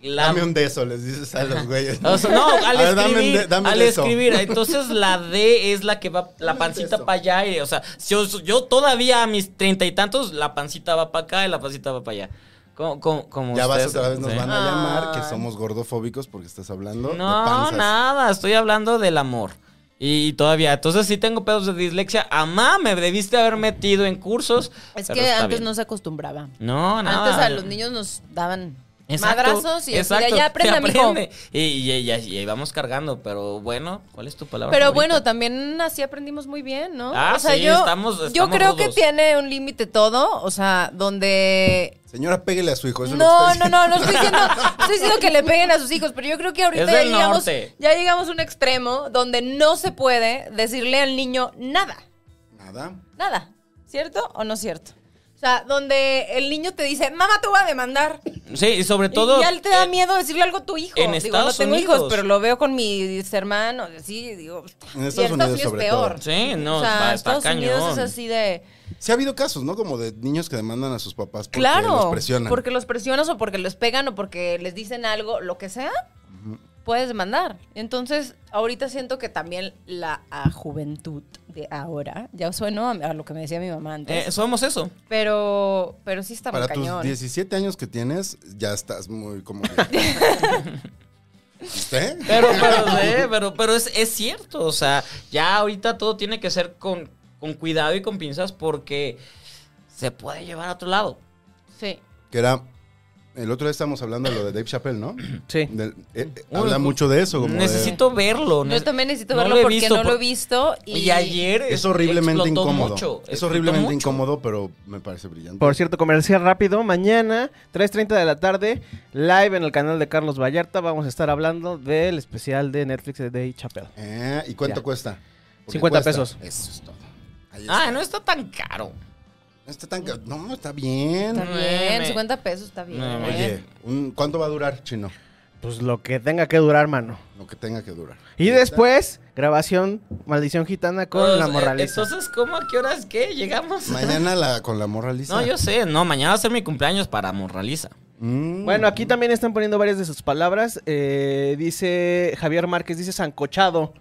[SPEAKER 1] La,
[SPEAKER 2] Dame un deso, les dices a los güeyes.
[SPEAKER 1] O sea, no, al
[SPEAKER 2] A ver, dame un
[SPEAKER 1] escribir,
[SPEAKER 2] de- dame
[SPEAKER 1] al
[SPEAKER 2] de eso.
[SPEAKER 1] escribir. Entonces la D es la que va, la pancita
[SPEAKER 2] eso.
[SPEAKER 1] para allá. y, o sea, yo, yo todavía a mis treinta y tantos, la pancita va para acá y la pancita va para allá. Como, como, como
[SPEAKER 2] Ya vas
[SPEAKER 1] ustedes,
[SPEAKER 2] otra vez, nos
[SPEAKER 1] sí.
[SPEAKER 2] van a llamar que
[SPEAKER 3] Ay.
[SPEAKER 2] somos gordofóbicos porque estás hablando de
[SPEAKER 1] ¿Eh? No,
[SPEAKER 2] panzas.
[SPEAKER 1] nada, estoy hablando del amor. Y todavía, entonces sí tengo pedos de dislexia. Amá, me debiste haber metido en cursos.
[SPEAKER 3] Es
[SPEAKER 1] pero
[SPEAKER 3] que
[SPEAKER 1] está
[SPEAKER 3] antes
[SPEAKER 1] bien.
[SPEAKER 3] no se acostumbraba.
[SPEAKER 1] No, nada.
[SPEAKER 3] Antes a los niños nos daban
[SPEAKER 1] Exacto,
[SPEAKER 3] madrazos y
[SPEAKER 1] exacto,
[SPEAKER 3] decía, ya
[SPEAKER 1] te
[SPEAKER 3] aprenda, mijo.
[SPEAKER 1] aprende. Y, y, y- y ahí vamos cargando, pero bueno, ¿cuál es tu palabra?
[SPEAKER 3] Pero
[SPEAKER 1] favorita?
[SPEAKER 3] bueno, también así aprendimos muy bien, ¿no?
[SPEAKER 1] Ah,
[SPEAKER 3] o sea,
[SPEAKER 1] sí,
[SPEAKER 3] yo,
[SPEAKER 1] estamos-
[SPEAKER 3] yo
[SPEAKER 1] estamos
[SPEAKER 3] creo que
[SPEAKER 1] rudos.
[SPEAKER 3] tiene un límite todo, o sea, donde...
[SPEAKER 2] Señora, pégale a su hijo. eso es lo que
[SPEAKER 3] No,
[SPEAKER 2] está
[SPEAKER 3] no, no, no estoy diciendo, estoy diciendo que le peguen a sus hijos, pero yo creo que ahorita
[SPEAKER 1] Es
[SPEAKER 3] ya
[SPEAKER 1] del
[SPEAKER 3] llegamos,
[SPEAKER 1] norte.
[SPEAKER 3] ya llegamos a un extremo donde no se puede decirle al niño nada,
[SPEAKER 2] diciendo. Nada.
[SPEAKER 3] nada, ¿cierto o no cierto? O sea, donde el niño te dice, mamá, te voy a demandar.
[SPEAKER 1] Sí, y sobre
[SPEAKER 3] Y
[SPEAKER 1] todo.
[SPEAKER 3] ya te da
[SPEAKER 1] eh,
[SPEAKER 3] miedo decirle algo a tu hijo.
[SPEAKER 1] en
[SPEAKER 3] Digo,
[SPEAKER 1] Estados
[SPEAKER 3] no tengo hijos,
[SPEAKER 1] Unidos.
[SPEAKER 3] pero lo veo con mis hermanos, así, digo.
[SPEAKER 2] En
[SPEAKER 3] y
[SPEAKER 2] Estados Unidos, sobre
[SPEAKER 3] peor.
[SPEAKER 2] todo.
[SPEAKER 1] Sí, no,
[SPEAKER 3] o sea,
[SPEAKER 1] está- está
[SPEAKER 3] Estados
[SPEAKER 1] cañón.
[SPEAKER 3] Unidos es así de.
[SPEAKER 2] Sí ha habido casos, ¿no? Como de niños que demandan a sus papás porque
[SPEAKER 3] claro.
[SPEAKER 2] los presionan.
[SPEAKER 3] Porque los presionas o porque les pegan o porque les dicen algo, lo que sea, puedes demandar. Entonces, ahorita siento que también la ah, juventud de ahora, ya sueno a, a lo que me decía mi mamá antes.
[SPEAKER 1] eh, somos eso.
[SPEAKER 3] pero, pero sí está muy
[SPEAKER 2] Para tus
[SPEAKER 3] cañón.
[SPEAKER 2] 17 años que tienes, ya estás muy como... ¿Usted?
[SPEAKER 1] Pero, pero, eh, pero, pero es, es cierto. O sea, ya ahorita todo tiene que ser con, con cuidado y con pinzas porque se puede llevar a otro lado.
[SPEAKER 3] Sí.
[SPEAKER 2] Que era... El otro día estábamos hablando de lo de Dave Chappelle, ¿no?
[SPEAKER 4] Sí.
[SPEAKER 2] Del- eh, eh,
[SPEAKER 1] Uy,
[SPEAKER 2] habla mucho de eso. Como de-
[SPEAKER 1] Necesito verlo.
[SPEAKER 3] Yo también necesito
[SPEAKER 1] No
[SPEAKER 3] verlo
[SPEAKER 1] lo he
[SPEAKER 3] porque
[SPEAKER 1] visto,
[SPEAKER 3] no lo he
[SPEAKER 1] por-
[SPEAKER 3] visto. Y,
[SPEAKER 1] Y ayer.
[SPEAKER 2] Es horriblemente
[SPEAKER 1] explotó
[SPEAKER 2] incómodo.
[SPEAKER 1] mucho,
[SPEAKER 2] es
[SPEAKER 1] explotó
[SPEAKER 2] horriblemente
[SPEAKER 1] mucho.
[SPEAKER 2] incómodo, pero me parece brillante.
[SPEAKER 4] Por cierto, comercial rápido. Mañana, 3.30 de la tarde, live en el canal de Carlos Vallarta. Vamos a estar hablando del especial de Netflix de Dave Chappelle.
[SPEAKER 2] Eh, ¿Y cuánto
[SPEAKER 4] Ya.
[SPEAKER 2] cuesta? Porque
[SPEAKER 4] 50
[SPEAKER 2] cuesta.
[SPEAKER 4] pesos.
[SPEAKER 2] Eso es todo. Ahí está.
[SPEAKER 1] Ah, no está tan caro.
[SPEAKER 2] No está tan... ca- No, está bien.
[SPEAKER 3] Está bien,
[SPEAKER 1] Me-
[SPEAKER 3] 50 pesos está bien.
[SPEAKER 1] me-
[SPEAKER 2] Oye, un- ¿cuánto va a durar, Chino?
[SPEAKER 4] Pues lo que tenga que durar, mano.
[SPEAKER 2] Lo que tenga que durar.
[SPEAKER 4] Y después, grabación Maldición Gitana con
[SPEAKER 1] Entonces,
[SPEAKER 4] la
[SPEAKER 1] eh,
[SPEAKER 4] morraliza.
[SPEAKER 1] Entonces, ¿cómo? ¿A qué horas qué? ¿Llegamos?
[SPEAKER 2] Mañana la, con la morraliza.
[SPEAKER 1] No, yo sé. No, mañana va a ser mi cumpleaños para Morraliza.
[SPEAKER 2] Mm.
[SPEAKER 4] Bueno, aquí también están poniendo varias de sus palabras. Eh, dice Javier Márquez, dice sancochado.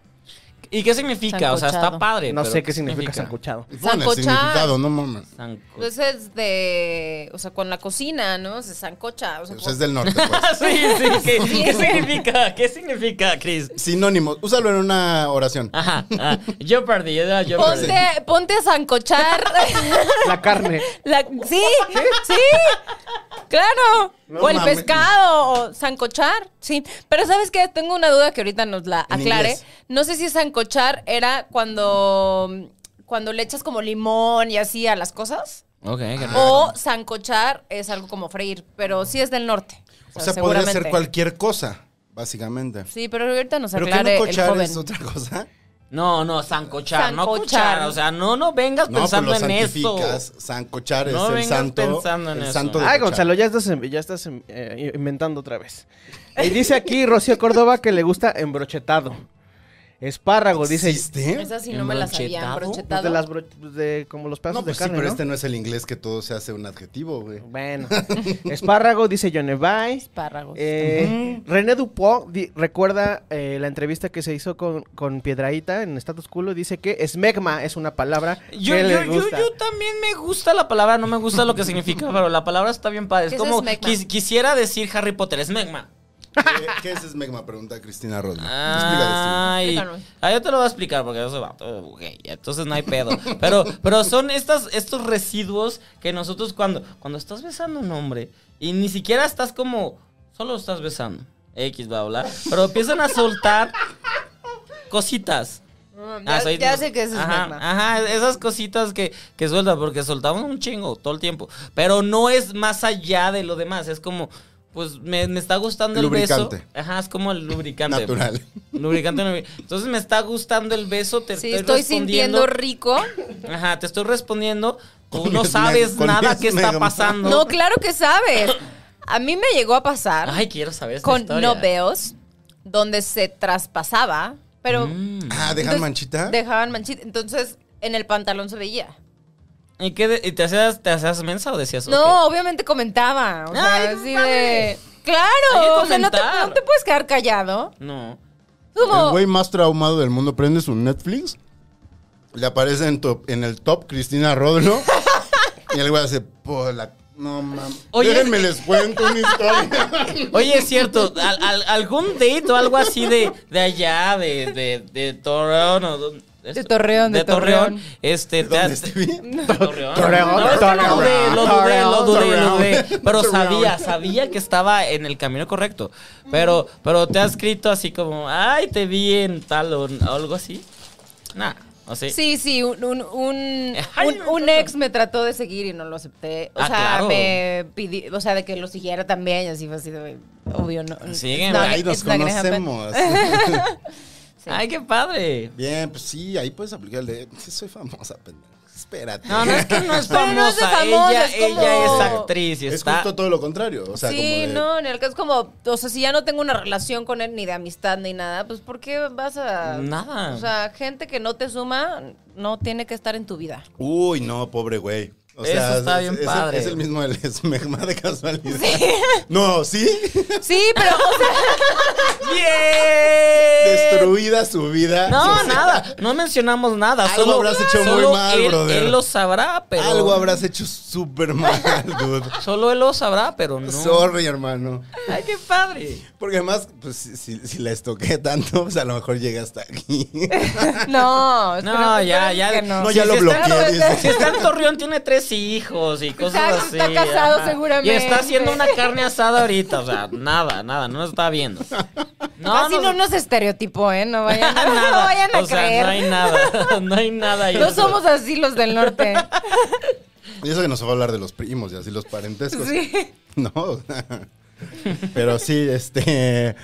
[SPEAKER 1] ¿Y qué significa? O sea, está
[SPEAKER 3] Sancochado.
[SPEAKER 1] padre.
[SPEAKER 4] No
[SPEAKER 1] pero
[SPEAKER 4] sé qué significa, sancochado.
[SPEAKER 2] Pon el
[SPEAKER 3] Sancochar.
[SPEAKER 2] significado, no mames.
[SPEAKER 3] Pues
[SPEAKER 1] Sanco-
[SPEAKER 3] Entonces, de. O sea, con la cocina, ¿no? Se sancocha. O sea,
[SPEAKER 2] O sea, es del norte, pues.
[SPEAKER 1] sí, sí, ¿qué, qué significa? ¿Qué significa, Chris?
[SPEAKER 2] Sinónimos. Úsalo en una oración.
[SPEAKER 1] Ajá, ah, yo perdí, yo era yo perdí.
[SPEAKER 3] Ponte, ponte a zancochar.
[SPEAKER 4] La carne.
[SPEAKER 3] la- sí, sí, claro.
[SPEAKER 2] No
[SPEAKER 3] o el
[SPEAKER 2] mames.
[SPEAKER 3] pescado, o zancochar, sí. Pero ¿sabes qué? Tengo una duda que ahorita nos la
[SPEAKER 2] En
[SPEAKER 3] aclare.
[SPEAKER 2] inglés.
[SPEAKER 3] No sé si zancochar era cuando, cuando le echas como limón y así a las cosas.
[SPEAKER 1] Ok, qué rico.
[SPEAKER 3] O zancochar es algo como freír, pero sí es del norte.
[SPEAKER 2] O sea, podría ser
[SPEAKER 3] seguramente.
[SPEAKER 2] cualquier cosa. básicamente.
[SPEAKER 3] Sí, pero ahorita nos
[SPEAKER 2] Pero que no
[SPEAKER 3] aclare el
[SPEAKER 2] cochar
[SPEAKER 3] joven.
[SPEAKER 2] es otra cosa.
[SPEAKER 1] No, no, zancochar, no
[SPEAKER 3] Zancochar.
[SPEAKER 1] cochar. O sea, no, no vengas
[SPEAKER 2] No, pues
[SPEAKER 1] pensando
[SPEAKER 2] lo
[SPEAKER 1] en eso.
[SPEAKER 2] santificas. Sancochar es
[SPEAKER 1] No
[SPEAKER 2] el
[SPEAKER 1] vengas
[SPEAKER 2] santo.
[SPEAKER 1] pensando en
[SPEAKER 2] el
[SPEAKER 1] eso.
[SPEAKER 2] santo de
[SPEAKER 4] Ay,
[SPEAKER 2] cochar.
[SPEAKER 4] Gonzalo, ya estás, em- ya estás em- eh, inventando otra vez. Y dice aquí Rocío Córdoba que le gusta embrochetado. Espárrago, dice.
[SPEAKER 2] ¿Existe?
[SPEAKER 3] Esa sí no me la sabía.
[SPEAKER 4] Pues
[SPEAKER 3] Brochetado.
[SPEAKER 4] de las bro- pues de, como los pedazos
[SPEAKER 2] No, pues
[SPEAKER 4] de
[SPEAKER 2] sí,
[SPEAKER 4] carne,
[SPEAKER 2] pero
[SPEAKER 4] ¿no?
[SPEAKER 2] este no es el inglés que todo se hace un adjetivo, güey.
[SPEAKER 4] Bueno. Espárrago, dice Yonevay.
[SPEAKER 3] Espárragos.
[SPEAKER 4] Eh, René Dupont di- recuerda eh, la entrevista que se hizo con, con Piedraíta en Status Culo. Dice que esmegma es una palabra
[SPEAKER 1] Yo,
[SPEAKER 4] que
[SPEAKER 1] yo,
[SPEAKER 4] le
[SPEAKER 1] yo,
[SPEAKER 4] gusta.
[SPEAKER 1] yo también me gusta la palabra, no me gusta lo que significa, pero la palabra está bien padre. Es
[SPEAKER 3] ¿Qué es
[SPEAKER 1] como
[SPEAKER 3] esmegma?
[SPEAKER 1] quis- quisiera decir Harry Potter, es megma.
[SPEAKER 2] ¿Qué, qué es esmegma? Pregunta Cristina Rodman.
[SPEAKER 1] Ay,
[SPEAKER 3] Explícanos.
[SPEAKER 1] ah, yo te lo voy a explicar porque yo soy vato, güey, entonces no hay pedo. Pero, pero son estas, estos residuos que nosotros cuando, cuando estás besando a un hombre y ni siquiera estás como, solo estás besando, X va a hablar, pero empiezan a soltar cositas.
[SPEAKER 3] Mm,
[SPEAKER 1] Ah,
[SPEAKER 3] ya,
[SPEAKER 1] soy-
[SPEAKER 3] ya sé que ese es
[SPEAKER 1] ajá, ah,
[SPEAKER 3] magma.
[SPEAKER 1] Ajá, esas cositas que, que sueltan, porque soltamos un chingo todo el tiempo. Pero no es más allá de lo demás, es como, pues me, me está gustando el beso.
[SPEAKER 2] Lubricante.
[SPEAKER 1] Ajá, es como el lubricante.
[SPEAKER 2] Natural.
[SPEAKER 1] Lubricante, no- Entonces me está gustando el beso, te
[SPEAKER 3] Sí,
[SPEAKER 1] estoy,
[SPEAKER 3] estoy sintiendo rico.
[SPEAKER 1] respondiendo. Ajá, te estoy respondiendo. Tú
[SPEAKER 2] Con
[SPEAKER 1] no
[SPEAKER 2] mi
[SPEAKER 1] sabes
[SPEAKER 2] esmeg- con
[SPEAKER 1] nada
[SPEAKER 2] mi
[SPEAKER 1] que está
[SPEAKER 2] esmegma.
[SPEAKER 1] pasando.
[SPEAKER 3] No, claro que sabes. A mí me llegó a pasar
[SPEAKER 1] Ay, quiero saber esta
[SPEAKER 3] con
[SPEAKER 1] historia.
[SPEAKER 3] noveos donde se traspasaba, pero
[SPEAKER 1] Mm.
[SPEAKER 2] Ah, ¿dejan
[SPEAKER 3] Entonces,
[SPEAKER 2] manchita?
[SPEAKER 3] dejaban manchita. Entonces, en el pantalón se veía.
[SPEAKER 1] ¿Y qué de- y te hacías te hacías mensa o decías ok?
[SPEAKER 3] No, obviamente comentaba. O sea,
[SPEAKER 1] Ay,
[SPEAKER 3] así
[SPEAKER 1] madre.
[SPEAKER 3] de.
[SPEAKER 1] Hay que
[SPEAKER 3] Claro, o sea, no te,
[SPEAKER 1] comentar.
[SPEAKER 3] no te puedes quedar callado.
[SPEAKER 1] No.
[SPEAKER 3] Como,
[SPEAKER 2] El güey más traumado del mundo prende su Netflix. Le aparece en, top- en el top Cristina Rodlo. y el güey hace, "Po, la No mames.
[SPEAKER 1] Oye,
[SPEAKER 2] Déjenme les cuento una historia.
[SPEAKER 1] Oye, es cierto, al- al- algún date o algo así de, de allá, de, de, de Torreón o dónde-
[SPEAKER 3] De Torreón, de Torreón.
[SPEAKER 1] Este, te-
[SPEAKER 2] ¿Dónde estoy?
[SPEAKER 1] de Torreón.
[SPEAKER 4] Torreón,
[SPEAKER 1] No, es que lo dudé, lo dudé, lo dudé, lo
[SPEAKER 2] Torreón.
[SPEAKER 1] dudé. Pero
[SPEAKER 2] Torreón.
[SPEAKER 1] sabía, sabía que estaba en el camino correcto. Pero, pero te ha escrito así como, ay, te vi en tal o o algo así. Nah, o sí.
[SPEAKER 3] Sí, sí, un, un, un,
[SPEAKER 1] Ay,
[SPEAKER 3] un-
[SPEAKER 1] me
[SPEAKER 3] un
[SPEAKER 1] encanta.
[SPEAKER 3] ex me trató de seguir y no lo acepté. O
[SPEAKER 1] Ah,
[SPEAKER 3] sea,
[SPEAKER 1] claro.
[SPEAKER 3] me pidió, o sea, de que lo siguiera también y así fue así de, obvio, no.
[SPEAKER 1] Sígueme,
[SPEAKER 3] no,
[SPEAKER 2] Ahí nos
[SPEAKER 3] it's not gonna happen.
[SPEAKER 2] conocemos.
[SPEAKER 3] Sí.
[SPEAKER 1] Ay, qué padre.
[SPEAKER 2] Bien, pues sí, ahí puedes aplicar el de. "Sí, Soy famosa, pendejo. Espérate.
[SPEAKER 1] No, no es que no es
[SPEAKER 3] Pero
[SPEAKER 1] famosa.
[SPEAKER 3] no es de famosa,
[SPEAKER 1] ella,
[SPEAKER 3] es como-
[SPEAKER 1] ella es actriz y
[SPEAKER 2] Es
[SPEAKER 1] está.
[SPEAKER 2] justo todo lo contrario. O sea,
[SPEAKER 3] sí,
[SPEAKER 2] como de-
[SPEAKER 3] no, en el caso es como, o sea, si ya no tengo una relación con él, ni de amistad, ni nada, pues ¿por qué vas a...?
[SPEAKER 1] Nada.
[SPEAKER 3] O sea, gente que no te suma no tiene que estar en tu vida.
[SPEAKER 2] Uy, no, pobre güey. O
[SPEAKER 1] Eso
[SPEAKER 2] sea,
[SPEAKER 1] está
[SPEAKER 2] es-
[SPEAKER 1] bien
[SPEAKER 2] es el-
[SPEAKER 1] padre.
[SPEAKER 2] Es el mismo del esmegma de casualidad. No, ¿sí?
[SPEAKER 3] Sí, pero, o sea,
[SPEAKER 1] ¡Bien!
[SPEAKER 2] Destruida su vida.
[SPEAKER 1] No, nada, no mencionamos nada.
[SPEAKER 2] Algo
[SPEAKER 1] solo,
[SPEAKER 2] habrás hecho muy
[SPEAKER 1] solo
[SPEAKER 2] mal,
[SPEAKER 1] él,
[SPEAKER 2] brother.
[SPEAKER 1] él lo sabrá, pero.
[SPEAKER 2] Algo habrás hecho súper mal, dude.
[SPEAKER 1] Solo él lo sabrá, pero no.
[SPEAKER 2] Sorry, hermano.
[SPEAKER 1] Ay, qué padre.
[SPEAKER 2] Porque además, pues, si, si- si la estoqué tanto, pues a lo mejor llega hasta aquí.
[SPEAKER 3] no,
[SPEAKER 1] No,
[SPEAKER 3] esperemos-
[SPEAKER 1] ya,
[SPEAKER 3] esperemos
[SPEAKER 1] ya.
[SPEAKER 3] que no.
[SPEAKER 2] No, ya lo
[SPEAKER 1] está-
[SPEAKER 2] bloqueé, dice.
[SPEAKER 1] Si está en Torreón, tiene tres hijos y cosas
[SPEAKER 3] Exacto,
[SPEAKER 1] así.
[SPEAKER 3] está casado seguramente.
[SPEAKER 1] Y está haciendo una carne asada ahorita. O sea, nada, nada, no nos está viendo. No,
[SPEAKER 3] Casi no, nos estereotipo, ¿eh? No vayan, no vayan a
[SPEAKER 1] o sea,
[SPEAKER 3] creer.
[SPEAKER 1] no hay nada. No hay nada ahí.
[SPEAKER 3] No somos así los del norte.
[SPEAKER 2] Y eso que nos va a hablar de los primos y así los parentescos.
[SPEAKER 3] Sí.
[SPEAKER 2] No. Pero sí, este.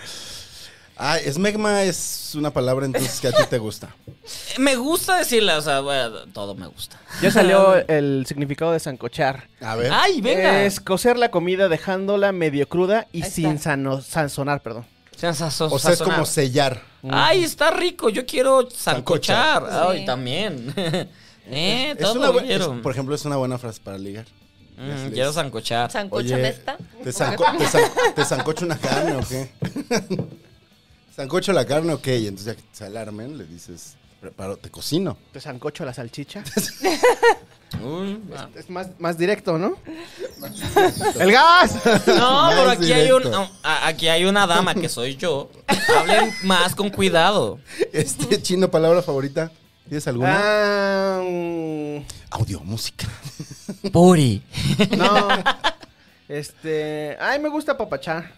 [SPEAKER 2] Ah, esmegma es una palabra entonces que a ti te gusta.
[SPEAKER 1] Me gusta decirla, o sea, bueno, todo me gusta.
[SPEAKER 4] Ya salió el significado de sancochar.
[SPEAKER 2] A ver.
[SPEAKER 1] Ay, venga.
[SPEAKER 4] Es cocer la comida dejándola medio cruda y
[SPEAKER 3] Ahí
[SPEAKER 4] sin
[SPEAKER 3] está.
[SPEAKER 4] sano- sanzonar, perdón.
[SPEAKER 1] Sean sazo-
[SPEAKER 2] o sea, es
[SPEAKER 1] sazonadas.
[SPEAKER 2] como sellar.
[SPEAKER 1] Ay, está rico, yo quiero
[SPEAKER 2] Sancochar.
[SPEAKER 1] sancochar. Ay,
[SPEAKER 3] Sí.
[SPEAKER 1] también. eh,
[SPEAKER 2] Es
[SPEAKER 1] todo
[SPEAKER 2] una buena-
[SPEAKER 1] quiero.
[SPEAKER 2] es- por ejemplo, es una buena frase para ligar.
[SPEAKER 1] Mm,
[SPEAKER 2] Ya se le
[SPEAKER 1] quiero
[SPEAKER 2] dice.
[SPEAKER 1] sancochar.
[SPEAKER 3] Sancocha
[SPEAKER 2] Oye,
[SPEAKER 3] de esta.
[SPEAKER 2] ¿Te, sanco, te, san- te sancocho una carne o qué? ¿Sancocho la carne o qué? Y entonces ya que se alarmen, le dices, preparo, te cocino.
[SPEAKER 4] Te sancocho la salchicha.
[SPEAKER 1] Uy, ah.
[SPEAKER 4] es más, más directo, ¿no? ¡El gas!
[SPEAKER 1] no,
[SPEAKER 2] Más
[SPEAKER 1] pero aquí hay, un,
[SPEAKER 2] directo.
[SPEAKER 1] a- aquí hay una dama que soy yo. Hablen más con cuidado.
[SPEAKER 2] Este chino, palabra favorita. ¿Tienes alguna?
[SPEAKER 4] Ah, mm,
[SPEAKER 2] Audio, música.
[SPEAKER 1] Puri.
[SPEAKER 4] no. Este. Ay, me gusta papachar.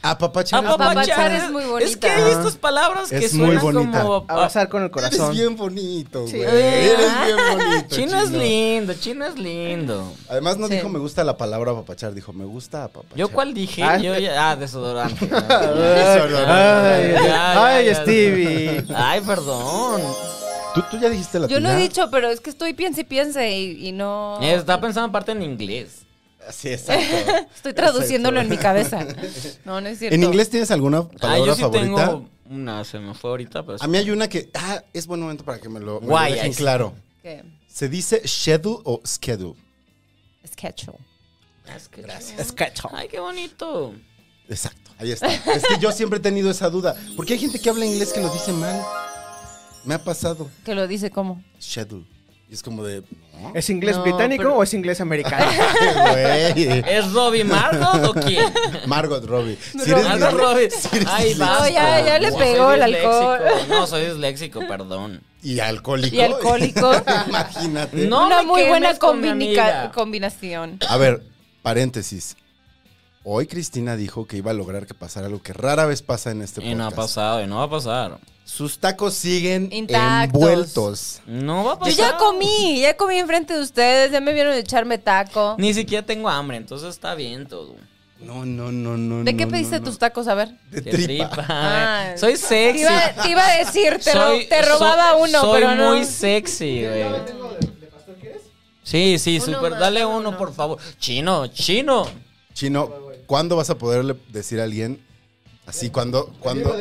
[SPEAKER 2] Apapachar. es
[SPEAKER 3] Apapachar
[SPEAKER 2] bonito.
[SPEAKER 3] es muy bonita.
[SPEAKER 1] Es que hay estas palabras que
[SPEAKER 2] Es muy
[SPEAKER 1] suenan
[SPEAKER 2] bonita.
[SPEAKER 1] como...
[SPEAKER 4] Abrazar con el
[SPEAKER 2] Eres
[SPEAKER 4] corazón.
[SPEAKER 2] bien bonito, güey.
[SPEAKER 1] Eh,
[SPEAKER 2] Eres bien bonito.
[SPEAKER 1] Chino es lindo, chino es lindo.
[SPEAKER 2] Además no
[SPEAKER 3] Sí.
[SPEAKER 2] dijo me gusta la palabra apapachar, dijo me gusta
[SPEAKER 3] Pues
[SPEAKER 2] apapachar.
[SPEAKER 1] ¿Yo cuál dije?
[SPEAKER 4] Ah,
[SPEAKER 3] este.
[SPEAKER 1] Yo ya- ah, desodorante.
[SPEAKER 2] Eso no, no, no.
[SPEAKER 4] Ay,
[SPEAKER 1] Ya,
[SPEAKER 4] ay,
[SPEAKER 1] ya, ya.
[SPEAKER 4] Stevie.
[SPEAKER 1] Ay, perdón.
[SPEAKER 2] ¿Tú, tú ya dijiste la
[SPEAKER 3] Yo no he
[SPEAKER 2] tina?
[SPEAKER 3] dicho, pero es que estoy piense y piense y, y no.
[SPEAKER 1] Está pensando aparte en inglés.
[SPEAKER 2] Ah, Sí, exacto.
[SPEAKER 3] Estoy traduciéndolo en mi cabeza. No, no es cierto.
[SPEAKER 2] ¿En inglés tienes alguna
[SPEAKER 1] Ah,
[SPEAKER 2] palabra
[SPEAKER 1] yo sí
[SPEAKER 2] favorita?
[SPEAKER 1] tengo una, se me fue ahorita, pero...
[SPEAKER 2] A mí hay una que ah, es buen momento para que me lo, me lo
[SPEAKER 1] Guay,
[SPEAKER 2] dejen
[SPEAKER 1] es-
[SPEAKER 2] claro.
[SPEAKER 3] ¿Qué?
[SPEAKER 2] ¿Se dice schedule o schedule?
[SPEAKER 3] Schedule.
[SPEAKER 1] Es que- Ay, qué bonito.
[SPEAKER 2] Exacto, ahí está. es que yo siempre he tenido esa duda. Porque hay gente que habla inglés que lo dice mal. Me ha pasado.
[SPEAKER 3] Que lo dice como.
[SPEAKER 2] Schedule. Y es como de. ¿no?
[SPEAKER 4] ¿Es inglés
[SPEAKER 3] No,
[SPEAKER 4] británico
[SPEAKER 3] pero-
[SPEAKER 4] o es inglés americano?
[SPEAKER 2] Güey.
[SPEAKER 1] ¿Es Robbie Margot o quién?
[SPEAKER 2] Margot Robbie. Si eres
[SPEAKER 1] Margot
[SPEAKER 2] disléxico-
[SPEAKER 1] Robbie.
[SPEAKER 2] si eres
[SPEAKER 1] Ay,
[SPEAKER 2] disléxico
[SPEAKER 1] basta.
[SPEAKER 3] No, ya- ya le
[SPEAKER 1] Soy
[SPEAKER 3] pegó el
[SPEAKER 1] disléxico.
[SPEAKER 3] alcohol.
[SPEAKER 1] No, soy disléxico, perdón.
[SPEAKER 2] Y alcohólico.
[SPEAKER 3] Y alcohólico.
[SPEAKER 2] Imagínate.
[SPEAKER 1] No
[SPEAKER 3] Una
[SPEAKER 1] me
[SPEAKER 3] muy
[SPEAKER 1] quemes
[SPEAKER 3] buena
[SPEAKER 1] con mi
[SPEAKER 3] combinica-
[SPEAKER 1] amiga.
[SPEAKER 3] combinación.
[SPEAKER 2] A ver, paréntesis. Hoy Cristina dijo que iba a lograr que pasara algo que rara vez pasa en este podcast.
[SPEAKER 1] Y Eh, no ha pasado, y no va a pasar.
[SPEAKER 2] Sus tacos siguen
[SPEAKER 3] Intactos.
[SPEAKER 2] envueltos.
[SPEAKER 1] Pues No va a
[SPEAKER 3] Yo
[SPEAKER 1] pasar.
[SPEAKER 3] ya comí, ya comí enfrente de ustedes, ya me vieron echarme taco.
[SPEAKER 1] Ni siquiera tengo hambre, entonces está bien todo.
[SPEAKER 2] No, no, no, no.
[SPEAKER 3] ¿De qué
[SPEAKER 2] no,
[SPEAKER 3] pediste
[SPEAKER 2] no, no.
[SPEAKER 3] tus tacos? A ver.
[SPEAKER 2] De
[SPEAKER 1] Qué
[SPEAKER 2] tripa.
[SPEAKER 3] Ah.
[SPEAKER 1] Soy
[SPEAKER 3] Te
[SPEAKER 1] sexy.
[SPEAKER 3] iba, te iba a decir, te, ro-
[SPEAKER 1] Soy-
[SPEAKER 3] te robaba
[SPEAKER 1] so-
[SPEAKER 3] uno,
[SPEAKER 1] soy
[SPEAKER 3] pero no.
[SPEAKER 1] muy sexy, güey. Sí, sí,
[SPEAKER 3] Uno
[SPEAKER 1] súper.
[SPEAKER 3] más,
[SPEAKER 1] Dale
[SPEAKER 3] uno
[SPEAKER 1] uno,
[SPEAKER 3] más.
[SPEAKER 1] por favor. Chino, chino.
[SPEAKER 2] Chino, ¿cuándo vas a poderle decir a alguien así cuando cuando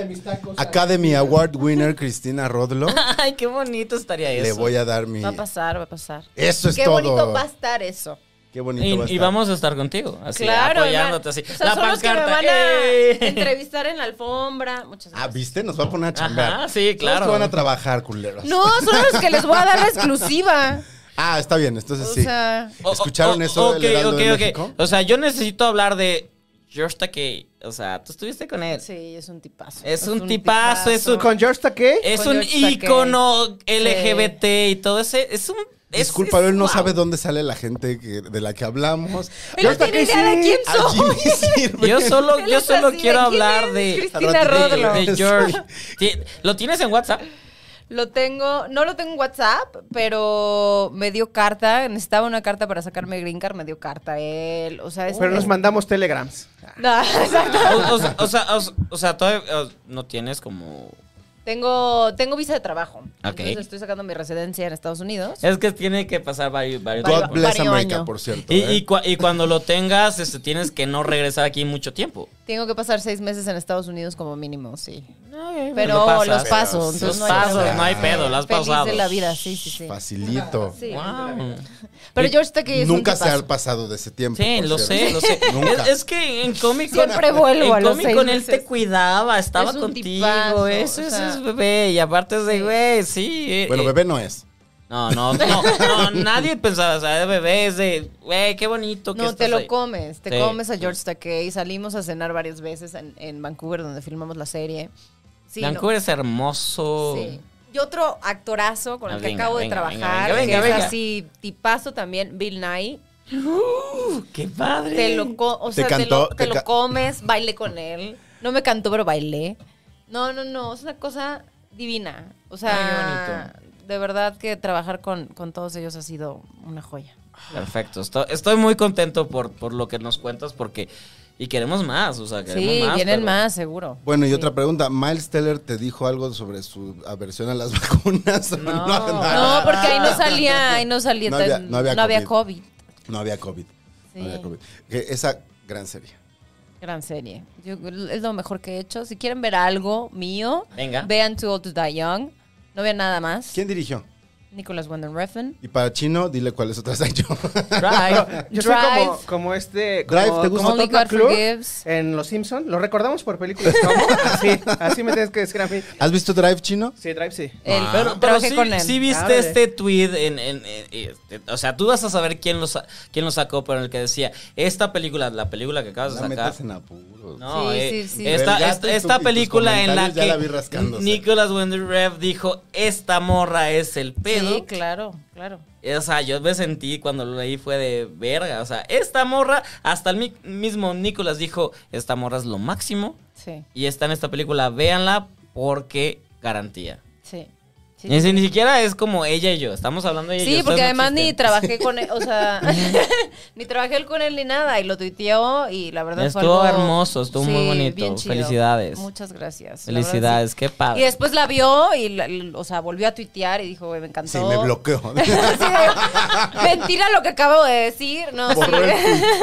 [SPEAKER 2] Academy Award winner Cristina Rodlo
[SPEAKER 1] Ay, qué bonito estaría eso.
[SPEAKER 2] le voy a dar mi
[SPEAKER 3] Va a pasar, va a pasar.
[SPEAKER 2] Eso es
[SPEAKER 3] Qué
[SPEAKER 2] todo.
[SPEAKER 3] bonito va a estar eso.
[SPEAKER 2] Qué bonito va a
[SPEAKER 1] Y,
[SPEAKER 2] estar.
[SPEAKER 1] y vamos a estar contigo, así,
[SPEAKER 3] claro.
[SPEAKER 1] apoyándote
[SPEAKER 3] hermano.
[SPEAKER 1] así.
[SPEAKER 3] O sea,
[SPEAKER 1] la
[SPEAKER 3] son los que me
[SPEAKER 1] pancarta.
[SPEAKER 3] van a
[SPEAKER 1] ¡eh!
[SPEAKER 3] entrevistar en la alfombra. Muchas
[SPEAKER 2] Ah,
[SPEAKER 3] gracias.
[SPEAKER 2] ¿viste? Nos va a poner a
[SPEAKER 1] Ajá,
[SPEAKER 2] chambear.
[SPEAKER 1] sí,
[SPEAKER 2] Son los
[SPEAKER 1] claro.
[SPEAKER 2] que van a trabajar, culeros.
[SPEAKER 3] No, son los que les voy a dar la exclusiva.
[SPEAKER 2] Ah, está bien, entonces
[SPEAKER 3] O
[SPEAKER 2] sí.
[SPEAKER 3] sea,
[SPEAKER 1] O- o-
[SPEAKER 2] ¿Escucharon
[SPEAKER 1] o-
[SPEAKER 2] eso del
[SPEAKER 1] ok,
[SPEAKER 2] Heraldo de
[SPEAKER 1] ok, ok.
[SPEAKER 2] México?
[SPEAKER 1] O sea, yo necesito hablar de George Takei. O sea, tú estuviste con él.
[SPEAKER 3] sí, es un tipazo.
[SPEAKER 1] Es un tipazo, es un-
[SPEAKER 4] ¿Con George Takei?
[SPEAKER 1] Es
[SPEAKER 3] Con
[SPEAKER 1] un
[SPEAKER 3] George Takei.
[SPEAKER 1] ícono LGBT y todo ese. Es un. Es,
[SPEAKER 2] Disculpa,
[SPEAKER 1] es-
[SPEAKER 2] él no
[SPEAKER 1] wow.
[SPEAKER 2] sabe dónde sale la gente que- de la que hablamos.
[SPEAKER 3] Él no
[SPEAKER 4] George
[SPEAKER 3] tiene
[SPEAKER 4] Takei
[SPEAKER 3] idea de
[SPEAKER 4] sí.
[SPEAKER 3] quién
[SPEAKER 2] A
[SPEAKER 3] soy.
[SPEAKER 2] Jimmy sirve.
[SPEAKER 1] Yo solo,
[SPEAKER 3] Él
[SPEAKER 1] yo
[SPEAKER 3] es
[SPEAKER 1] solo
[SPEAKER 3] así de,
[SPEAKER 1] quiero
[SPEAKER 3] ¿quién
[SPEAKER 1] hablar
[SPEAKER 3] es
[SPEAKER 1] de,
[SPEAKER 3] Cristina
[SPEAKER 2] de-
[SPEAKER 3] Rodlo.
[SPEAKER 1] de George. Ti- ¿Lo tienes en WhatsApp?
[SPEAKER 3] Lo tengo, no lo tengo en WhatsApp, pero me dio carta. Necesitaba una carta para sacarme green card, me dio carta él. O sea, es.
[SPEAKER 4] Pero nos mandamos telegrams.
[SPEAKER 3] No, exacto.
[SPEAKER 1] O, o sea- o sea, o- o sea, todavía o- no tienes como.
[SPEAKER 3] Tengo, tengo visa de trabajo.
[SPEAKER 1] Ok. Eh.
[SPEAKER 3] Entonces estoy sacando mi residencia en Estados Unidos.
[SPEAKER 1] Es que tiene que pasar varios. varios
[SPEAKER 3] Vario-
[SPEAKER 2] God bless
[SPEAKER 3] vario
[SPEAKER 2] America,
[SPEAKER 3] año.
[SPEAKER 2] por cierto.
[SPEAKER 1] Y,
[SPEAKER 2] ¿eh?
[SPEAKER 1] y cua- y cuando lo tengas, este, tienes que no regresar aquí mucho tiempo.
[SPEAKER 3] Tengo que pasar seis meses en Estados Unidos como mínimo, sí.
[SPEAKER 1] Pero
[SPEAKER 3] Pero
[SPEAKER 1] pasas.
[SPEAKER 3] los paso. entonces
[SPEAKER 1] Los
[SPEAKER 3] no hay
[SPEAKER 1] pasos,
[SPEAKER 3] problema.
[SPEAKER 1] no hay pedo, las has
[SPEAKER 3] Feliz
[SPEAKER 1] pasado. Mm.
[SPEAKER 3] de la vida, sí, sí, sí.
[SPEAKER 2] Facilito.
[SPEAKER 3] Sí.
[SPEAKER 1] Wow.
[SPEAKER 3] Pero George Takei es un
[SPEAKER 2] Nunca se ha
[SPEAKER 3] tipazo.
[SPEAKER 2] pasado de ese tiempo.
[SPEAKER 1] Sí,
[SPEAKER 2] por
[SPEAKER 1] lo
[SPEAKER 2] cierto.
[SPEAKER 1] sé, lo sé.
[SPEAKER 2] Nunca.
[SPEAKER 1] Es, es que en Comic Con.
[SPEAKER 3] Siempre vuelvo a
[SPEAKER 1] En
[SPEAKER 3] los
[SPEAKER 1] Comic
[SPEAKER 3] seis
[SPEAKER 1] Con él
[SPEAKER 3] meses.
[SPEAKER 1] te cuidaba, estaba
[SPEAKER 3] Es un
[SPEAKER 1] contigo.
[SPEAKER 3] tipazo,
[SPEAKER 1] ese
[SPEAKER 3] o
[SPEAKER 1] ese
[SPEAKER 3] sea.
[SPEAKER 1] es bebé. Y aparte es de güey, sí. eh,
[SPEAKER 2] Bueno,
[SPEAKER 1] eh,
[SPEAKER 2] bebé no es.
[SPEAKER 1] No, no, no, no, nadie pensaba, o sea, de bebé es de, güey, qué bonito que
[SPEAKER 3] No, te
[SPEAKER 1] estás
[SPEAKER 3] lo
[SPEAKER 1] ahí.
[SPEAKER 3] comes, te
[SPEAKER 1] Sí.
[SPEAKER 3] comes a George Takei. Salimos a cenar varias veces en, en Vancouver, donde filmamos la serie. Sí, no,
[SPEAKER 1] Vancouver es hermoso.
[SPEAKER 3] sí. Y otro actorazo con
[SPEAKER 1] Ah,
[SPEAKER 3] el que
[SPEAKER 1] venga,
[SPEAKER 3] acabo de
[SPEAKER 1] venga,
[SPEAKER 3] trabajar,
[SPEAKER 1] venga, venga,
[SPEAKER 3] que es
[SPEAKER 1] venga.
[SPEAKER 3] así tipazo también, Bill Nye.
[SPEAKER 1] Uh, qué padre.
[SPEAKER 3] Te lo, co- o
[SPEAKER 2] Te
[SPEAKER 3] sea, te
[SPEAKER 2] cantó,
[SPEAKER 3] lo-
[SPEAKER 2] te
[SPEAKER 3] te lo
[SPEAKER 2] ca-
[SPEAKER 3] comes, bailé con él. No me cantó, pero bailé. No, no, no, es una cosa divina. O sea, de verdad que trabajar con, con todos ellos ha sido una joya.
[SPEAKER 1] Perfecto, estoy, estoy muy contento por, por lo que nos cuentas porque, y queremos más, o sea, queremos
[SPEAKER 3] Sí,
[SPEAKER 1] más.
[SPEAKER 3] vienen
[SPEAKER 1] pero-
[SPEAKER 3] más, seguro.
[SPEAKER 2] Bueno, y
[SPEAKER 3] Sí.
[SPEAKER 2] otra pregunta. ¿Miles Teller te dijo algo sobre su aversión a las vacunas?
[SPEAKER 1] No.
[SPEAKER 3] No, porque ahí no salía, ahí no salía,
[SPEAKER 2] Ah, No había-
[SPEAKER 3] tan-
[SPEAKER 2] no había
[SPEAKER 3] COVID.
[SPEAKER 2] No había COVID.
[SPEAKER 3] Sí.
[SPEAKER 2] No había COVID. Que esa gran serie.
[SPEAKER 3] Gran serie. Yo- es lo mejor que he hecho. Si quieren ver algo mío,
[SPEAKER 1] Venga.
[SPEAKER 3] vean Too Old to Die Young. No vean nada más.
[SPEAKER 2] ¿Quién dirigió?
[SPEAKER 3] Nicholas Winding Refn.
[SPEAKER 2] Y para Chino, dile cuáles otras hay yo.
[SPEAKER 1] Drive.
[SPEAKER 4] Yo soy como,
[SPEAKER 3] Drive.
[SPEAKER 4] como este.
[SPEAKER 2] Drive,
[SPEAKER 4] como-
[SPEAKER 2] ¿te gusta?
[SPEAKER 4] como
[SPEAKER 3] Only
[SPEAKER 4] Todd
[SPEAKER 3] God
[SPEAKER 4] McClure
[SPEAKER 3] Forgives.
[SPEAKER 4] En Los Simpsons. Lo recordamos por películas. ¿cómo? Así, así me tienes que decir a mí.
[SPEAKER 2] ¿Has visto Drive Chino?
[SPEAKER 4] Sí, Drive sí.
[SPEAKER 3] Él,
[SPEAKER 1] Pero, pero
[SPEAKER 3] trabajé
[SPEAKER 1] sí,
[SPEAKER 3] con él.
[SPEAKER 1] sí viste
[SPEAKER 4] Órale.
[SPEAKER 1] este tweet en, en- en- este, o sea, tú vas a saber quién lo, sa- quién lo sacó, pero en el que decía, esta película, la película que acabas de
[SPEAKER 2] La
[SPEAKER 1] sacar.
[SPEAKER 2] metas en apuros.
[SPEAKER 1] No,
[SPEAKER 3] Sí,
[SPEAKER 1] eh,
[SPEAKER 3] sí, sí.
[SPEAKER 1] Esta,
[SPEAKER 2] Del gato
[SPEAKER 1] esta-
[SPEAKER 2] y tu-
[SPEAKER 1] esta
[SPEAKER 2] y tus
[SPEAKER 1] película en la
[SPEAKER 2] comentarios ya
[SPEAKER 1] que
[SPEAKER 2] la vi rascándose.
[SPEAKER 1] Nicholas Winding Refn dijo, esta morra es el pedo. pedo.
[SPEAKER 3] Sí, claro, claro.
[SPEAKER 1] O sea, yo me sentí cuando lo leí fue de verga. O sea, esta morra, hasta el mi- mismo Nicolás dijo, esta morra es lo máximo.
[SPEAKER 3] Sí,
[SPEAKER 1] Y está en esta película, véanla porque garantía.
[SPEAKER 3] sí. Sí,
[SPEAKER 1] Y si ni siquiera es como ella y yo, estamos hablando de ella y yo,
[SPEAKER 3] Sí,
[SPEAKER 1] ustedes
[SPEAKER 3] porque
[SPEAKER 1] no
[SPEAKER 3] además ni
[SPEAKER 1] existen.
[SPEAKER 3] trabajé con él, o sea, ni trabajé él con él ni nada, y lo tuiteó y la verdad fue
[SPEAKER 1] Estuvo
[SPEAKER 3] algo-
[SPEAKER 1] hermoso, estuvo muy bonito.
[SPEAKER 3] bien chido.
[SPEAKER 1] Felicidades.
[SPEAKER 3] Muchas gracias. la verdad,
[SPEAKER 1] Felicidades,
[SPEAKER 3] sí.
[SPEAKER 1] qué padre.
[SPEAKER 3] Y después la vio y, la- l- o sea, volvió a tuitear y dijo, güey, me encantó.
[SPEAKER 2] Sí, me bloqueó.
[SPEAKER 3] Sí, de- Mentira lo que acabo de decir. No, sí.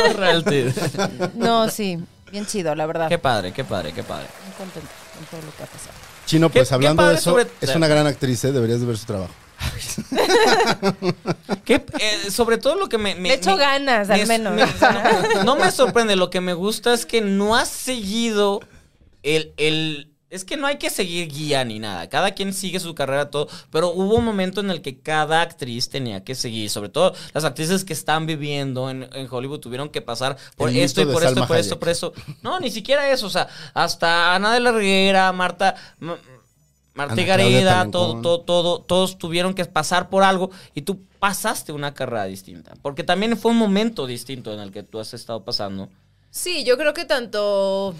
[SPEAKER 2] Borró el tweet.
[SPEAKER 1] Realmente.
[SPEAKER 3] No, sí. Bien chido, la verdad.
[SPEAKER 1] qué padre, qué padre, qué padre.
[SPEAKER 3] Muy contenta con todo lo que ha pasado.
[SPEAKER 2] Chino,
[SPEAKER 1] Qué-
[SPEAKER 2] pues
[SPEAKER 1] qué
[SPEAKER 2] hablando
[SPEAKER 1] padre
[SPEAKER 2] de eso,
[SPEAKER 1] sobre-
[SPEAKER 2] es una gran actriz, ¿eh? deberías de ver su trabajo.
[SPEAKER 1] Que, eh, sobre todo lo que me... me
[SPEAKER 3] Le echo
[SPEAKER 1] me-
[SPEAKER 3] ganas, al menos.
[SPEAKER 1] me- no, no me sorprende, lo que me gusta es que no has seguido el... el es que no hay que seguir guía ni nada. Cada quien sigue su carrera, todo. Pero hubo un momento en el que cada actriz tenía que seguir. Sobre todo las actrices que están viviendo en, en Hollywood tuvieron que pasar por
[SPEAKER 2] El
[SPEAKER 1] esto y
[SPEAKER 2] mito de
[SPEAKER 1] por esto y
[SPEAKER 2] Salma
[SPEAKER 1] por esto,
[SPEAKER 2] Hayek.
[SPEAKER 1] por esto. No, ni siquiera eso. O sea, hasta Ana de la Reguera, Marta. Ma- Marta
[SPEAKER 2] Ana
[SPEAKER 1] y
[SPEAKER 2] Claudia
[SPEAKER 1] Gareda,
[SPEAKER 2] Talencón.
[SPEAKER 1] todo, todo, todo, todos tuvieron que pasar por algo y tú pasaste una carrera distinta. Porque también fue un momento distinto en el que tú has estado pasando.
[SPEAKER 3] Sí, yo creo que tanto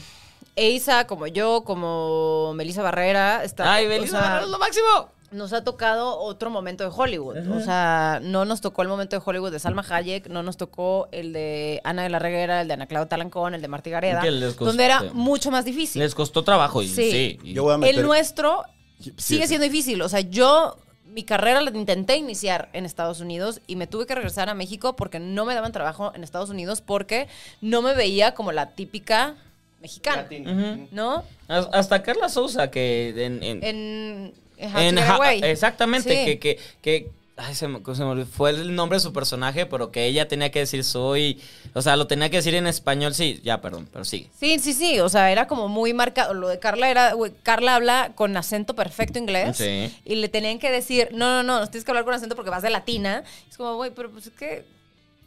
[SPEAKER 3] Eisa como yo, como Melissa Barrera, está.
[SPEAKER 1] ¡Ay,
[SPEAKER 3] o
[SPEAKER 1] Belisa,
[SPEAKER 3] sea,
[SPEAKER 1] Barrera es lo máximo!
[SPEAKER 3] nos ha tocado otro momento de Hollywood. O sea, no nos tocó el momento de Hollywood de Salma Hayek, no nos tocó el de Ana de la Reguera, el de Ana Clau Talancón, el de Martí Gareda,
[SPEAKER 1] Que les costó.
[SPEAKER 3] donde era mucho más difícil.
[SPEAKER 1] Les costó trabajo y sí.
[SPEAKER 3] Sí.
[SPEAKER 1] y-
[SPEAKER 2] Yo voy a meter...
[SPEAKER 3] El nuestro
[SPEAKER 2] Sí,
[SPEAKER 3] sigue
[SPEAKER 2] sí.
[SPEAKER 3] siendo difícil. O sea, yo mi carrera la intenté iniciar en Estados Unidos y me tuve que regresar a México porque no me daban trabajo en Estados Unidos porque no me veía como la típica mexicana,
[SPEAKER 1] Ujú.
[SPEAKER 3] ¿no?
[SPEAKER 1] Has- Hasta Carla Sousa, que en... en-
[SPEAKER 3] En, en How to
[SPEAKER 1] en
[SPEAKER 3] Get
[SPEAKER 1] Ja-
[SPEAKER 3] Away.
[SPEAKER 1] exactamente,
[SPEAKER 3] Sí.
[SPEAKER 1] que... que, que ay, se me- se me olvidó, fue el nombre de su personaje, pero que ella tenía que decir soy... O sea, lo tenía que decir en español, sí. Ya, perdón, pero sí.
[SPEAKER 3] Sí, sí, sí. O sea, era como muy marcado. Lo de Carla era, güey, Carla habla con acento perfecto inglés.
[SPEAKER 1] Sí.
[SPEAKER 3] Y le tenían que decir, no, no, no, nos tienes que hablar con acento porque vas de latina. Es como, güey, pero pues es que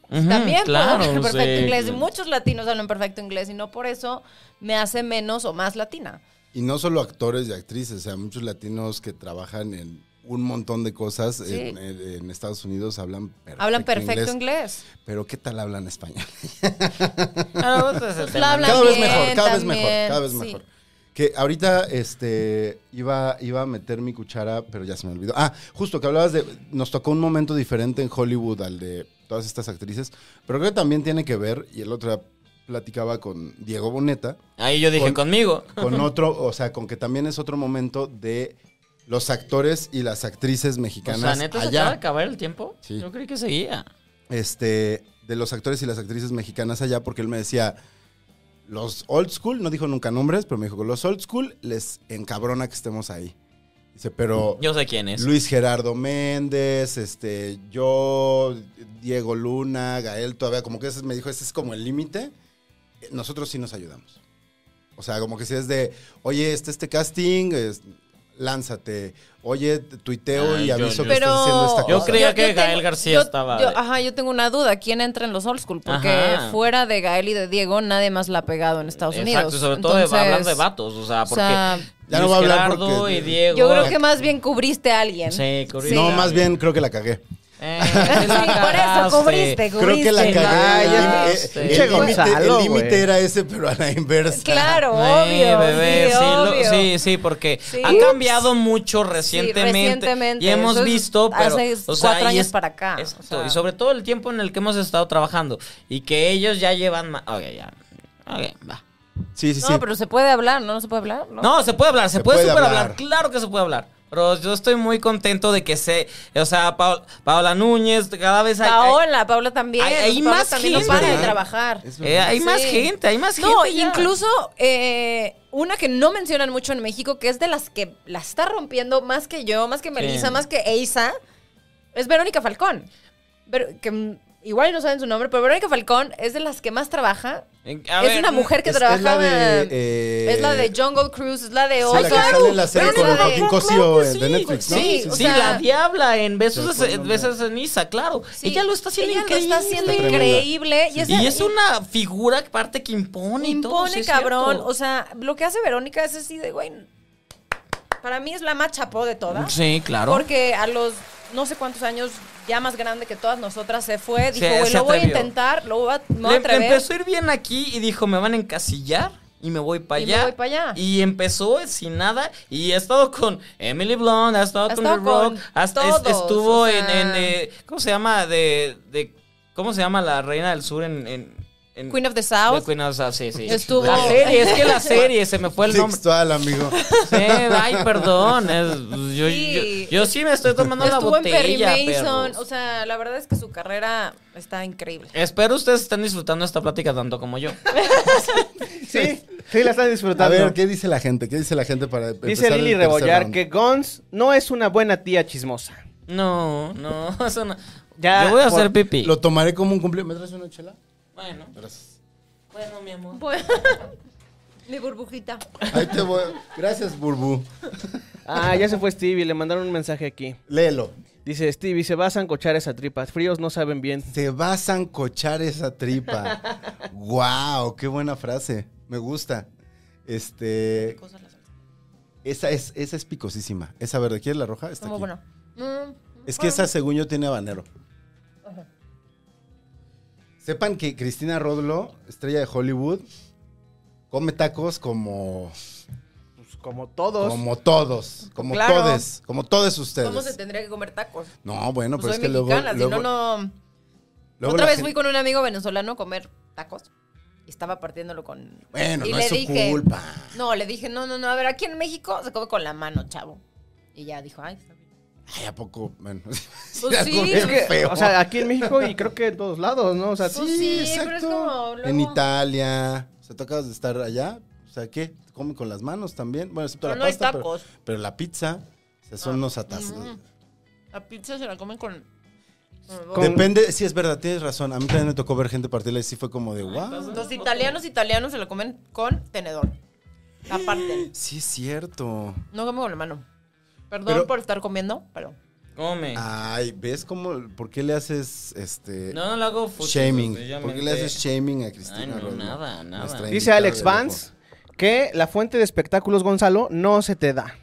[SPEAKER 3] también puedo hablar perfecto inglés. Y muchos latinos hablan perfecto inglés y no por eso me hace menos o más latina.
[SPEAKER 2] Y no solo actores y actrices, o sea, muchos latinos que trabajan en un montón de cosas
[SPEAKER 3] Sí.
[SPEAKER 2] en, en- en Estados Unidos hablan perfecto,
[SPEAKER 3] Hablan perfecto inglés.
[SPEAKER 2] Pero ¿qué tal hablan español?
[SPEAKER 1] Ah,
[SPEAKER 3] Pues la hablan
[SPEAKER 2] Cada vez
[SPEAKER 3] bien
[SPEAKER 2] mejor, cada vez
[SPEAKER 3] también,
[SPEAKER 2] mejor, cada vez
[SPEAKER 3] sí.
[SPEAKER 2] mejor. Que ahorita este, iba, iba a meter mi cuchara, pero ya se me olvidó. Ah, justo que hablabas de. Nos tocó un momento diferente en Hollywood al de todas estas actrices, pero creo que también tiene que ver, y el otro día platicaba con Diego Boneta,
[SPEAKER 1] Ahí yo dije,
[SPEAKER 2] Con-
[SPEAKER 1] conmigo.
[SPEAKER 2] con otro, o sea, con que también es otro momento de los actores y las actrices
[SPEAKER 1] O
[SPEAKER 2] mexicanas
[SPEAKER 1] sea, neta, se acaba de
[SPEAKER 2] allá.
[SPEAKER 1] acabar el tiempo.
[SPEAKER 2] Sí.
[SPEAKER 1] Yo creí que seguía.
[SPEAKER 2] Este, de los actores y las actrices mexicanas allá, porque él me decía, los old school, no dijo nunca nombres, pero me dijo, los old school les encabrona que estemos ahí. Dice, pero
[SPEAKER 1] Yo sé quién es.
[SPEAKER 2] Luis Gerardo Méndez, este, yo, Diego Luna, Gael, todavía como que ese- me dijo, ese es como el límite. Nosotros sí nos ayudamos. O sea, como que si es de, oye, este, este casting, es- lánzate. Oye, te- tuiteo
[SPEAKER 1] Ay,
[SPEAKER 2] y
[SPEAKER 1] yo- Ah, yo-
[SPEAKER 2] aviso que estás haciendo esta
[SPEAKER 1] Yo
[SPEAKER 2] cosa.
[SPEAKER 1] creía que Gael García
[SPEAKER 3] yo-
[SPEAKER 1] estaba
[SPEAKER 3] yo-
[SPEAKER 1] de-
[SPEAKER 3] ajá, yo tengo una duda. ¿Quién entra en los old school? Porque
[SPEAKER 1] Ajá.
[SPEAKER 3] fuera de Gael y de Diego, nadie más la ha pegado en Estados Unidos.
[SPEAKER 1] Exacto, sobre todo de-
[SPEAKER 3] Entonces,
[SPEAKER 1] hablando de vatos. O sea,
[SPEAKER 3] o
[SPEAKER 1] porque.
[SPEAKER 3] sea,
[SPEAKER 2] Ya no
[SPEAKER 1] Luis
[SPEAKER 2] voy a hablar
[SPEAKER 1] Gerardo
[SPEAKER 2] porque-
[SPEAKER 1] y Diego.
[SPEAKER 3] Yo creo que más bien cubriste a alguien.
[SPEAKER 1] Sí, cubrí-
[SPEAKER 3] Sí.
[SPEAKER 2] No, más bien creo que la cagué.
[SPEAKER 1] Eh,
[SPEAKER 3] Sí, por eso cubriste, cubriste.
[SPEAKER 2] Creo que la cagué.
[SPEAKER 4] Ay, Ah, ya
[SPEAKER 2] Eh,
[SPEAKER 1] sé.
[SPEAKER 2] eh,
[SPEAKER 4] Che,
[SPEAKER 2] el límite-
[SPEAKER 4] Gonzalo,
[SPEAKER 2] el límite
[SPEAKER 4] güey.
[SPEAKER 2] era ese, pero a la inversa.
[SPEAKER 3] Claro,
[SPEAKER 1] Sí,
[SPEAKER 3] obvio.
[SPEAKER 1] bebé,
[SPEAKER 3] sí,
[SPEAKER 1] sí, lo-
[SPEAKER 3] obvio.
[SPEAKER 1] sí, sí, porque
[SPEAKER 3] Sí.
[SPEAKER 1] ha
[SPEAKER 3] Ups.
[SPEAKER 1] cambiado mucho recientemente,
[SPEAKER 3] recientemente.
[SPEAKER 1] y hemos
[SPEAKER 3] Eso es
[SPEAKER 1] visto, pero
[SPEAKER 3] hace
[SPEAKER 1] o sea,
[SPEAKER 3] cuatro
[SPEAKER 1] y
[SPEAKER 3] años para acá, o
[SPEAKER 1] Exacto,
[SPEAKER 3] sea.
[SPEAKER 1] y sobre todo el tiempo en el que hemos estado trabajando y que ellos ya llevan más, ok, ya, ok, va.
[SPEAKER 2] Sí, sí, sí.
[SPEAKER 3] No, pero se puede hablar, ¿no? No se puede hablar. No,
[SPEAKER 1] No, se puede hablar, se,
[SPEAKER 2] Se
[SPEAKER 1] puede,
[SPEAKER 2] puede
[SPEAKER 1] super hablar.
[SPEAKER 2] hablar.
[SPEAKER 1] claro que se puede hablar. Pero yo estoy muy contento de que se, o sea, Pao- Paola Núñez, cada vez hay, hay-
[SPEAKER 3] Paola, Paola también.
[SPEAKER 1] Hay- hay
[SPEAKER 3] Paola
[SPEAKER 1] más
[SPEAKER 3] también
[SPEAKER 1] gente.
[SPEAKER 3] no para de
[SPEAKER 2] ¿Verdad?
[SPEAKER 3] trabajar.
[SPEAKER 2] Es
[SPEAKER 1] eh, hay más
[SPEAKER 3] Sí.
[SPEAKER 1] gente, hay más gente.
[SPEAKER 3] No,
[SPEAKER 1] ya.
[SPEAKER 3] incluso eh, una que no mencionan mucho en México, que es de las que la está rompiendo más que yo, más que Melissa, más que Eisa, es Verónica Falcón. Ver- que mm, igual no saben su nombre, pero Verónica Falcón es de las que más trabaja.
[SPEAKER 1] Eh, a
[SPEAKER 3] es
[SPEAKER 1] ver,
[SPEAKER 3] una mujer que
[SPEAKER 2] es- es la
[SPEAKER 3] trabajaba.
[SPEAKER 2] de, eh,
[SPEAKER 3] es la de Jungle Cruise, es la de
[SPEAKER 2] Sí,
[SPEAKER 3] Oz.
[SPEAKER 2] la que sale en la serie
[SPEAKER 3] Pero
[SPEAKER 2] con
[SPEAKER 3] no la de-
[SPEAKER 2] Joaquín
[SPEAKER 1] Claro
[SPEAKER 2] Cosío
[SPEAKER 1] que
[SPEAKER 2] eh, de
[SPEAKER 1] sí,
[SPEAKER 2] Netflix, ¿no?
[SPEAKER 3] sí,
[SPEAKER 1] Sí,
[SPEAKER 3] o
[SPEAKER 1] sí,
[SPEAKER 3] sea-
[SPEAKER 1] la diabla en Besos,
[SPEAKER 2] Se me fue el
[SPEAKER 1] en
[SPEAKER 2] nombre.
[SPEAKER 1] Besos en Niza, claro.
[SPEAKER 3] Sí,
[SPEAKER 1] ella lo está haciendo
[SPEAKER 3] ella
[SPEAKER 1] increíble.
[SPEAKER 3] lo está haciendo
[SPEAKER 2] Está tremenda.
[SPEAKER 3] increíble. Y, es,
[SPEAKER 1] Y es una figura parte que impone y todo.
[SPEAKER 3] impone
[SPEAKER 1] sí es
[SPEAKER 3] cabrón.
[SPEAKER 1] cierto.
[SPEAKER 3] O sea, lo que hace Verónica es así de, güey, para mí es la más chapó de todas.
[SPEAKER 1] sí, claro.
[SPEAKER 3] Porque a los no sé cuántos años, ya más grande que todas nosotras, se fue.
[SPEAKER 1] Se-
[SPEAKER 3] Dijo, güey,
[SPEAKER 1] se
[SPEAKER 3] lo voy a
[SPEAKER 1] atrevió.
[SPEAKER 3] intentar, lo voy a, me voy a
[SPEAKER 1] Le, le
[SPEAKER 3] atrever.
[SPEAKER 1] empezó a ir bien aquí y dijo, me van a encasillar y me voy para
[SPEAKER 3] Y
[SPEAKER 1] allá.
[SPEAKER 3] me voy pa' allá.
[SPEAKER 1] Y empezó sin nada y ha estado con Emily Blunt, ha estado
[SPEAKER 3] Ha
[SPEAKER 1] con The
[SPEAKER 3] estado con
[SPEAKER 1] Rock, ha est- es-
[SPEAKER 3] todos,
[SPEAKER 1] estuvo
[SPEAKER 3] o
[SPEAKER 1] en,
[SPEAKER 3] sea.
[SPEAKER 1] en, eh, ¿cómo se llama? De, de- ¿cómo se llama la reina del sur en... en- en-
[SPEAKER 3] Queen of the South.
[SPEAKER 1] de Queen of the South, sí, sí.
[SPEAKER 3] Estuvo-
[SPEAKER 1] La serie, es que la serie, se me fue el nombre.
[SPEAKER 2] Sexual, amigo.
[SPEAKER 1] Sí, ay, perdón. es- yo,
[SPEAKER 3] Sí.
[SPEAKER 1] yo- yo sí me estoy tomando la
[SPEAKER 3] Estuvo en
[SPEAKER 1] botella,
[SPEAKER 3] Perry Mason.
[SPEAKER 1] perros.
[SPEAKER 3] O sea, la verdad es que su carrera está increíble.
[SPEAKER 1] Espero ustedes estén disfrutando esta plática tanto como yo.
[SPEAKER 4] Sí, sí, la estás
[SPEAKER 2] A
[SPEAKER 4] disfrutando.
[SPEAKER 2] ver, ¿qué dice la gente? ¿Qué dice la gente para
[SPEAKER 4] Dice
[SPEAKER 2] empezar el
[SPEAKER 4] Lili
[SPEAKER 2] tercer
[SPEAKER 4] Rebollar
[SPEAKER 2] round?
[SPEAKER 4] que Gons no es una buena tía chismosa.
[SPEAKER 1] No, no, eso no.
[SPEAKER 4] Ya,
[SPEAKER 1] yo voy a
[SPEAKER 4] por-
[SPEAKER 1] hacer pipí.
[SPEAKER 2] Lo tomaré como un cumplido. ¿Me traes una chela?
[SPEAKER 1] Bueno,
[SPEAKER 2] Gracias.
[SPEAKER 1] bueno, mi amor.
[SPEAKER 3] Bueno, mi burbujita.
[SPEAKER 2] Ahí te voy. Gracias, Burbu.
[SPEAKER 4] Ah, ya se fue Stevie, le mandaron un mensaje aquí.
[SPEAKER 2] Léelo.
[SPEAKER 4] Dice Stevie, se va a zancochar esa tripa. Fríos no saben bien.
[SPEAKER 2] Se va a zancochar esa tripa. ¡Wow! ¡Qué buena frase! Me gusta. Este. Esa es, esa es picosísima. Esa verde. ¿Quieres la roja? Está
[SPEAKER 3] Como
[SPEAKER 2] aquí.
[SPEAKER 3] bueno. Mm,
[SPEAKER 2] Es que esa, según yo, tiene habanero. Sepan que Cristina Rodlo, estrella de Hollywood, come tacos como,
[SPEAKER 4] Pues como todos.
[SPEAKER 2] como todos, como
[SPEAKER 3] Claro.
[SPEAKER 2] todes, como todos ustedes.
[SPEAKER 3] ¿Cómo se tendría que comer tacos?
[SPEAKER 2] No, bueno, pero
[SPEAKER 3] Pues
[SPEAKER 2] es
[SPEAKER 3] soy
[SPEAKER 2] que luego,
[SPEAKER 3] mexicana, si
[SPEAKER 2] luego-
[SPEAKER 3] no, no.
[SPEAKER 2] luego
[SPEAKER 3] Otra
[SPEAKER 2] la
[SPEAKER 3] vez
[SPEAKER 2] gente-
[SPEAKER 3] fui con un amigo venezolano a comer tacos y estaba partiéndolo con.
[SPEAKER 2] Bueno,
[SPEAKER 3] y
[SPEAKER 2] no
[SPEAKER 3] le
[SPEAKER 2] es su
[SPEAKER 3] dije-
[SPEAKER 2] culpa.
[SPEAKER 3] No, le dije, no, no, no, a ver, aquí en México se come con la mano, chavo. Y ya dijo, ay, está bien.
[SPEAKER 2] Ay, ¿a poco? Bueno,
[SPEAKER 3] Pues
[SPEAKER 2] algo
[SPEAKER 3] sí.
[SPEAKER 2] bien
[SPEAKER 4] Es que,
[SPEAKER 2] feo.
[SPEAKER 4] o sea, aquí en México y creo que en todos lados, ¿no? O sea,
[SPEAKER 3] Pues sí, pero es como luego-
[SPEAKER 2] En Italia. O sea, tú acabas de estar allá. O sea, ¿qué? Comen con las manos también. Bueno, excepto
[SPEAKER 3] Pero
[SPEAKER 2] la
[SPEAKER 3] no hay
[SPEAKER 2] pasta. pero-
[SPEAKER 3] tacos. Ah.
[SPEAKER 2] Pero, la pizza. O sea, son unos atas.
[SPEAKER 3] ujú. La pizza se la comen con.
[SPEAKER 4] Con-
[SPEAKER 2] Depende, sí es verdad, tienes razón. A mí también me tocó ver gente partirla y sí fue como de wow.
[SPEAKER 3] Los italianos, italianos se la comen con tenedor. Aparte.
[SPEAKER 2] Sí es cierto.
[SPEAKER 3] No come con la mano. Perdón
[SPEAKER 2] Pero-
[SPEAKER 3] por estar comiendo, pero.
[SPEAKER 1] Come.
[SPEAKER 2] Ay, ¿ves cómo? ¿Por qué le haces este
[SPEAKER 1] no, no lo hago fútbol.
[SPEAKER 2] shaming? ¿Por qué le haces shaming a Cristina?
[SPEAKER 1] Ay, no,
[SPEAKER 2] Rodríguez?
[SPEAKER 1] nada, nada.
[SPEAKER 2] Nuestra
[SPEAKER 4] Dice
[SPEAKER 2] invitada
[SPEAKER 4] Alex
[SPEAKER 2] de
[SPEAKER 4] Vance
[SPEAKER 2] lujo.
[SPEAKER 4] que la fuente de espectáculos, Gonzalo, no se te da.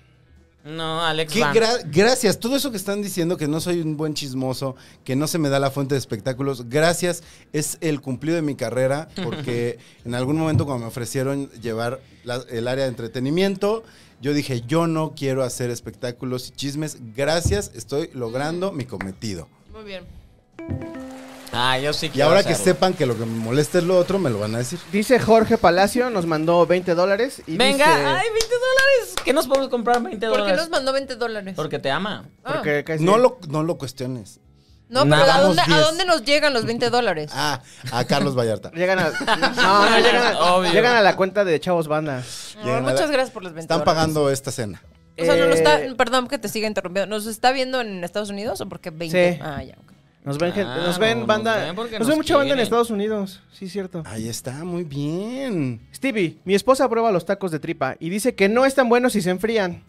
[SPEAKER 1] No, Alex
[SPEAKER 2] Qué
[SPEAKER 1] Van.
[SPEAKER 2] gra- gracias, todo eso que están diciendo que no soy un buen chismoso, que no se me da la fuente de espectáculos, gracias, es el cumplido de mi carrera, porque en algún momento cuando me ofrecieron llevar la- el área de entretenimiento, yo dije, yo no quiero hacer espectáculos y chismes, gracias, estoy logrando mi cometido.
[SPEAKER 3] Muy bien.
[SPEAKER 1] Ah, yo sí
[SPEAKER 2] Y
[SPEAKER 1] quiero
[SPEAKER 2] ahora que
[SPEAKER 1] hacerlo.
[SPEAKER 2] sepan que lo que me molesta es lo otro, me lo van a decir.
[SPEAKER 4] Dice Jorge Palacio, nos mandó 20 dólares. y
[SPEAKER 1] Venga,
[SPEAKER 4] dice-
[SPEAKER 1] ay, 20 dólares. ¿Qué nos podemos comprar 20
[SPEAKER 3] ¿Por qué
[SPEAKER 1] dólares?
[SPEAKER 3] nos mandó 20 dólares?
[SPEAKER 1] Porque te ama.
[SPEAKER 3] Ah,
[SPEAKER 4] Porque casi-
[SPEAKER 2] No lo, no lo cuestiones.
[SPEAKER 3] no, pero ¿a
[SPEAKER 1] Nadamos
[SPEAKER 3] dónde, ¿a
[SPEAKER 2] 10.
[SPEAKER 3] dónde nos llegan los 20 dólares?
[SPEAKER 2] Ah, a Carlos Vallarta.
[SPEAKER 4] Llegan a, no, no, llegan, a,
[SPEAKER 1] Obvio.
[SPEAKER 4] llegan a la cuenta de Chavos Banda.
[SPEAKER 3] No,
[SPEAKER 2] Llegan a la-
[SPEAKER 3] Ah, muchas gracias por los 20
[SPEAKER 2] Están
[SPEAKER 3] dólares.
[SPEAKER 2] pagando esta cena.
[SPEAKER 3] O sea, no lo
[SPEAKER 4] Eh,
[SPEAKER 3] está, perdón que te siga interrumpiendo. ¿Nos está viendo en Estados Unidos o porque 20?
[SPEAKER 4] Sí.
[SPEAKER 3] Ah, ya, ok.
[SPEAKER 4] Nos ven, gente-
[SPEAKER 1] Claro,
[SPEAKER 4] nos ven
[SPEAKER 1] Ah, nos
[SPEAKER 4] banda.
[SPEAKER 1] ven
[SPEAKER 4] Nos
[SPEAKER 1] porque
[SPEAKER 4] ven,
[SPEAKER 1] nos
[SPEAKER 4] mucha banda en
[SPEAKER 1] quieren.
[SPEAKER 4] Estados Unidos. Sí, cierto.
[SPEAKER 2] Ahí está, muy bien.
[SPEAKER 4] Stevie, mi esposa prueba los tacos de tripa y dice que no están buenos si se enfrían.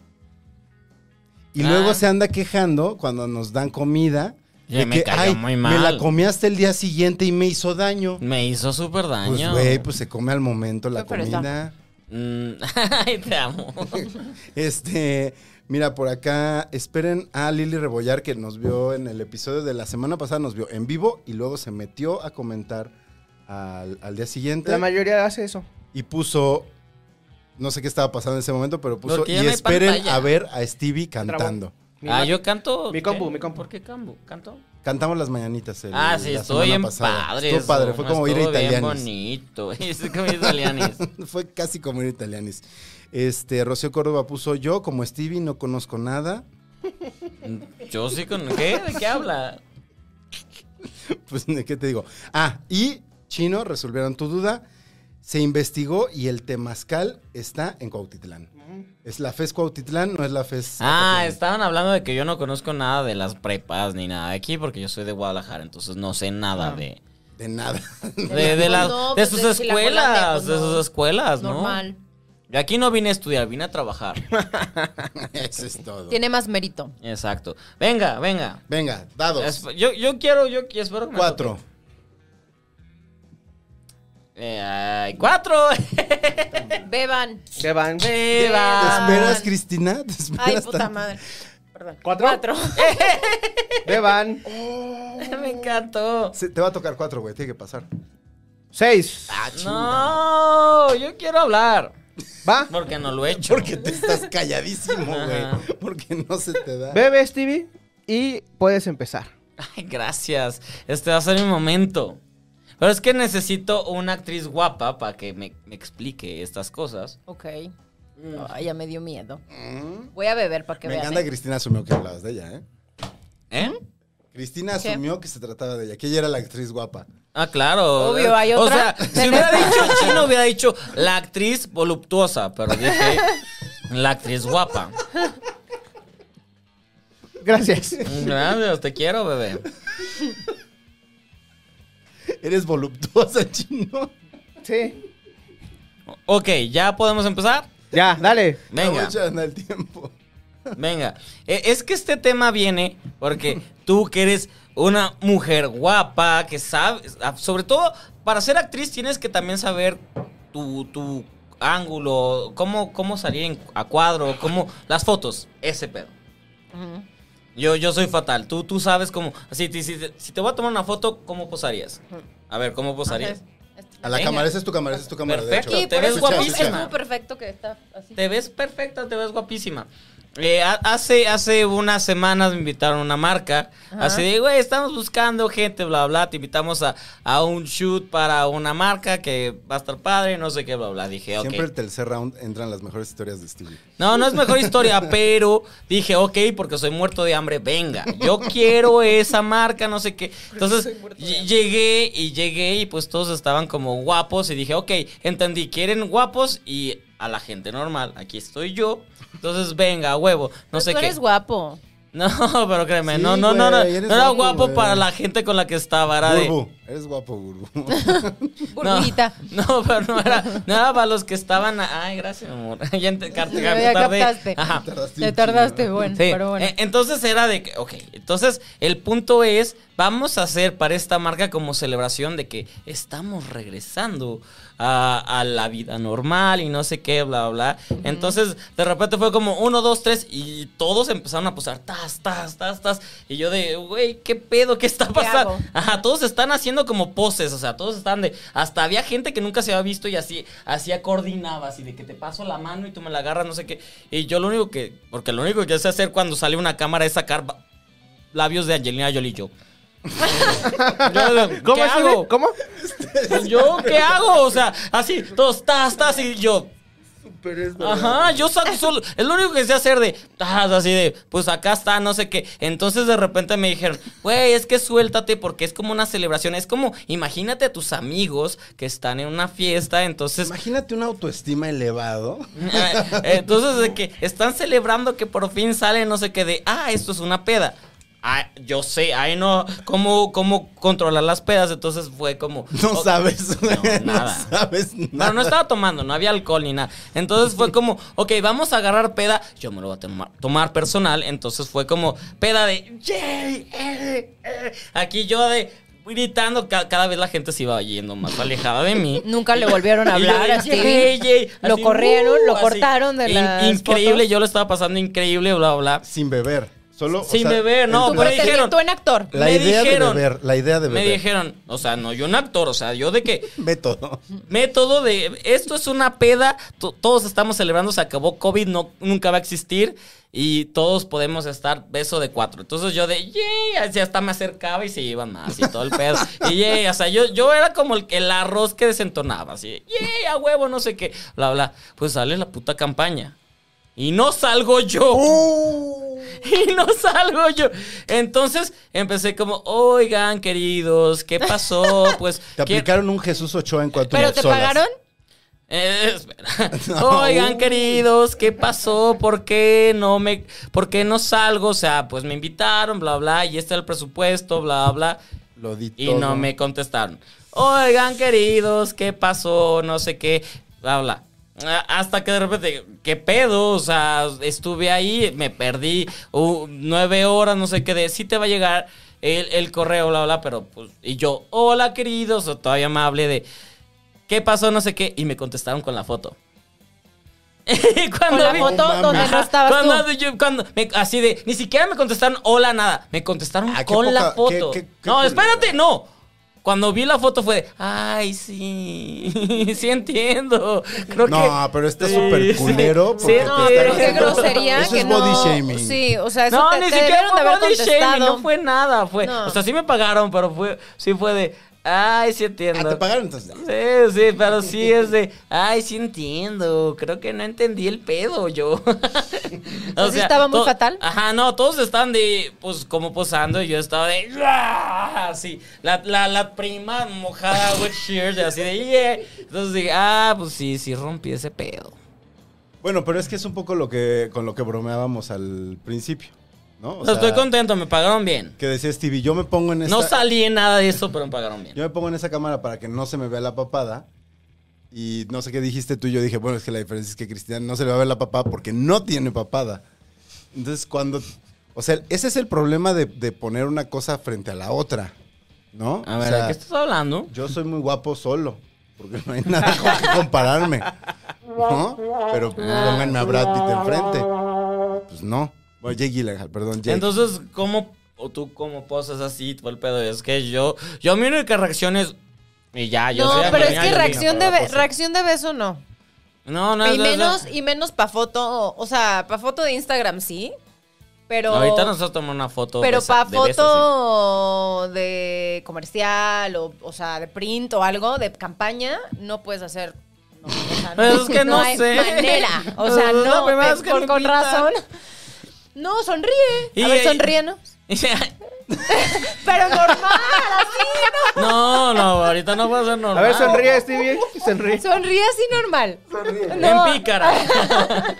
[SPEAKER 2] Y
[SPEAKER 1] Ah.
[SPEAKER 2] luego se anda quejando cuando nos dan comida.
[SPEAKER 1] Ya me cayó muy
[SPEAKER 2] Me la
[SPEAKER 1] mal".
[SPEAKER 2] comí hasta el día siguiente y me hizo daño.
[SPEAKER 1] Me hizo súper
[SPEAKER 2] Pues,
[SPEAKER 1] daño.
[SPEAKER 2] güey, pues se come al momento la
[SPEAKER 3] Pero está-
[SPEAKER 2] comida.
[SPEAKER 1] Mm, ay, te amo.
[SPEAKER 2] Este, mira, por acá, esperen a Lili Rebollar que nos vio en el episodio de la semana pasada, nos vio en vivo y luego se metió a comentar al, al día siguiente
[SPEAKER 4] La mayoría hace eso.
[SPEAKER 2] y puso, no sé qué estaba pasando en ese momento, pero puso,
[SPEAKER 1] Porque ya
[SPEAKER 2] y
[SPEAKER 1] no hay
[SPEAKER 2] esperen
[SPEAKER 1] pantalla".
[SPEAKER 2] a ver a Stevie cantando.
[SPEAKER 4] Mi
[SPEAKER 1] ah,
[SPEAKER 4] ma-
[SPEAKER 1] yo canto.
[SPEAKER 4] Mi compu,
[SPEAKER 1] ¿qué?
[SPEAKER 4] mi compu.
[SPEAKER 1] ¿Por qué cambo? ¿Canto?
[SPEAKER 2] Cantamos las mañanitas. el-
[SPEAKER 1] ah, sí,
[SPEAKER 2] la
[SPEAKER 1] estoy
[SPEAKER 2] semana
[SPEAKER 1] en
[SPEAKER 2] pasada.
[SPEAKER 1] padre.
[SPEAKER 2] Estuvo
[SPEAKER 1] eso,
[SPEAKER 2] padre, fue
[SPEAKER 1] no,
[SPEAKER 2] como ir a
[SPEAKER 1] estuvo bien
[SPEAKER 2] italianos.
[SPEAKER 1] bonito. Es como ir a italianis.
[SPEAKER 2] Fue casi como ir a italianis. Este, Rocío Córdoba puso yo, como Stevie, no conozco nada.
[SPEAKER 1] Yo sí con... ¿Qué? ¿De qué habla?
[SPEAKER 2] Pues, ¿qué te digo? Ah, y Chino, resolvieron tu duda. Se investigó y el temazcal está en Cuautitlán. Es la FES Cuautitlán, no es la FES.
[SPEAKER 1] Ah,
[SPEAKER 2] Zacatlán.
[SPEAKER 1] estaban hablando de que yo no conozco nada de las prepas ni nada de aquí porque yo soy de Guadalajara, entonces no sé nada de...
[SPEAKER 2] De nada.
[SPEAKER 1] De, de las, de
[SPEAKER 3] No, pues,
[SPEAKER 1] sus
[SPEAKER 3] de Chilacolate,
[SPEAKER 1] escuelas,
[SPEAKER 3] pues,
[SPEAKER 1] de
[SPEAKER 3] no.
[SPEAKER 1] sus escuelas, ¿no?
[SPEAKER 3] Normal.
[SPEAKER 1] Yo aquí no vine a estudiar, vine a trabajar.
[SPEAKER 2] Eso es todo.
[SPEAKER 3] Tiene más mérito.
[SPEAKER 1] Exacto. Venga, venga.
[SPEAKER 2] Venga, dados.
[SPEAKER 1] Esp- Yo, yo quiero, yo qui- espero que me
[SPEAKER 2] Cuatro.
[SPEAKER 1] toque. Eh, ay, cuatro.
[SPEAKER 3] Beban.
[SPEAKER 4] Que van.
[SPEAKER 1] Beba.
[SPEAKER 2] ¿Te esperas, Cristina? ¿Te
[SPEAKER 3] Ay,
[SPEAKER 2] esperas
[SPEAKER 3] puta
[SPEAKER 2] tanto?
[SPEAKER 3] madre. Perdón.
[SPEAKER 4] ¿Cuatro? Beban.
[SPEAKER 1] Me encantó.
[SPEAKER 2] Se- te va a tocar cuatro, güey. Tiene que pasar.
[SPEAKER 4] Seis.
[SPEAKER 1] Ah, No, yo quiero hablar.
[SPEAKER 4] ¿Va?
[SPEAKER 1] Porque Ah, no lo he hecho.
[SPEAKER 2] Porque te estás calladísimo,
[SPEAKER 1] Ajá.
[SPEAKER 2] güey. Porque no se te da.
[SPEAKER 4] Bebe, Stevie, y puedes empezar.
[SPEAKER 1] Ay, gracias. Este va a ser mi momento. Pero es que necesito una actriz guapa para que me, me explique estas cosas.
[SPEAKER 3] Ok. Ay, ya me dio miedo. Voy a beber para que
[SPEAKER 2] Me
[SPEAKER 3] vean.
[SPEAKER 2] encanta
[SPEAKER 3] ¿eh?
[SPEAKER 2] que Cristina asumió que hablabas de ella, ¿eh?
[SPEAKER 1] ¿Eh?
[SPEAKER 2] Cristina
[SPEAKER 3] ¿Qué?
[SPEAKER 2] asumió que se trataba de ella, que ella era la actriz guapa.
[SPEAKER 1] Ah, claro.
[SPEAKER 3] Obvio, hay
[SPEAKER 1] O
[SPEAKER 3] otra.
[SPEAKER 1] sea, si hubiera dicho chino, hubiera dicho la actriz voluptuosa, pero dije la actriz guapa.
[SPEAKER 4] Gracias.
[SPEAKER 1] Gracias, te quiero, bebé.
[SPEAKER 2] Eres voluptuosa, chino.
[SPEAKER 4] Sí.
[SPEAKER 1] Ok, ¿ya podemos empezar?
[SPEAKER 4] Ya, dale.
[SPEAKER 1] Venga.
[SPEAKER 2] Aprovechando el tiempo.
[SPEAKER 1] Venga, E- es que este tema viene porque tú que eres una mujer guapa, que sabes, ah, sobre todo para ser actriz tienes que también saber tu, tu ángulo, cómo, cómo salir en- a cuadro, cómo las fotos, ese pedo.
[SPEAKER 3] Ujú.
[SPEAKER 1] Yo, yo soy fatal, tú, tú sabes cómo, así, si, si, te- si te voy a tomar una foto, ¿cómo posarías? A ver, ¿cómo posarías?
[SPEAKER 2] A la
[SPEAKER 1] Venga.
[SPEAKER 2] cámara, esa es tu cámara, esa es tu cámara.
[SPEAKER 1] Perfecto,
[SPEAKER 2] de
[SPEAKER 3] Sí,
[SPEAKER 2] hecho.
[SPEAKER 1] te
[SPEAKER 3] por
[SPEAKER 1] ves
[SPEAKER 3] eso
[SPEAKER 2] Escucha,
[SPEAKER 3] estuvo-
[SPEAKER 1] guapísima.
[SPEAKER 3] estuvo perfecto que está así.
[SPEAKER 1] Te ves perfecta, te ves guapísima. Eh, ha- hace, hace unas semanas me invitaron a una marca. Así de, güey, estamos buscando gente, bla, bla. Te invitamos a, a un shoot para una marca que va a estar padre, no sé qué, bla, bla. Dije, ok.
[SPEAKER 2] Siempre el tercer round entran las mejores historias de Stevie.
[SPEAKER 1] No, no es mejor historia, pero dije, ok, porque soy muerto de hambre, venga, yo quiero esa marca, no sé qué. Entonces ll- llegué y llegué y pues todos estaban como guapos y dije, ok, entendí, quieren guapos y a la gente normal, aquí estoy yo. Entonces venga, a huevo, no sé
[SPEAKER 3] Tú
[SPEAKER 1] qué.
[SPEAKER 3] eres guapo.
[SPEAKER 1] No, pero créeme,
[SPEAKER 2] Sí,
[SPEAKER 1] no, no, no, no,
[SPEAKER 2] güey, eres
[SPEAKER 1] no era
[SPEAKER 2] guapo,
[SPEAKER 1] guapo
[SPEAKER 2] güey.
[SPEAKER 1] para la gente con la que estaba, era de...
[SPEAKER 2] Burbu, eres guapo, Burbu.
[SPEAKER 3] Burbujita.
[SPEAKER 1] No, no, pero no era, no era para los que estaban... a- Ay, gracias, mi amor. ya ent- car-
[SPEAKER 3] Ya
[SPEAKER 1] tardé.
[SPEAKER 3] captaste.
[SPEAKER 1] Ajá.
[SPEAKER 2] Tardaste
[SPEAKER 3] Te
[SPEAKER 2] un
[SPEAKER 3] tardaste,
[SPEAKER 2] chingo.
[SPEAKER 3] bueno,
[SPEAKER 1] Sí,
[SPEAKER 3] pero bueno.
[SPEAKER 1] eh, Entonces era de que, ok, entonces el punto es, vamos a hacer para esta marca como celebración de que estamos regresando a, a la vida normal y no sé qué, bla, bla, bla. Entonces de repente fue como uno, dos, tres y todos empezaron a posar, tas, tas, tas, tas. Y yo de, güey, ¿qué pedo? ¿Qué está pasando?
[SPEAKER 3] hago?
[SPEAKER 1] Ajá, todos están haciendo como poses, o sea, todos están de, hasta había gente que nunca se había visto y así, así coordinaba, así de que te paso la mano y tú me la agarras, no sé qué. Y yo lo único que, porque lo único que sé hacer cuando sale una cámara es sacar ba- labios de Angelina Jolie yo. Yo, ¿Qué
[SPEAKER 4] es,
[SPEAKER 1] hago?
[SPEAKER 4] Stevie? ¿Cómo?
[SPEAKER 1] Pues, ¿Yo qué hago? O sea, así, todos, tas, tas, y yo. Ajá, yo saco solo. Es lo único que sé hacer de. tas, así de, pues acá está, no sé qué. Entonces de repente me dijeron, güey, es que suéltate porque es como una celebración. Es como, imagínate a tus amigos que están en una fiesta, entonces.
[SPEAKER 2] Imagínate una autoestima elevado.
[SPEAKER 1] eh, Entonces de que están celebrando que por fin sale, no sé qué, de, ah, esto es una peda. Ah, yo sé, ay no, ¿cómo, cómo controlar las pedas? Entonces fue como...
[SPEAKER 2] No
[SPEAKER 1] oh,
[SPEAKER 2] sabes, güey. No,
[SPEAKER 1] nada.
[SPEAKER 2] sabes nada.
[SPEAKER 1] Pero no estaba tomando, no había alcohol ni nada. Entonces fue como, ok, vamos a agarrar peda. Yo me lo voy a tomar, tomar personal. Entonces fue como peda de, "Yay, eh, eh". aquí yo de gritando, ca- cada vez la gente se iba yendo más alejada de mí.
[SPEAKER 3] Nunca le volvieron a
[SPEAKER 1] Y yo
[SPEAKER 3] hablar
[SPEAKER 1] de,
[SPEAKER 3] a
[SPEAKER 1] "Yay,
[SPEAKER 3] Stevie.
[SPEAKER 1] yay",
[SPEAKER 3] Lo
[SPEAKER 1] así,
[SPEAKER 3] corrieron,
[SPEAKER 1] "Uh",
[SPEAKER 3] lo
[SPEAKER 1] así.
[SPEAKER 3] cortaron de
[SPEAKER 1] In-
[SPEAKER 3] las
[SPEAKER 1] Increíble,
[SPEAKER 3] fotos.
[SPEAKER 1] yo lo estaba pasando increíble, bla, bla.
[SPEAKER 2] Sin beber. Solo, o
[SPEAKER 1] Sin
[SPEAKER 2] sea,
[SPEAKER 1] beber, no,
[SPEAKER 2] el
[SPEAKER 3] Tú
[SPEAKER 1] pero
[SPEAKER 2] placer-
[SPEAKER 3] se
[SPEAKER 1] dijeron-
[SPEAKER 3] tú en actor.
[SPEAKER 2] La
[SPEAKER 1] me
[SPEAKER 2] idea
[SPEAKER 1] dijeron-
[SPEAKER 2] de beber, la idea de
[SPEAKER 1] Me
[SPEAKER 2] beber.
[SPEAKER 1] dijeron, o sea, no, yo un actor, o sea, yo de que
[SPEAKER 2] Ve todo.
[SPEAKER 1] método de esto es una peda, to- todos estamos celebrando, se acabó COVID, no, nunca va a existir y todos podemos estar beso de cuatro. Entonces yo de, yay, así hasta me acercaba y se iban más y todo el pedo. Y yay, o sea, yo, yo era como el, el arroz que desentonaba, así, yay, a huevo, no sé qué, bla, bla. Pues sale la puta campaña. Y no salgo yo. Y no salgo yo. Entonces empecé como, oigan, queridos, ¿qué pasó? Pues.
[SPEAKER 2] Te
[SPEAKER 1] quiero-
[SPEAKER 2] aplicaron un Jesús Ochoa en cuanto
[SPEAKER 3] ¿Pero te
[SPEAKER 2] solas.
[SPEAKER 3] pagaron?
[SPEAKER 1] eh, espera.
[SPEAKER 2] No.
[SPEAKER 1] Oigan, queridos, ¿qué pasó? ¿Por qué no me, por qué no salgo? O sea, pues me invitaron, bla, bla, y este era el presupuesto, bla, bla,
[SPEAKER 2] Lo di
[SPEAKER 1] y
[SPEAKER 2] todo. Ah,
[SPEAKER 1] no me contestaron. Oigan, queridos, ¿qué pasó? No sé qué, bla, bla. Ah, Hasta que de repente, ¿qué pedo? O sea, estuve ahí, me perdí uh, nueve horas, no sé qué, de sí te va a llegar el, el correo, bla, bla, pero pues, y yo, hola, queridos, o todavía amable de, ¿qué pasó? No sé qué. Y me contestaron con la foto. cuando
[SPEAKER 3] Con la
[SPEAKER 1] vi-
[SPEAKER 3] foto
[SPEAKER 2] No
[SPEAKER 3] donde
[SPEAKER 2] mames.
[SPEAKER 3] no estabas
[SPEAKER 1] cuando,
[SPEAKER 3] tú.
[SPEAKER 1] yo- cuando me- así de, ni siquiera me contestaron hola nada, me contestaron
[SPEAKER 2] Ah, qué
[SPEAKER 1] con la
[SPEAKER 2] poca- qué-
[SPEAKER 1] foto.
[SPEAKER 2] qué- qué
[SPEAKER 1] no,
[SPEAKER 2] culero.
[SPEAKER 1] espérate, no. Cuando vi la foto fue de, ay, sí, sí entiendo. Creo
[SPEAKER 2] No,
[SPEAKER 1] que
[SPEAKER 2] pero está
[SPEAKER 1] Sí,
[SPEAKER 2] súper
[SPEAKER 1] sí.
[SPEAKER 2] culero.
[SPEAKER 1] Sí,
[SPEAKER 2] porque te
[SPEAKER 1] no, pero
[SPEAKER 2] están
[SPEAKER 3] Pero qué
[SPEAKER 2] haciendo-
[SPEAKER 3] grosería
[SPEAKER 2] Eso
[SPEAKER 3] que
[SPEAKER 2] es
[SPEAKER 3] no.
[SPEAKER 2] body shaming.
[SPEAKER 3] Sí, o sea, eso
[SPEAKER 1] no,
[SPEAKER 3] te,
[SPEAKER 1] ni
[SPEAKER 3] te
[SPEAKER 1] siquiera
[SPEAKER 3] debieron
[SPEAKER 1] fue
[SPEAKER 3] de haber
[SPEAKER 1] body shaming,
[SPEAKER 3] contestado.
[SPEAKER 1] no fue nada, fue,
[SPEAKER 3] No.
[SPEAKER 1] o sea, sí me pagaron, pero fue sí fue de, ay, sí entiendo.
[SPEAKER 2] Ah, te pagaron entonces.
[SPEAKER 1] Sí, sí, pero sí es de, ay, sí entiendo, creo que no entendí el pedo yo. o
[SPEAKER 3] Pues sí estaba muy
[SPEAKER 1] to-
[SPEAKER 3] fatal.
[SPEAKER 1] Ajá, no, todos están de, pues, como posando, y yo estaba de, "Ah", así, la, la, la prima mojada, wet shears, así de, yeah. Entonces dije, ah, pues sí, sí rompí ese pedo.
[SPEAKER 2] Bueno, pero es que es un poco lo que con lo que bromeábamos al principio, ¿no? O
[SPEAKER 1] O
[SPEAKER 2] sea,
[SPEAKER 1] sea, estoy contento, me pagaron bien.
[SPEAKER 2] Que decía Stevie, yo me pongo en esta,
[SPEAKER 1] No salí en nada de eso, pero me pagaron bien.
[SPEAKER 2] yo me pongo en esa cámara para que no se me vea la papada. Y no sé qué dijiste tú, yo dije, bueno, es que la diferencia es que Cristian no se le va a ver la papada porque no tiene papada. Entonces, cuando... O sea, ese es el problema de, de poner una cosa frente a la otra, ¿no?
[SPEAKER 1] A
[SPEAKER 2] O
[SPEAKER 1] ver,
[SPEAKER 2] sea,
[SPEAKER 1] ¿de qué estás hablando?
[SPEAKER 2] Yo soy muy guapo solo, porque no hay nada con que compararme. ¿No? Pero
[SPEAKER 1] Ah.
[SPEAKER 2] pónganme a Brad Pitt enfrente. Pues no. Bueno, Jake Gyllenhaal, perdón, Jake.
[SPEAKER 1] Entonces, ¿cómo o tú cómo posas así? Todo el pedo es que yo, yo mi única reacción es y ya, yo
[SPEAKER 3] No,
[SPEAKER 1] soy
[SPEAKER 3] pero es
[SPEAKER 1] Angelina
[SPEAKER 3] que
[SPEAKER 1] Jolie,
[SPEAKER 3] reacción
[SPEAKER 1] pero
[SPEAKER 3] de,
[SPEAKER 1] la
[SPEAKER 3] be-
[SPEAKER 1] pose.
[SPEAKER 3] reacción de beso no.
[SPEAKER 1] No, no,
[SPEAKER 3] Y
[SPEAKER 1] no, no.
[SPEAKER 3] menos, y menos pa' foto. O sea, pa' foto de Instagram sí. Pero.
[SPEAKER 1] Ahorita nosotros tomamos una foto.
[SPEAKER 3] Pero
[SPEAKER 1] de esa-
[SPEAKER 3] pa'
[SPEAKER 1] de besos,
[SPEAKER 3] foto de comercial o, o sea, de print o algo, de campaña, no puedes hacer. No, o sea,
[SPEAKER 1] Pero es que no
[SPEAKER 3] hay
[SPEAKER 1] sé.
[SPEAKER 3] manera. O sea,
[SPEAKER 1] Es la
[SPEAKER 3] no.
[SPEAKER 1] primera
[SPEAKER 3] te-
[SPEAKER 1] vez que
[SPEAKER 3] por-
[SPEAKER 1] me
[SPEAKER 3] con
[SPEAKER 1] invitan.
[SPEAKER 3] razón. No, sonríe.
[SPEAKER 1] Y-
[SPEAKER 3] A ver, sonríenos.
[SPEAKER 1] sí.
[SPEAKER 3] Pero normal, así,
[SPEAKER 1] No, no, ahorita no puedo ser normal.
[SPEAKER 4] A ver, sonríe, Stevie. Sonríe.
[SPEAKER 3] ¿no? Sonríe así normal. No,
[SPEAKER 1] En pícara.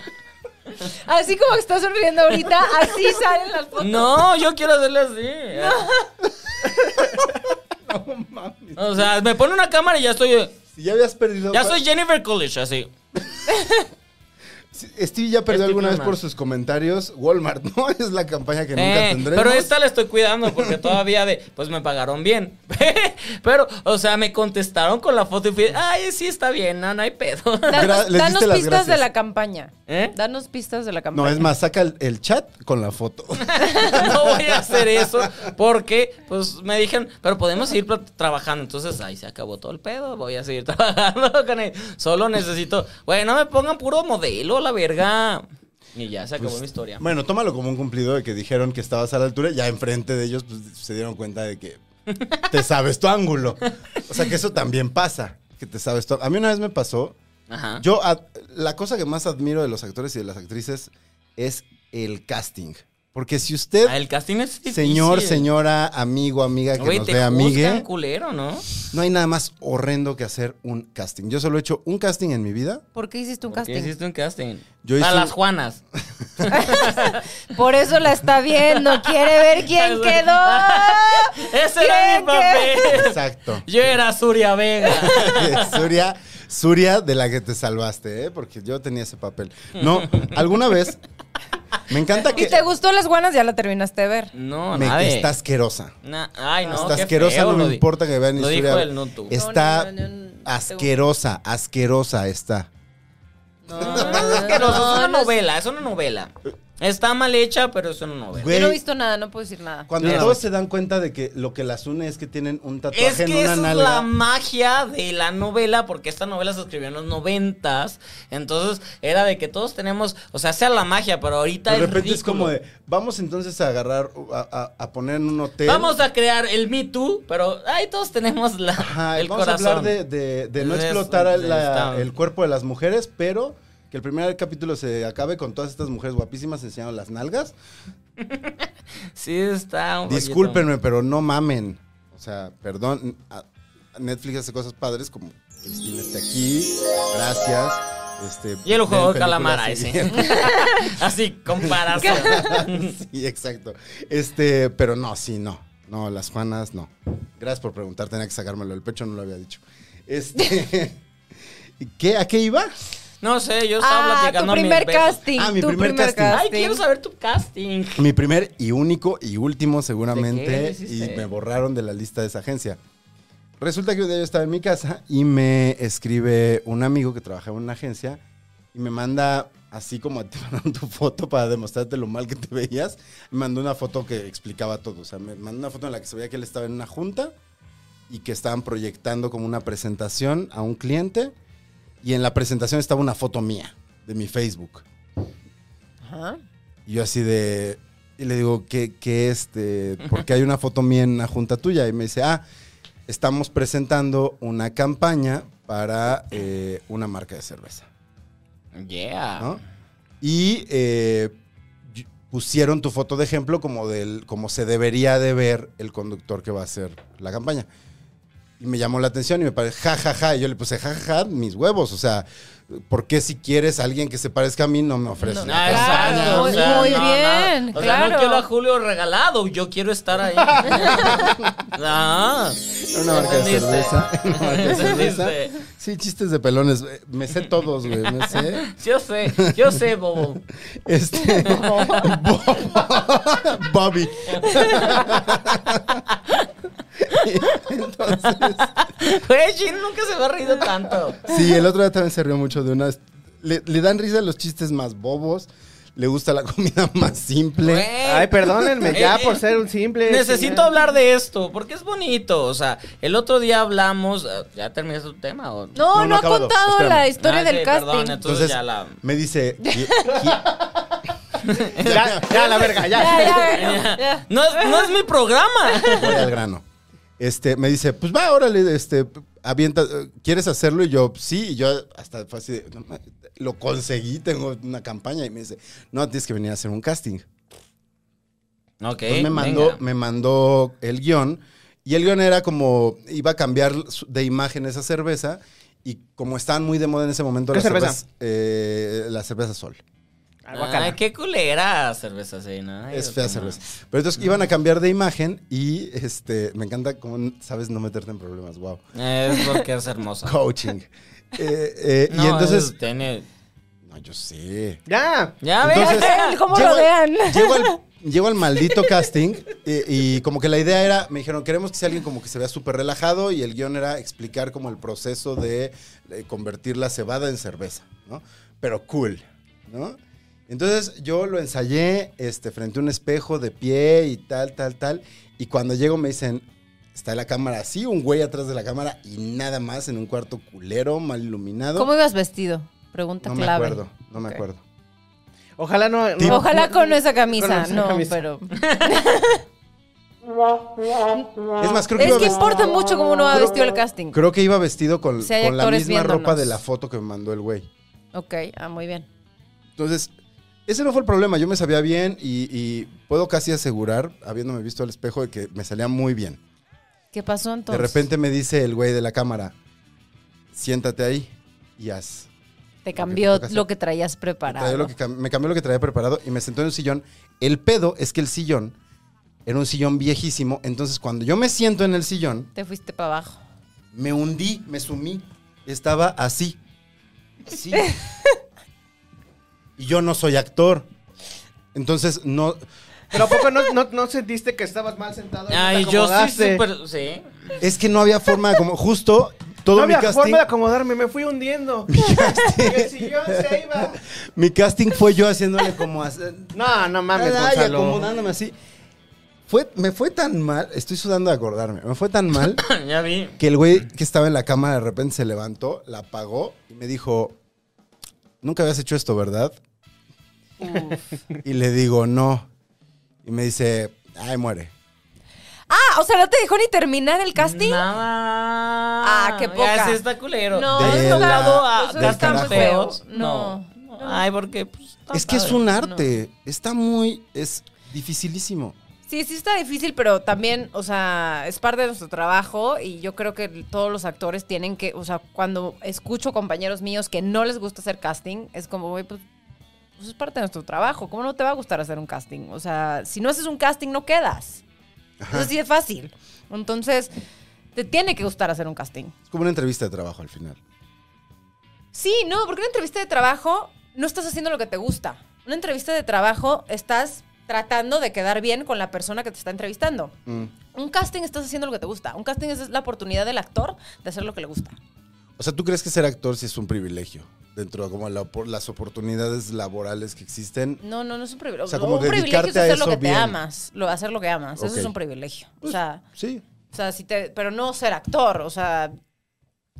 [SPEAKER 3] Así como está sonriendo ahorita, así salen las fotos.
[SPEAKER 1] No, yo quiero hacerle así. O sea, me pone una cámara y ya estoy.
[SPEAKER 2] Si ya habías perdido.
[SPEAKER 1] Ya soy Jennifer Coolidge, así.
[SPEAKER 2] Si- Steve ya perdió
[SPEAKER 1] Steve
[SPEAKER 2] alguna vez
[SPEAKER 1] Ballmer.
[SPEAKER 2] por sus comentarios. Walmart, ¿no? Es la campaña que nunca
[SPEAKER 1] Eh,
[SPEAKER 2] tendremos.
[SPEAKER 1] pero esta la estoy cuidando porque todavía de, pues me pagaron bien. Pero, o sea, me contestaron con la foto y fui, ay, sí, está bien, no, no hay pedo.
[SPEAKER 2] Gra-
[SPEAKER 3] Danos,
[SPEAKER 2] les
[SPEAKER 3] danos
[SPEAKER 2] diste las
[SPEAKER 3] pistas de
[SPEAKER 2] gracias.
[SPEAKER 3] la campaña.
[SPEAKER 1] ¿Eh?
[SPEAKER 3] Danos pistas de la campaña.
[SPEAKER 2] No, es más, saca el, el chat con la foto.
[SPEAKER 1] No voy a hacer eso porque, pues me dijeron, pero podemos seguir pl- trabajando. Entonces, ahí se acabó todo el pedo, voy a seguir trabajando con él. Solo necesito, güey, no me pongan puro modelo, la verga. Y ya se acabó
[SPEAKER 2] Pues,
[SPEAKER 1] mi historia.
[SPEAKER 2] Bueno, tómalo como un cumplido de que dijeron que estabas a la altura. Ya enfrente de ellos pues, se dieron cuenta de que te sabes tu ángulo. O sea, que eso también pasa. Que te sabes tu A mí una vez me pasó.
[SPEAKER 1] Ajá.
[SPEAKER 2] Yo, ad- la cosa que más admiro de los actores y de las actrices es el casting. Porque si usted,
[SPEAKER 1] Ah, el casting es difícil.
[SPEAKER 2] señor, señora, amigo, amiga que
[SPEAKER 1] Güey,
[SPEAKER 2] nos
[SPEAKER 1] te
[SPEAKER 2] ve,
[SPEAKER 1] juzgan
[SPEAKER 2] amigue,
[SPEAKER 1] culero, ¿no?
[SPEAKER 2] no hay nada más horrendo que hacer un casting. Yo solo he hecho un casting en mi vida.
[SPEAKER 3] ¿Por qué hiciste un
[SPEAKER 1] ¿Por qué
[SPEAKER 3] casting?
[SPEAKER 1] hiciste un casting?
[SPEAKER 2] Yo hice
[SPEAKER 1] Para
[SPEAKER 2] un-
[SPEAKER 1] las Juanas.
[SPEAKER 3] Por eso la está viendo. Quiere ver quién quedó.
[SPEAKER 1] Ese era mi
[SPEAKER 3] ¿Quién
[SPEAKER 1] papel.
[SPEAKER 2] Exacto.
[SPEAKER 1] Yo era Surya Vega.
[SPEAKER 2] Suria, Suria de la que te salvaste, ¿eh? porque yo tenía ese papel. No, alguna vez. Me encanta que,
[SPEAKER 3] ¿Y te gustó las guanas? Ya la terminaste de ver.
[SPEAKER 1] No,
[SPEAKER 2] me,
[SPEAKER 1] nada.
[SPEAKER 2] que está asquerosa.
[SPEAKER 1] Na- ay, no.
[SPEAKER 2] está
[SPEAKER 1] qué
[SPEAKER 2] asquerosa,
[SPEAKER 1] feo,
[SPEAKER 2] no
[SPEAKER 1] lo
[SPEAKER 2] me
[SPEAKER 1] di-
[SPEAKER 2] importa que vean
[SPEAKER 1] Lo
[SPEAKER 2] historia.
[SPEAKER 1] dijo él, no tú.
[SPEAKER 2] Está
[SPEAKER 3] No, no, no, no, no.
[SPEAKER 2] asquerosa, asquerosa está.
[SPEAKER 3] No,
[SPEAKER 1] No, es asqueroso, es una novela, es una novela. Está mal hecha, pero es una novela.
[SPEAKER 3] Yo no he
[SPEAKER 2] Güey,
[SPEAKER 3] visto nada, no puedo decir nada.
[SPEAKER 2] Cuando
[SPEAKER 4] Yo no.
[SPEAKER 2] todos se dan cuenta de que lo que las une es que tienen un tatuaje
[SPEAKER 1] Es
[SPEAKER 2] en
[SPEAKER 1] que
[SPEAKER 2] una
[SPEAKER 1] esa es
[SPEAKER 2] nalga.
[SPEAKER 1] la magia de la novela, porque esta novela se escribió en los noventas. Entonces, era de que todos tenemos, o sea, sea la magia, pero ahorita
[SPEAKER 2] de
[SPEAKER 1] es
[SPEAKER 2] repente es
[SPEAKER 1] ridículo.
[SPEAKER 2] como de, vamos entonces a agarrar, a, a- a poner en un hotel.
[SPEAKER 1] Vamos a crear el Me Too, pero ahí todos tenemos la,
[SPEAKER 2] Ajá,
[SPEAKER 1] el
[SPEAKER 2] vamos
[SPEAKER 1] corazón.
[SPEAKER 2] a hablar de, de- de no
[SPEAKER 1] Res-
[SPEAKER 2] explotar
[SPEAKER 1] de
[SPEAKER 2] la-
[SPEAKER 1] esta-
[SPEAKER 2] el cuerpo de las mujeres, pero que el primer capítulo se acabe con todas estas mujeres guapísimas enseñando las nalgas.
[SPEAKER 1] Sí, está un poquito-
[SPEAKER 2] Discúlpenme, pero no mamen. O sea, perdón. a- Netflix hace cosas padres como Cristina está aquí, gracias. Este,
[SPEAKER 1] Y el juego de
[SPEAKER 2] ven
[SPEAKER 1] calamar,
[SPEAKER 2] películas y-
[SPEAKER 1] ese. Así, comparación.
[SPEAKER 2] sí, exacto. Este, pero no, sí, no. No, las Juanas, no. Gracias por preguntar, tenía que sacármelo del pecho, no lo había dicho. Este. ¿Qué? ¿A qué iba?
[SPEAKER 1] No sé, yo estaba
[SPEAKER 3] Ah, tu
[SPEAKER 1] platicando. a mis
[SPEAKER 3] primer
[SPEAKER 1] besos.
[SPEAKER 3] casting.
[SPEAKER 2] Ah, mi
[SPEAKER 3] tu
[SPEAKER 2] primer casting.
[SPEAKER 1] Ay, quiero saber tu casting.
[SPEAKER 2] Mi primer y único y último,
[SPEAKER 1] ¿De qué
[SPEAKER 2] seguramente. Y
[SPEAKER 1] hiciste?
[SPEAKER 2] me borraron de la lista de esa agencia. Resulta que un día yo estaba en mi casa y me escribe un amigo que trabajaba en una agencia y me manda así como te mandan tu foto para demostrarte lo mal que te veías. Me mandó una foto que explicaba todo. O sea, me mandó una foto en la que se veía que él estaba en una junta y que estaban proyectando como una presentación a un cliente. Y en la presentación estaba una foto mía de mi Facebook.
[SPEAKER 3] Ajá.
[SPEAKER 2] Y yo así de... Y le digo, ¿qué, qué este? Porque hay una foto mía en una junta tuya. Y me dice, ah, estamos presentando una campaña para eh, una marca de cerveza.
[SPEAKER 1] Yeah.
[SPEAKER 2] ¿no? Y eh, y- pusieron tu foto de ejemplo como, del, como se debería de ver el conductor que va a hacer la campaña. Y me llamó la atención y me parece, ja, ja, ja. Y yo le puse, ja, ja, ja, mis huevos. O sea, ¿por qué si quieres a alguien que se parezca a mí no me ofreces?
[SPEAKER 1] No,
[SPEAKER 2] una
[SPEAKER 3] Ah,
[SPEAKER 2] cosa?
[SPEAKER 3] claro,
[SPEAKER 1] exacto,
[SPEAKER 3] muy- muy bien,
[SPEAKER 1] O sea, no
[SPEAKER 3] claro.
[SPEAKER 1] quiero a Julio regalado, yo quiero estar ahí. Ah,
[SPEAKER 2] Era una marca de
[SPEAKER 1] ¿entendiste?
[SPEAKER 2] cerveza. una marca de cerveza.
[SPEAKER 1] ¿Entendiste?
[SPEAKER 2] Sí, chistes de pelones. eh, Me sé todos, güey. Me sé.
[SPEAKER 1] Yo sé, yo sé, Bobo.
[SPEAKER 2] Este. Bob- Bobby. Entonces.
[SPEAKER 1] Güey, Jin nunca se me ha reído tanto.
[SPEAKER 2] Sí, el otro día también se rió mucho de unas. Le, le dan risa los chistes más bobos. Le gusta la comida más simple.
[SPEAKER 1] Güey.
[SPEAKER 4] Ay, perdónenme ya
[SPEAKER 1] Eh, eh,
[SPEAKER 4] por ser un simple.
[SPEAKER 1] Necesito
[SPEAKER 4] señor.
[SPEAKER 1] hablar de esto, porque es bonito. O sea, el otro día hablamos. ah, ¿Ya terminaste tu tema? O...
[SPEAKER 3] No,
[SPEAKER 2] No,
[SPEAKER 3] no,
[SPEAKER 2] no ha
[SPEAKER 3] ha
[SPEAKER 2] acabado.
[SPEAKER 3] contado
[SPEAKER 2] Espérame.
[SPEAKER 3] la historia
[SPEAKER 1] Ah,
[SPEAKER 3] del
[SPEAKER 1] sí,
[SPEAKER 3] casting.
[SPEAKER 1] perdón, entonces,
[SPEAKER 2] Entonces
[SPEAKER 1] ya la.
[SPEAKER 2] me dice. "Qui- qui-
[SPEAKER 4] Ya, ya, la verga, ya.
[SPEAKER 3] Ya, ya, ya.
[SPEAKER 1] No es, no es mi programa.
[SPEAKER 2] Voy al grano. Este, me dice, pues va, órale, este, avienta, eh, ¿quieres hacerlo? Y yo, sí, y yo hasta fue así de, "No ma- lo conseguí, tengo una campaña. Y me dice, no, tienes que venir a hacer un casting.
[SPEAKER 1] Ok.
[SPEAKER 2] Entonces Pues me mandó,
[SPEAKER 1] venga.
[SPEAKER 2] me mandó el guión. Y el guión era como, iba a cambiar su- de imagen esa cerveza. Y como estaban muy de moda en ese momento
[SPEAKER 4] ¿Qué
[SPEAKER 2] las
[SPEAKER 4] cerveza?
[SPEAKER 2] cervezas, eh, la cerveza Sol.
[SPEAKER 4] Aguacala.
[SPEAKER 1] Ay, qué culera cerveza sí, ¿no? Ay,
[SPEAKER 2] es
[SPEAKER 1] Dios
[SPEAKER 2] fea
[SPEAKER 1] mío.
[SPEAKER 2] cerveza. Pero entonces iban a cambiar de imagen y este me encanta como sabes no meterte en problemas. Wow.
[SPEAKER 1] Es porque es hermosa.
[SPEAKER 2] Coaching. Eh, eh,
[SPEAKER 1] No,
[SPEAKER 2] y entonces.
[SPEAKER 1] es- tiene-
[SPEAKER 2] No, yo sé.
[SPEAKER 4] Ya.
[SPEAKER 1] Ya ves.
[SPEAKER 2] Entonces,
[SPEAKER 3] Él, ¿Cómo
[SPEAKER 2] llego al-
[SPEAKER 3] rodean?
[SPEAKER 2] Llego al, llego al maldito casting eh, y, como que la idea era, me dijeron, queremos que sea alguien como que se vea súper relajado y el guión era explicar como el proceso de eh, convertir la cebada en cerveza, ¿no? Pero cool, ¿no? Entonces yo lo ensayé este, frente a un espejo de pie y tal, tal, tal. Y cuando llego me dicen, está la cámara así, un güey atrás de la cámara y nada más en un cuarto culero, mal iluminado.
[SPEAKER 3] ¿Cómo ibas vestido? Pregunta
[SPEAKER 2] no me
[SPEAKER 3] clave.
[SPEAKER 2] acuerdo, no me
[SPEAKER 3] Ok.
[SPEAKER 2] acuerdo.
[SPEAKER 4] Ojalá no. no-
[SPEAKER 3] Ojalá
[SPEAKER 4] no-
[SPEAKER 3] con esa camisa.
[SPEAKER 4] con esa
[SPEAKER 3] no,
[SPEAKER 4] camisa.
[SPEAKER 3] pero.
[SPEAKER 2] Es más, creo que,
[SPEAKER 3] Es
[SPEAKER 2] iba
[SPEAKER 3] que
[SPEAKER 2] vest-
[SPEAKER 3] importa mucho cómo uno va vestido al casting.
[SPEAKER 2] creo que iba vestido con,
[SPEAKER 3] Si hay
[SPEAKER 2] con la
[SPEAKER 3] actores
[SPEAKER 2] misma ropa
[SPEAKER 3] viéndonos.
[SPEAKER 2] de la foto que me mandó el güey.
[SPEAKER 3] Ok, ah, muy bien.
[SPEAKER 2] Entonces, ese no fue el problema. Yo me sabía bien y, y puedo casi asegurar, habiéndome visto al espejo, de que me salía muy bien.
[SPEAKER 3] ¿Qué pasó
[SPEAKER 2] De
[SPEAKER 3] entonces?
[SPEAKER 2] repente me dice el güey de la cámara, siéntate ahí y haz.
[SPEAKER 3] Te
[SPEAKER 2] lo
[SPEAKER 3] cambió
[SPEAKER 2] que toca
[SPEAKER 3] lo
[SPEAKER 2] hacer.
[SPEAKER 3] que traías
[SPEAKER 2] Me, traía
[SPEAKER 3] preparado.
[SPEAKER 2] lo que cam- me cambió lo que traía preparado y me sentó en un sillón. El pedo es que el sillón era un sillón viejísimo. Entonces, cuando yo me siento en el sillón,
[SPEAKER 3] Te fuiste para abajo.
[SPEAKER 2] Me hundí, me sumí. Estaba así. Sí. y yo no soy actor. Entonces, no.
[SPEAKER 4] Pero ¿a poco no, no, no sentiste que estabas mal sentado? y no te
[SPEAKER 1] Ay, yo sí
[SPEAKER 4] acomodaste?
[SPEAKER 1] súper. Sí.
[SPEAKER 2] Es que no había forma, de como justo todo
[SPEAKER 4] No
[SPEAKER 2] mi
[SPEAKER 4] había
[SPEAKER 2] casting.
[SPEAKER 4] forma de acomodarme, me fui hundiendo. Y el sillón se iba.
[SPEAKER 2] Mi casting fue yo haciéndole como. hacer-
[SPEAKER 4] No, no mames,
[SPEAKER 2] Ay,
[SPEAKER 4] Gonzalo.
[SPEAKER 2] acomodándome así. Fue, me fue tan mal, estoy sudando de acordarme, me fue tan mal
[SPEAKER 1] ya vi.
[SPEAKER 2] que el güey que estaba en la cámara de repente se levantó, la apagó y me dijo, nunca habías hecho esto, ¿verdad? Y le digo, no. Y me dice, ay, muere.
[SPEAKER 3] Ah, o sea, no te dejó ni terminar el casting.
[SPEAKER 1] Nada.
[SPEAKER 3] Ah, qué poca.
[SPEAKER 1] Ya sí está culero.
[SPEAKER 3] No,
[SPEAKER 2] De
[SPEAKER 1] ¿Has
[SPEAKER 2] la-
[SPEAKER 1] tocado a
[SPEAKER 3] eso
[SPEAKER 2] del
[SPEAKER 1] gastan
[SPEAKER 2] carajo.
[SPEAKER 1] feos?
[SPEAKER 3] No.
[SPEAKER 1] No. Ay, porque. Pues, está
[SPEAKER 2] es que es
[SPEAKER 1] padre.
[SPEAKER 2] un arte, está muy, es dificilísimo.
[SPEAKER 3] Sí, sí está difícil, pero también, o sea, es parte de nuestro trabajo y yo creo que todos los actores tienen que, o sea, cuando escucho compañeros míos que no les gusta hacer casting, es como, güey, pues, pues es parte de nuestro trabajo. ¿Cómo no te va a gustar hacer un casting? O sea, si no haces un casting, no quedas. Eso así de fácil. Entonces, te tiene que gustar hacer un casting.
[SPEAKER 2] Es como una entrevista de trabajo al final.
[SPEAKER 3] Sí, no, porque una entrevista de trabajo no estás haciendo lo que te gusta. Una entrevista de trabajo estás tratando de quedar bien con la persona que te está entrevistando.
[SPEAKER 2] Mm.
[SPEAKER 3] Un casting estás haciendo lo que te gusta. Un casting es la oportunidad del actor de hacer lo que le gusta.
[SPEAKER 2] O O sea, ¿tú crees que ser actor sí es un privilegio? Dentro de como la opor- las oportunidades laborales que existen.
[SPEAKER 3] No, no, no es un privilegio.
[SPEAKER 2] O sea, como
[SPEAKER 3] un privilegio es
[SPEAKER 2] dedicarte a
[SPEAKER 3] hacer lo
[SPEAKER 2] eso
[SPEAKER 3] que
[SPEAKER 2] bien.
[SPEAKER 3] te amas, lo, hacer lo que amas. Eso es
[SPEAKER 2] Ok.
[SPEAKER 3] un privilegio.
[SPEAKER 2] Pues,
[SPEAKER 3] o sea,
[SPEAKER 2] Sí.
[SPEAKER 3] o sea si te, pero no ser actor. O sea,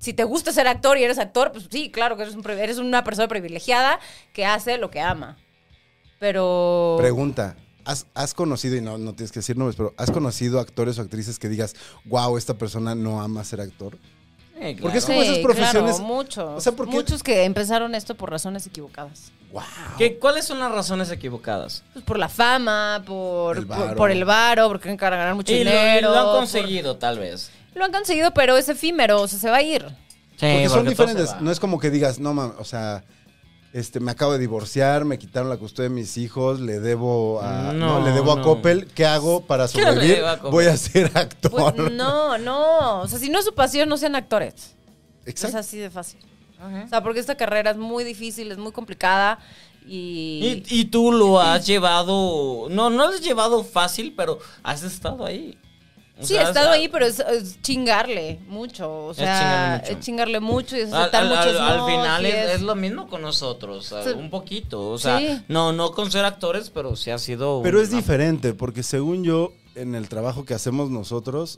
[SPEAKER 3] si te gusta ser actor y eres actor, pues sí, claro que eres, un, privi- eres una persona privilegiada que hace lo que ama. Pero...
[SPEAKER 2] Pregunta. ¿Has, has conocido, y no, no tienes que decir nombres, pero ¿has conocido actores o actrices que digas, wow, esta persona no ama ser actor?
[SPEAKER 1] Eh,
[SPEAKER 2] Porque es
[SPEAKER 1] claro.
[SPEAKER 2] como esas profesiones-
[SPEAKER 3] Claro, muchos.
[SPEAKER 2] O sea, ¿por qué?
[SPEAKER 3] Muchos que empezaron esto por razones equivocadas.
[SPEAKER 2] ¡Wow!
[SPEAKER 1] ¿Qué- ¿Cuáles son las razones equivocadas?
[SPEAKER 3] Pues por la fama, por
[SPEAKER 2] El
[SPEAKER 3] por-
[SPEAKER 2] varo.
[SPEAKER 3] por el varo, porque quieren ganar mucho
[SPEAKER 1] Y lo, y
[SPEAKER 3] dinero.
[SPEAKER 1] lo han
[SPEAKER 3] por-
[SPEAKER 1] conseguido, tal vez.
[SPEAKER 3] Lo han conseguido, pero es efímero, o sea, se va a ir.
[SPEAKER 2] Porque son
[SPEAKER 1] todo se
[SPEAKER 2] diferentes.
[SPEAKER 1] va.
[SPEAKER 2] No es como que digas, no mames, o sea, este, me acabo de divorciar, me quitaron la custodia de mis hijos, le debo a. No,
[SPEAKER 1] Mm, No,
[SPEAKER 2] le debo a
[SPEAKER 1] no.
[SPEAKER 2] Coppel, ¿qué hago para
[SPEAKER 1] ¿Qué no le
[SPEAKER 2] sobrevivir?
[SPEAKER 1] debo a Coppel?
[SPEAKER 2] Voy a ser actor.
[SPEAKER 3] Pues no, no. O sea, si no es su pasión, no sean actores. Es
[SPEAKER 2] Exacto.
[SPEAKER 3] así de fácil. O sea, porque esta carrera es muy difícil, es muy complicada
[SPEAKER 1] Y,
[SPEAKER 3] y.
[SPEAKER 1] y tú lo has llevado. No, no lo has llevado fácil, pero has estado ahí. O
[SPEAKER 3] Sí,
[SPEAKER 1] sea,
[SPEAKER 3] he
[SPEAKER 1] has-
[SPEAKER 3] estado ahí, pero es, es chingarle mucho. O
[SPEAKER 1] Es
[SPEAKER 3] sea,
[SPEAKER 1] chingarle
[SPEAKER 3] es
[SPEAKER 1] mucho.
[SPEAKER 3] chingarle mucho, y es
[SPEAKER 1] Al,
[SPEAKER 3] aceptar
[SPEAKER 1] al-
[SPEAKER 3] muchos
[SPEAKER 1] al- al
[SPEAKER 3] nos
[SPEAKER 1] final
[SPEAKER 3] y
[SPEAKER 1] es, es lo mismo con nosotros, o sea,
[SPEAKER 3] Sí.
[SPEAKER 1] un poquito. O sea,
[SPEAKER 3] Sí.
[SPEAKER 1] no, no con ser actores, pero sí ha sido.
[SPEAKER 2] Pero es
[SPEAKER 1] una-
[SPEAKER 2] diferente, porque según yo, en el trabajo que hacemos nosotros,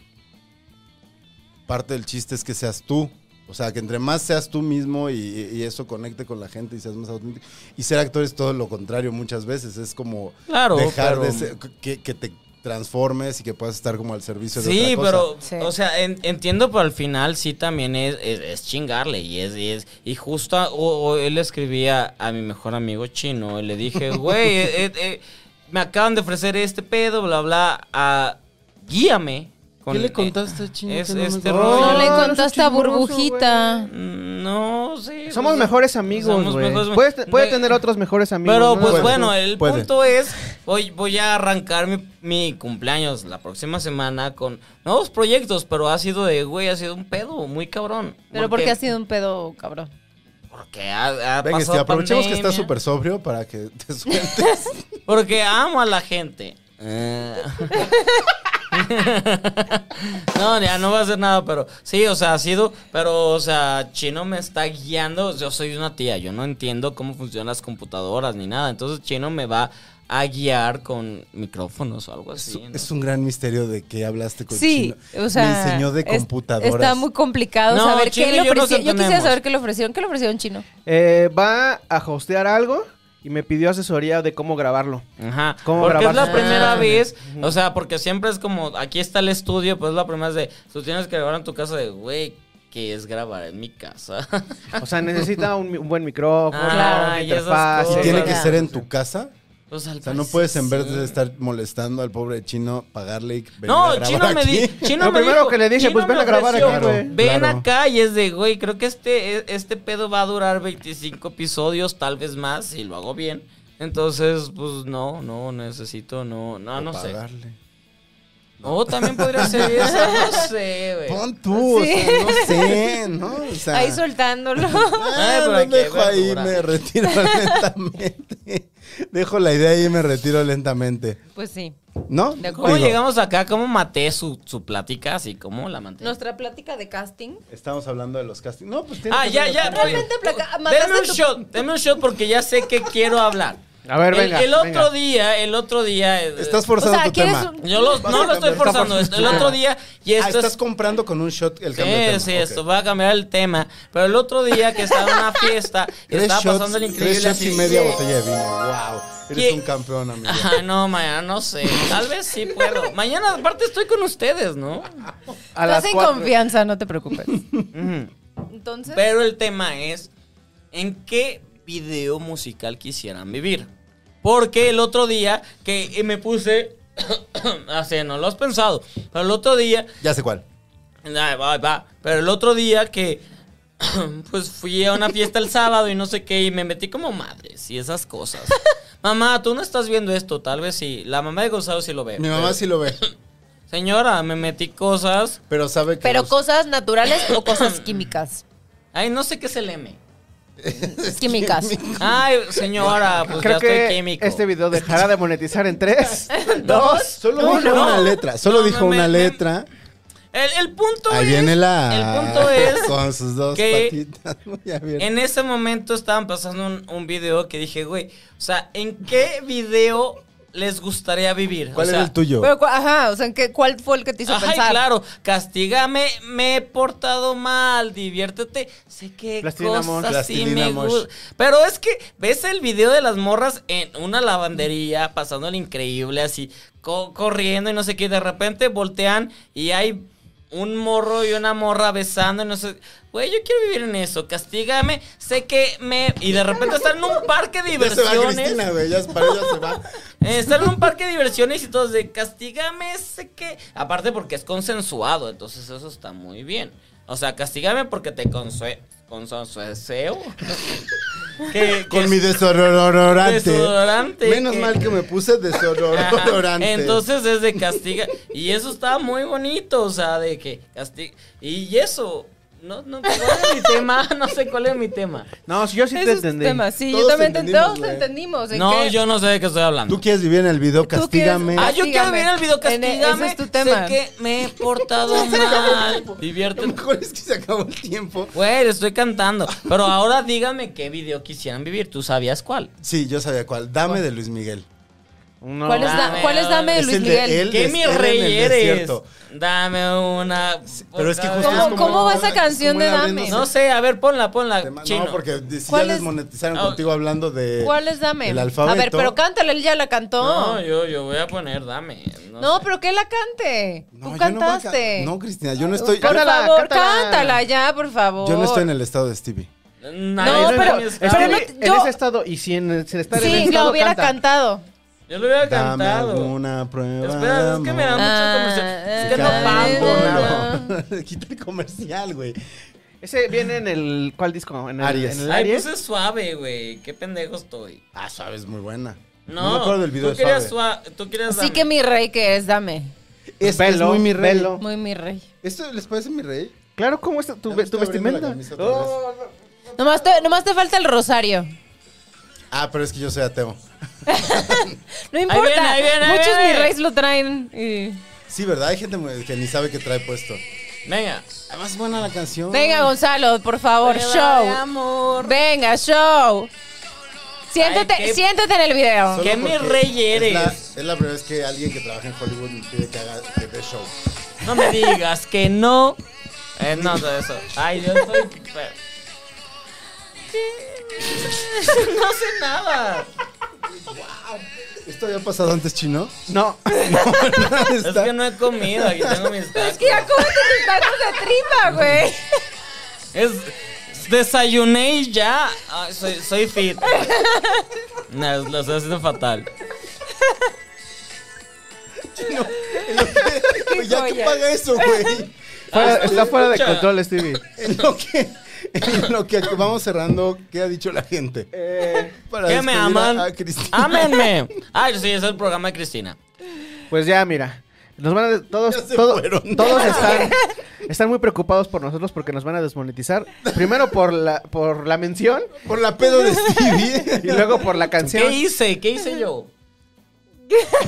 [SPEAKER 2] parte del chiste es que seas tú. O sea, que entre más seas tú mismo y, y eso conecte con la gente y seas más auténtico. Y ser actor es todo lo contrario muchas veces. Es como
[SPEAKER 1] Claro,
[SPEAKER 2] dejar de
[SPEAKER 1] pero-
[SPEAKER 2] ser- que, que te transformes y que puedas estar como al servicio de
[SPEAKER 1] Sí,
[SPEAKER 2] otra cosa.
[SPEAKER 1] pero,
[SPEAKER 3] Sí.
[SPEAKER 1] o sea, en- entiendo, pero al final sí también es, es, es chingarle y es, y es, y justo, o, o él escribía a mi mejor amigo chino, y le dije, güey, eh, eh, eh, me acaban de ofrecer este pedo, bla, bla, ah, guíame. con- eh,
[SPEAKER 2] chino?
[SPEAKER 1] es- este
[SPEAKER 3] No
[SPEAKER 1] rollo. Mm,
[SPEAKER 3] le
[SPEAKER 4] eres un
[SPEAKER 3] contaste a
[SPEAKER 4] chismoso,
[SPEAKER 3] Burbujita.
[SPEAKER 1] No sé.
[SPEAKER 4] Somos
[SPEAKER 1] pues,
[SPEAKER 4] mejores amigos,
[SPEAKER 1] somos
[SPEAKER 4] güey.
[SPEAKER 1] mejores-
[SPEAKER 4] Puedes- Puede,
[SPEAKER 1] de-
[SPEAKER 4] tener otros mejores amigos.
[SPEAKER 1] Pero
[SPEAKER 4] ¿no?
[SPEAKER 1] pues
[SPEAKER 2] Puede,
[SPEAKER 1] bueno, el
[SPEAKER 2] puede.
[SPEAKER 1] punto es, voy, voy a arrancar mi, mi cumpleaños la próxima semana con nuevos proyectos, pero ha sido de, güey, ha sido un pedo muy cabrón.
[SPEAKER 3] Pero porque ha sido un pedo, cabrón.
[SPEAKER 1] Porque ha, ha
[SPEAKER 2] Venga, este,
[SPEAKER 1] pasado
[SPEAKER 2] aprovechemos que estás
[SPEAKER 1] pandemia,
[SPEAKER 2] súper sobrio para que te sueltes.
[SPEAKER 1] Porque amo a la gente. Eh. no, ya no va a hacer nada, pero sí, o sea, ha sido, pero, o sea, Chino me está guiando, yo soy una tía, yo no entiendo cómo funcionan las computadoras ni nada, entonces Chino me va a guiar con micrófonos o algo
[SPEAKER 2] Es,
[SPEAKER 1] así. ¿no?
[SPEAKER 2] es un gran misterio de que hablaste con
[SPEAKER 3] Sí,
[SPEAKER 2] Chino.
[SPEAKER 3] o sea.
[SPEAKER 2] Me enseñó de
[SPEAKER 3] es-
[SPEAKER 2] computadoras.
[SPEAKER 3] Está muy complicado
[SPEAKER 1] No,
[SPEAKER 3] saber
[SPEAKER 1] Chino
[SPEAKER 3] qué
[SPEAKER 1] y
[SPEAKER 3] le
[SPEAKER 1] yo nos
[SPEAKER 3] ofrecieron. Yo, quisiera
[SPEAKER 1] entendemos.
[SPEAKER 3] saber qué le ofrecieron. ¿Qué le ofrecieron chino?
[SPEAKER 4] Eh, va a hostear algo y me pidió asesoría de cómo grabarlo.
[SPEAKER 1] Ajá.
[SPEAKER 4] ¿Cómo
[SPEAKER 1] porque es
[SPEAKER 4] grabar
[SPEAKER 1] la
[SPEAKER 4] sus
[SPEAKER 1] primera
[SPEAKER 4] grabaciones?
[SPEAKER 1] vez, o sea, porque siempre es como, aquí está el estudio, pues la primera vez de, tú tienes que grabar en tu casa de, güey, ¿qué es grabar en mi casa?
[SPEAKER 4] O sea, necesita un, mi- un buen micrófono,
[SPEAKER 1] Ah,
[SPEAKER 4] una
[SPEAKER 1] y esas
[SPEAKER 4] interfaz.
[SPEAKER 1] cosas.
[SPEAKER 2] ¿Y tiene que
[SPEAKER 3] Ya.
[SPEAKER 2] ser en tu casa?
[SPEAKER 1] Pues, al
[SPEAKER 2] O sea, no
[SPEAKER 1] parecer
[SPEAKER 2] puedes en vez
[SPEAKER 1] sí.
[SPEAKER 2] de estar molestando al pobre chino, pagarle y venir a
[SPEAKER 1] No,
[SPEAKER 2] grabar
[SPEAKER 1] Chino me,
[SPEAKER 2] aquí.
[SPEAKER 1] di, Chino
[SPEAKER 4] Lo
[SPEAKER 1] me
[SPEAKER 4] primero
[SPEAKER 1] dijo-
[SPEAKER 4] que le dije,
[SPEAKER 1] Chino
[SPEAKER 4] pues, ven
[SPEAKER 1] me
[SPEAKER 4] a grabar
[SPEAKER 1] ofreció,
[SPEAKER 2] aquí, güey.
[SPEAKER 1] Ven
[SPEAKER 2] Claro.
[SPEAKER 1] acá y es de, güey, creo que este, este pedo va a durar 25 episodios, tal vez más, si lo hago bien. Entonces, pues no, no, necesito, no, no,
[SPEAKER 2] O
[SPEAKER 1] no sé.
[SPEAKER 2] pagarle.
[SPEAKER 1] O también podría ser eso, no sé, güey.
[SPEAKER 2] Eh, Pon tú, o
[SPEAKER 3] Sí.
[SPEAKER 2] sea, no sé, ¿no? O sea,
[SPEAKER 3] Ahí soltándolo.
[SPEAKER 2] ah,
[SPEAKER 1] Ay, pero
[SPEAKER 2] lo
[SPEAKER 1] hay que
[SPEAKER 2] dejo
[SPEAKER 1] ver
[SPEAKER 2] ahí,
[SPEAKER 1] dura.
[SPEAKER 2] me retiro lentamente. Dejo la idea ahí y me retiro lentamente.
[SPEAKER 3] pues sí.
[SPEAKER 2] ¿No?
[SPEAKER 3] De
[SPEAKER 1] ¿Cómo
[SPEAKER 2] Digo,
[SPEAKER 1] llegamos acá? ¿Cómo maté su, su plática? Así, ¿cómo la manté?
[SPEAKER 3] Nuestra plática de casting.
[SPEAKER 2] Estamos hablando de los castings. No, pues tiene
[SPEAKER 1] Ah,
[SPEAKER 2] que
[SPEAKER 1] ya,
[SPEAKER 2] ser-
[SPEAKER 1] ya.
[SPEAKER 3] Realmente,
[SPEAKER 1] oye,
[SPEAKER 3] placa-
[SPEAKER 1] tú,
[SPEAKER 3] mataste
[SPEAKER 1] Denme un
[SPEAKER 3] tu-
[SPEAKER 1] shot, denme un shot porque ya sé que quiero hablar.
[SPEAKER 4] A ver,
[SPEAKER 1] El-
[SPEAKER 4] venga.
[SPEAKER 1] El, otro
[SPEAKER 4] venga.
[SPEAKER 1] día, el otro día... eh,
[SPEAKER 2] Estás
[SPEAKER 3] O
[SPEAKER 2] forzando
[SPEAKER 3] sea,
[SPEAKER 2] tu
[SPEAKER 3] ¿quieres
[SPEAKER 2] tema.
[SPEAKER 3] un-
[SPEAKER 1] Yo lo- no lo estoy forzando. esto- El otro día... Y
[SPEAKER 2] Ah,
[SPEAKER 1] esto
[SPEAKER 2] estás
[SPEAKER 1] es
[SPEAKER 2] comprando con un shot el
[SPEAKER 1] Sí,
[SPEAKER 2] cambio de tema.
[SPEAKER 1] sí,
[SPEAKER 2] Ok.
[SPEAKER 1] esto va a cambiar el tema. Pero el otro día que estaba en una fiesta, y
[SPEAKER 2] Tres
[SPEAKER 1] estaba
[SPEAKER 2] shots,
[SPEAKER 1] pasando el increíble.
[SPEAKER 2] tres shots
[SPEAKER 1] así,
[SPEAKER 2] y media
[SPEAKER 1] "Yeah".
[SPEAKER 2] botella de vino. Wow, eres
[SPEAKER 1] ¿Qué?
[SPEAKER 2] un campeón, amigo.
[SPEAKER 1] Ajá, no, mañana no sé. Tal vez sí puedo. Mañana, aparte, estoy con ustedes, ¿no?
[SPEAKER 4] A las
[SPEAKER 3] Estás en
[SPEAKER 4] cuatro.
[SPEAKER 3] confianza, no te preocupes.
[SPEAKER 1] Ujú.
[SPEAKER 3] Entonces.
[SPEAKER 1] Pero el tema es: ¿en qué video musical quisieran vivir? Porque el otro día que me puse. Así, no lo has pensado. Pero el otro día
[SPEAKER 2] Ya sé cuál.
[SPEAKER 1] Ay, va, va. Pero el otro día que pues fui a una fiesta el sábado y no sé qué, y me metí como madres y esas cosas. mamá, tú no estás viendo esto, tal vez sí. La mamá de Gonzalo sí lo ve.
[SPEAKER 2] Mi mamá
[SPEAKER 1] pero-
[SPEAKER 2] sí lo ve,
[SPEAKER 1] Señora, me metí cosas.
[SPEAKER 2] pero sabe que.
[SPEAKER 3] Pero
[SPEAKER 2] los-
[SPEAKER 3] cosas naturales o cosas químicas.
[SPEAKER 1] Ay, no sé qué es el M.
[SPEAKER 3] Químicas.
[SPEAKER 1] Ay, señora, pues ya
[SPEAKER 4] Creo
[SPEAKER 1] estoy
[SPEAKER 4] que
[SPEAKER 1] químico.
[SPEAKER 4] este video dejará de monetizar en 3, 2,
[SPEAKER 2] Solo dijo
[SPEAKER 1] no.
[SPEAKER 2] una letra, solo
[SPEAKER 1] No,
[SPEAKER 2] dijo
[SPEAKER 1] no, me-
[SPEAKER 2] una
[SPEAKER 1] me-
[SPEAKER 2] letra.
[SPEAKER 1] El, el punto
[SPEAKER 2] Ahí
[SPEAKER 1] es.
[SPEAKER 2] viene la.
[SPEAKER 1] El punto es.
[SPEAKER 2] Con sus dos
[SPEAKER 1] que
[SPEAKER 2] patitas. muy abiertas.
[SPEAKER 1] En ese momento estaban pasando un, un video que dije, güey, o sea, ¿en qué video les gustaría vivir? O
[SPEAKER 2] ¿Cuál
[SPEAKER 1] sea,
[SPEAKER 2] era el tuyo?
[SPEAKER 3] Pero, cu- ajá, o sea, ¿en qué- ¿cuál fue el que te hizo
[SPEAKER 1] Ay,
[SPEAKER 3] pensar?
[SPEAKER 1] claro, castígame, me he portado mal, diviértete, sé que
[SPEAKER 4] Plastilina Mosh.
[SPEAKER 1] cosas sí
[SPEAKER 2] Plastilina
[SPEAKER 1] me
[SPEAKER 2] Mosh.
[SPEAKER 1] gustan. Pero es que ves el video de las morras en una lavandería, pasando el increíble, así, co- corriendo y no sé qué, y de repente voltean y hay un morro y una morra besando y no sé, güey, yo quiero vivir en eso, castígame, sé que me... Y de repente están en un parque de
[SPEAKER 2] Ya se
[SPEAKER 1] diversiones.
[SPEAKER 2] va Cristina, güey. Ya para ella se va.
[SPEAKER 1] Eh, Estar en un parque de diversiones y todos de castígame sé que. Aparte porque es consensuado, entonces eso está muy bien. O sea, castígame porque te consue... consensueo. que,
[SPEAKER 2] Con mi
[SPEAKER 1] que-
[SPEAKER 2] desodorante.
[SPEAKER 1] Desodorante,
[SPEAKER 2] Menos
[SPEAKER 1] que-
[SPEAKER 2] mal que me puse
[SPEAKER 1] Ajá.
[SPEAKER 2] desodorante.
[SPEAKER 1] Entonces es de castiga. Y eso está muy bonito, o sea, de que castiga. Y eso, no, no, ¿cuál es mi tema? No sé cuál es mi tema.
[SPEAKER 4] No, yo sí te
[SPEAKER 3] Esos
[SPEAKER 4] entendí.
[SPEAKER 3] temas, sí, yo
[SPEAKER 2] Todos
[SPEAKER 3] también te-
[SPEAKER 2] entendimos,
[SPEAKER 3] todos
[SPEAKER 2] güey.
[SPEAKER 3] entendimos. ¿en
[SPEAKER 1] No,
[SPEAKER 3] qué?
[SPEAKER 1] yo no sé de qué estoy hablando.
[SPEAKER 2] Tú quieres vivir en el video,
[SPEAKER 3] quieres-
[SPEAKER 2] castígame.
[SPEAKER 1] Ah, yo quiero
[SPEAKER 3] Castígame.
[SPEAKER 1] ver el video
[SPEAKER 3] En- ese
[SPEAKER 1] Castígame.
[SPEAKER 3] es tu tema.
[SPEAKER 1] Sé que me he portado mal.
[SPEAKER 2] Lo
[SPEAKER 1] Diviértete.
[SPEAKER 2] mejor es que se acabó el tiempo.
[SPEAKER 1] Güey, estoy cantando. Pero ahora dígame qué video quisieran vivir. ¿Tú sabías cuál?
[SPEAKER 2] Sí, yo sabía cuál. Dame de Luis Miguel.
[SPEAKER 4] No.
[SPEAKER 3] ¿Cuál es, da-
[SPEAKER 1] Dame,
[SPEAKER 3] cuál es
[SPEAKER 1] dame.
[SPEAKER 3] Dame de
[SPEAKER 2] Es
[SPEAKER 3] Luis
[SPEAKER 2] el de
[SPEAKER 3] Miguel?
[SPEAKER 2] él. El
[SPEAKER 1] ¿Qué
[SPEAKER 2] des-
[SPEAKER 1] mi
[SPEAKER 2] era en el
[SPEAKER 1] rey eres?
[SPEAKER 2] desierto.
[SPEAKER 1] Dame una.
[SPEAKER 2] Pero es que justo
[SPEAKER 3] ¿Cómo-
[SPEAKER 2] es como-
[SPEAKER 3] cómo va esa canción
[SPEAKER 2] como
[SPEAKER 3] de
[SPEAKER 2] él
[SPEAKER 3] Dame?
[SPEAKER 2] abriéndose
[SPEAKER 1] No sé, a ver, ponla, ponla.
[SPEAKER 2] tema-
[SPEAKER 1] chino.
[SPEAKER 2] No, porque de- si ya
[SPEAKER 3] ¿Cuál es-
[SPEAKER 2] desmonetizaron
[SPEAKER 1] Ah,
[SPEAKER 2] contigo hablando de.
[SPEAKER 3] ¿Cuál es Dame?
[SPEAKER 2] El alfabeto.
[SPEAKER 3] A ver, pero cántala, él ya la cantó.
[SPEAKER 1] No,
[SPEAKER 3] No,
[SPEAKER 1] yo, yo voy a poner dame. No, sé.
[SPEAKER 3] pero que la cante.
[SPEAKER 2] No, yo
[SPEAKER 3] Tú
[SPEAKER 2] no voy a ca-
[SPEAKER 3] cantaste.
[SPEAKER 2] No, Cristina, yo no estoy.
[SPEAKER 3] Por
[SPEAKER 4] Cántala,
[SPEAKER 3] favor,
[SPEAKER 4] cántala.
[SPEAKER 3] cántala. ya, por favor.
[SPEAKER 2] Yo no estoy en el estado de Stevie.
[SPEAKER 1] Nadie
[SPEAKER 3] No,
[SPEAKER 1] está
[SPEAKER 3] pero-
[SPEAKER 1] en mis
[SPEAKER 4] Ah, Estoy
[SPEAKER 3] pero
[SPEAKER 1] cabos.
[SPEAKER 3] no-
[SPEAKER 4] en
[SPEAKER 3] yo-
[SPEAKER 4] ese estado y si en el, si estar en ese
[SPEAKER 3] Sí,
[SPEAKER 4] estado
[SPEAKER 3] la hubiera
[SPEAKER 4] canta.
[SPEAKER 3] cantado.
[SPEAKER 1] Yo lo hubiera
[SPEAKER 2] Dame
[SPEAKER 1] cantado.
[SPEAKER 2] alguna prueba.
[SPEAKER 1] Espera, es que me da
[SPEAKER 2] amor.
[SPEAKER 1] mucho
[SPEAKER 3] Ah,
[SPEAKER 1] comercial. Es
[SPEAKER 3] eh,
[SPEAKER 1] que no
[SPEAKER 3] Cántala.
[SPEAKER 1] pago nada.
[SPEAKER 2] no. Quita el comercial, güey.
[SPEAKER 4] Ese viene en el ¿cuál disco? En el
[SPEAKER 2] Aries.
[SPEAKER 4] En el
[SPEAKER 1] Ay,
[SPEAKER 4] Aries.
[SPEAKER 1] pues es suave, güey. Qué pendejo estoy.
[SPEAKER 2] Ah, sabes, muy buena.
[SPEAKER 1] No,
[SPEAKER 2] me acuerdo del video
[SPEAKER 1] tú
[SPEAKER 2] de
[SPEAKER 1] querías
[SPEAKER 2] Suave.
[SPEAKER 1] suave. Tú querías
[SPEAKER 3] Así
[SPEAKER 1] dame.
[SPEAKER 3] que mi rey que es Dame.
[SPEAKER 2] Es,
[SPEAKER 4] Velo,
[SPEAKER 2] es muy mi rey.
[SPEAKER 4] velo.
[SPEAKER 3] Muy mi rey.
[SPEAKER 2] ¿Esto les parece mi rey?
[SPEAKER 4] Claro, ¿cómo está tu,
[SPEAKER 2] Ya me
[SPEAKER 4] ve- tu
[SPEAKER 2] estoy abriendo la camisa
[SPEAKER 4] vestimenta?
[SPEAKER 2] otra
[SPEAKER 4] Oh,
[SPEAKER 3] Nomás te, nomás te falta el rosario.
[SPEAKER 2] Ah, pero es que yo soy ateo.
[SPEAKER 3] No importa.
[SPEAKER 1] viene, ahí viene, ahí
[SPEAKER 3] Muchos
[SPEAKER 1] viene.
[SPEAKER 3] mi reyes lo traen. y-
[SPEAKER 2] Sí, ¿verdad? Hay gente muy- que ni sabe que trae puesto.
[SPEAKER 1] Venga.
[SPEAKER 2] Además, es buena la canción.
[SPEAKER 3] Venga, Gonzalo, por favor,
[SPEAKER 1] Prueba de
[SPEAKER 3] show.
[SPEAKER 1] amor.
[SPEAKER 3] Venga, show. Siéntate,
[SPEAKER 1] Ay, qué-
[SPEAKER 3] siéntate en el video.
[SPEAKER 2] Solo
[SPEAKER 1] ¿Qué mi
[SPEAKER 2] porque
[SPEAKER 1] rey eres?
[SPEAKER 2] Es la, es la primera vez que alguien que trabaja en Hollywood me pide que haga que dé show.
[SPEAKER 1] No me digas que no. Eh, no, todo eso. Ay, yo estoy. No sé nada.
[SPEAKER 2] ¿Esto había pasado antes, chino?
[SPEAKER 4] no.
[SPEAKER 1] Es que no he comido. Aquí tengo mis tacos.
[SPEAKER 3] Es que ya cómete tus tacos de tripa, güey.
[SPEAKER 1] Es- Desayuné y ya. Ay, soy, soy fit. No, lo estoy haciendo fatal.
[SPEAKER 2] Pues ya que
[SPEAKER 3] joya.
[SPEAKER 2] paga eso, güey.
[SPEAKER 4] Fuera-
[SPEAKER 1] Ah,
[SPEAKER 4] está fuera de
[SPEAKER 1] escucha.
[SPEAKER 4] control, Stevie.
[SPEAKER 2] En lo que, en lo que vamos cerrando, ¿qué ha dicho la gente? Para
[SPEAKER 1] ¿Qué me
[SPEAKER 2] despedir a-
[SPEAKER 1] aman?
[SPEAKER 2] a Cristina.
[SPEAKER 1] ¡Ámenme! Ay, sí, es el programa de Cristina.
[SPEAKER 4] Pues ya, mira. Nos van a todos
[SPEAKER 2] Ya se
[SPEAKER 4] todo-
[SPEAKER 2] fueron.
[SPEAKER 4] todos están están muy preocupados por nosotros porque nos van a desmonetizar. Primero por la por la mención
[SPEAKER 2] Por la pedo de
[SPEAKER 4] y
[SPEAKER 2] Stevie.
[SPEAKER 4] luego por la
[SPEAKER 1] ¿Qué
[SPEAKER 4] canción.
[SPEAKER 1] hice? ¿Qué hice yo?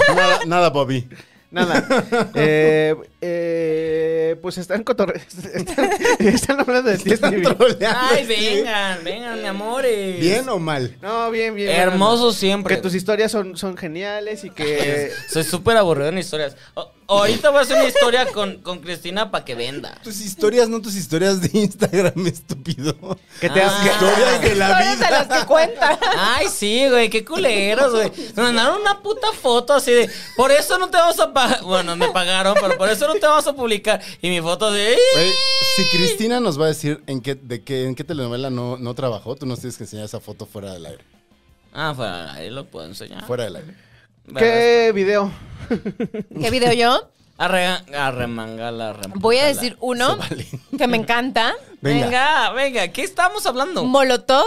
[SPEAKER 2] nada, nada, Bobby.
[SPEAKER 4] Nada. Eh, eh, pues están cotorre están, están hablando de ti,
[SPEAKER 2] Están
[SPEAKER 4] Stevie.
[SPEAKER 2] troleando a
[SPEAKER 1] Ay,
[SPEAKER 2] Stevie.
[SPEAKER 1] vengan, vengan, mi amores.
[SPEAKER 2] ¿Bien o mal?
[SPEAKER 4] No, bien, bien.
[SPEAKER 1] Hermoso
[SPEAKER 4] bueno.
[SPEAKER 1] siempre.
[SPEAKER 4] Que tus historias son, son geniales y que
[SPEAKER 1] Soy súper aburrido en historias. O- ahorita voy a hacer una historia con, con Cristina para que venda.
[SPEAKER 2] Tus historias, no tus historias de Instagram, estúpido.
[SPEAKER 4] que te
[SPEAKER 1] Ah.
[SPEAKER 4] has-
[SPEAKER 2] Historias de la
[SPEAKER 3] Todas de las
[SPEAKER 2] vida.
[SPEAKER 3] que cuentan.
[SPEAKER 1] Ay, sí, güey, qué culeros, güey. Me mandaron una puta foto así de, por eso no te vamos a pagar. Bueno, me pagaron, pero por eso no te vamos a publicar. Y mi foto de...
[SPEAKER 2] Güey, si Cristina nos va a decir en qué, de qué, en qué telenovela no, no trabajó, tú nos tienes que enseñar esa foto fuera del aire.
[SPEAKER 1] Ah, fuera, ahí lo puedo enseñar.
[SPEAKER 4] Ah.
[SPEAKER 2] Fuera del aire.
[SPEAKER 4] ¿Qué video?
[SPEAKER 3] ¿Qué video yo?
[SPEAKER 1] Arre, arremangala, arremangala.
[SPEAKER 3] Voy a decir uno
[SPEAKER 2] vale.
[SPEAKER 3] que me encanta.
[SPEAKER 2] Venga.
[SPEAKER 1] Venga, venga, ¿qué estamos hablando?
[SPEAKER 3] Molotov,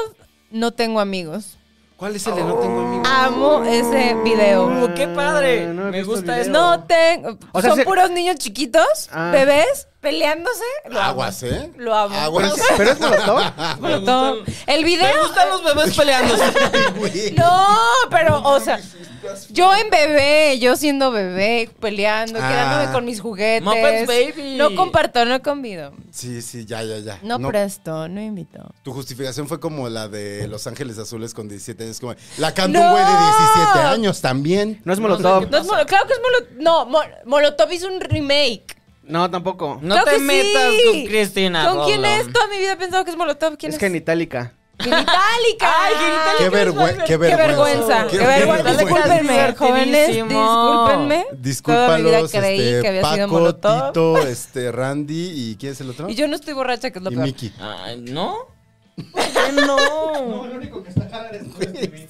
[SPEAKER 3] no tengo amigos.
[SPEAKER 2] ¿Cuál es el de No Tengo Amigos?
[SPEAKER 3] Amo ese video.
[SPEAKER 1] Uh, qué padre.
[SPEAKER 4] Ah, No he
[SPEAKER 1] me
[SPEAKER 4] visto
[SPEAKER 1] gusta
[SPEAKER 4] el
[SPEAKER 1] eso.
[SPEAKER 4] video.
[SPEAKER 3] No tengo.
[SPEAKER 4] O sea,
[SPEAKER 3] son
[SPEAKER 4] se-
[SPEAKER 3] puros niños chiquitos,
[SPEAKER 4] Ah.
[SPEAKER 3] bebés, peleándose. Lo amo.
[SPEAKER 2] Aguas, ¿eh?
[SPEAKER 3] Lo amo.
[SPEAKER 2] Aguas.
[SPEAKER 4] Pero es molotov.
[SPEAKER 1] Me
[SPEAKER 3] Todo.
[SPEAKER 1] gustan,
[SPEAKER 3] El video.
[SPEAKER 1] me gustan los bebés peleándose.
[SPEAKER 2] Güey.
[SPEAKER 3] No, pero, o sea, yo en bebé, yo siendo bebé, peleando,
[SPEAKER 2] Ah.
[SPEAKER 3] quedándome con mis juguetes.
[SPEAKER 1] Muppets Baby.
[SPEAKER 3] No comparto, no convido.
[SPEAKER 2] Sí, sí, ya, ya, ya.
[SPEAKER 3] No, presto, no invito.
[SPEAKER 2] Tu justificación fue como la de Los Ángeles Azules con 17 años. Como, la canta
[SPEAKER 3] ¡No!
[SPEAKER 2] un güey de 17 años también.
[SPEAKER 4] No es molotov.
[SPEAKER 3] No es molo- claro que es Molotov. No, Mo- Molotov hizo un remake.
[SPEAKER 4] No, tampoco.
[SPEAKER 1] No
[SPEAKER 3] Claro
[SPEAKER 1] te
[SPEAKER 3] que
[SPEAKER 1] metas
[SPEAKER 3] sí.
[SPEAKER 1] con Cristina.
[SPEAKER 3] ¿Con quién
[SPEAKER 1] Rolo.
[SPEAKER 3] es? Toda mi vida he pensado que es Molotov. ¿Quién es?
[SPEAKER 4] Es que en Itálica.
[SPEAKER 3] Genitalica.
[SPEAKER 1] Ay, Genitalica
[SPEAKER 2] Qué,
[SPEAKER 1] es
[SPEAKER 2] vergüe-
[SPEAKER 1] más-
[SPEAKER 2] qué
[SPEAKER 3] Qué
[SPEAKER 2] vergüenza.
[SPEAKER 3] vergüenza. Qué vergüenza. Discúlpenme, jóvenes. Discúlpenme. Toda mi vida
[SPEAKER 2] Discúlpalos,
[SPEAKER 3] creí
[SPEAKER 2] este,
[SPEAKER 3] que había
[SPEAKER 2] Paco,
[SPEAKER 3] sido Molotov.
[SPEAKER 2] Tito, este, Randy y ¿quién es el otro?
[SPEAKER 3] Y yo no estoy borracha, que es lo
[SPEAKER 2] Y
[SPEAKER 3] peor.
[SPEAKER 2] Mickey.
[SPEAKER 1] Ay, ¿No? ¿Por
[SPEAKER 3] Pues
[SPEAKER 1] qué no? No, lo único que está cagado es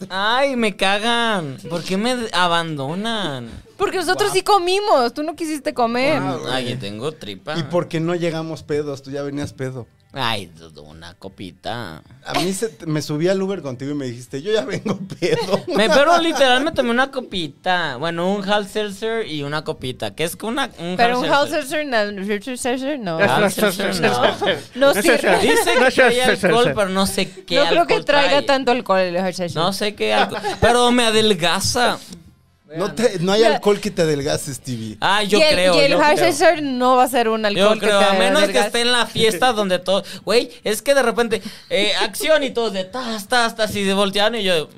[SPEAKER 1] Ay, me cagan. ¿Por qué me abandonan?
[SPEAKER 3] Porque nosotros sí comimos. Tú no quisiste comer.
[SPEAKER 1] Ay, yo tengo
[SPEAKER 4] Ah.
[SPEAKER 1] tripa.
[SPEAKER 2] ¿Y por qué no llegamos pedos? Tú ya venías pedo.
[SPEAKER 1] Ay, d- d- una copita.
[SPEAKER 2] A mí se- me subí al Uber contigo y me dijiste, yo ya vengo pedo.
[SPEAKER 1] Me, pero literal me tomé una copita. Bueno, un half seltzer y una copita. Que es que una, un
[SPEAKER 3] Pero un
[SPEAKER 1] half
[SPEAKER 3] house
[SPEAKER 1] seltzer.
[SPEAKER 3] session, no, future session, no.
[SPEAKER 1] Ah, sí,
[SPEAKER 3] No
[SPEAKER 4] No,
[SPEAKER 3] sirve.
[SPEAKER 4] sí, sí.
[SPEAKER 1] Dice
[SPEAKER 4] No,
[SPEAKER 1] que
[SPEAKER 4] sí,
[SPEAKER 1] trae
[SPEAKER 4] sí, sí,
[SPEAKER 1] alcohol,
[SPEAKER 4] sí.
[SPEAKER 1] pero no sé qué
[SPEAKER 3] No creo que
[SPEAKER 1] alcohol
[SPEAKER 3] traiga
[SPEAKER 1] trae.
[SPEAKER 3] tanto alcohol el house session.
[SPEAKER 1] No sé qué alcohol. Pero me adelgaza.
[SPEAKER 2] No, te- no hay alcohol que te adelgace, Stevie.
[SPEAKER 1] Ah, yo
[SPEAKER 3] y el,
[SPEAKER 1] creo.
[SPEAKER 3] y el
[SPEAKER 1] yo
[SPEAKER 3] house
[SPEAKER 1] creo.
[SPEAKER 3] session no va a ser un alcohol
[SPEAKER 1] Yo creo,
[SPEAKER 3] que te
[SPEAKER 1] a menos que
[SPEAKER 3] adelgace.
[SPEAKER 1] esté en la fiesta donde todo. Güey, es que de repente, eh, acción y todos de tas, tas, tas, y se voltearon y yo.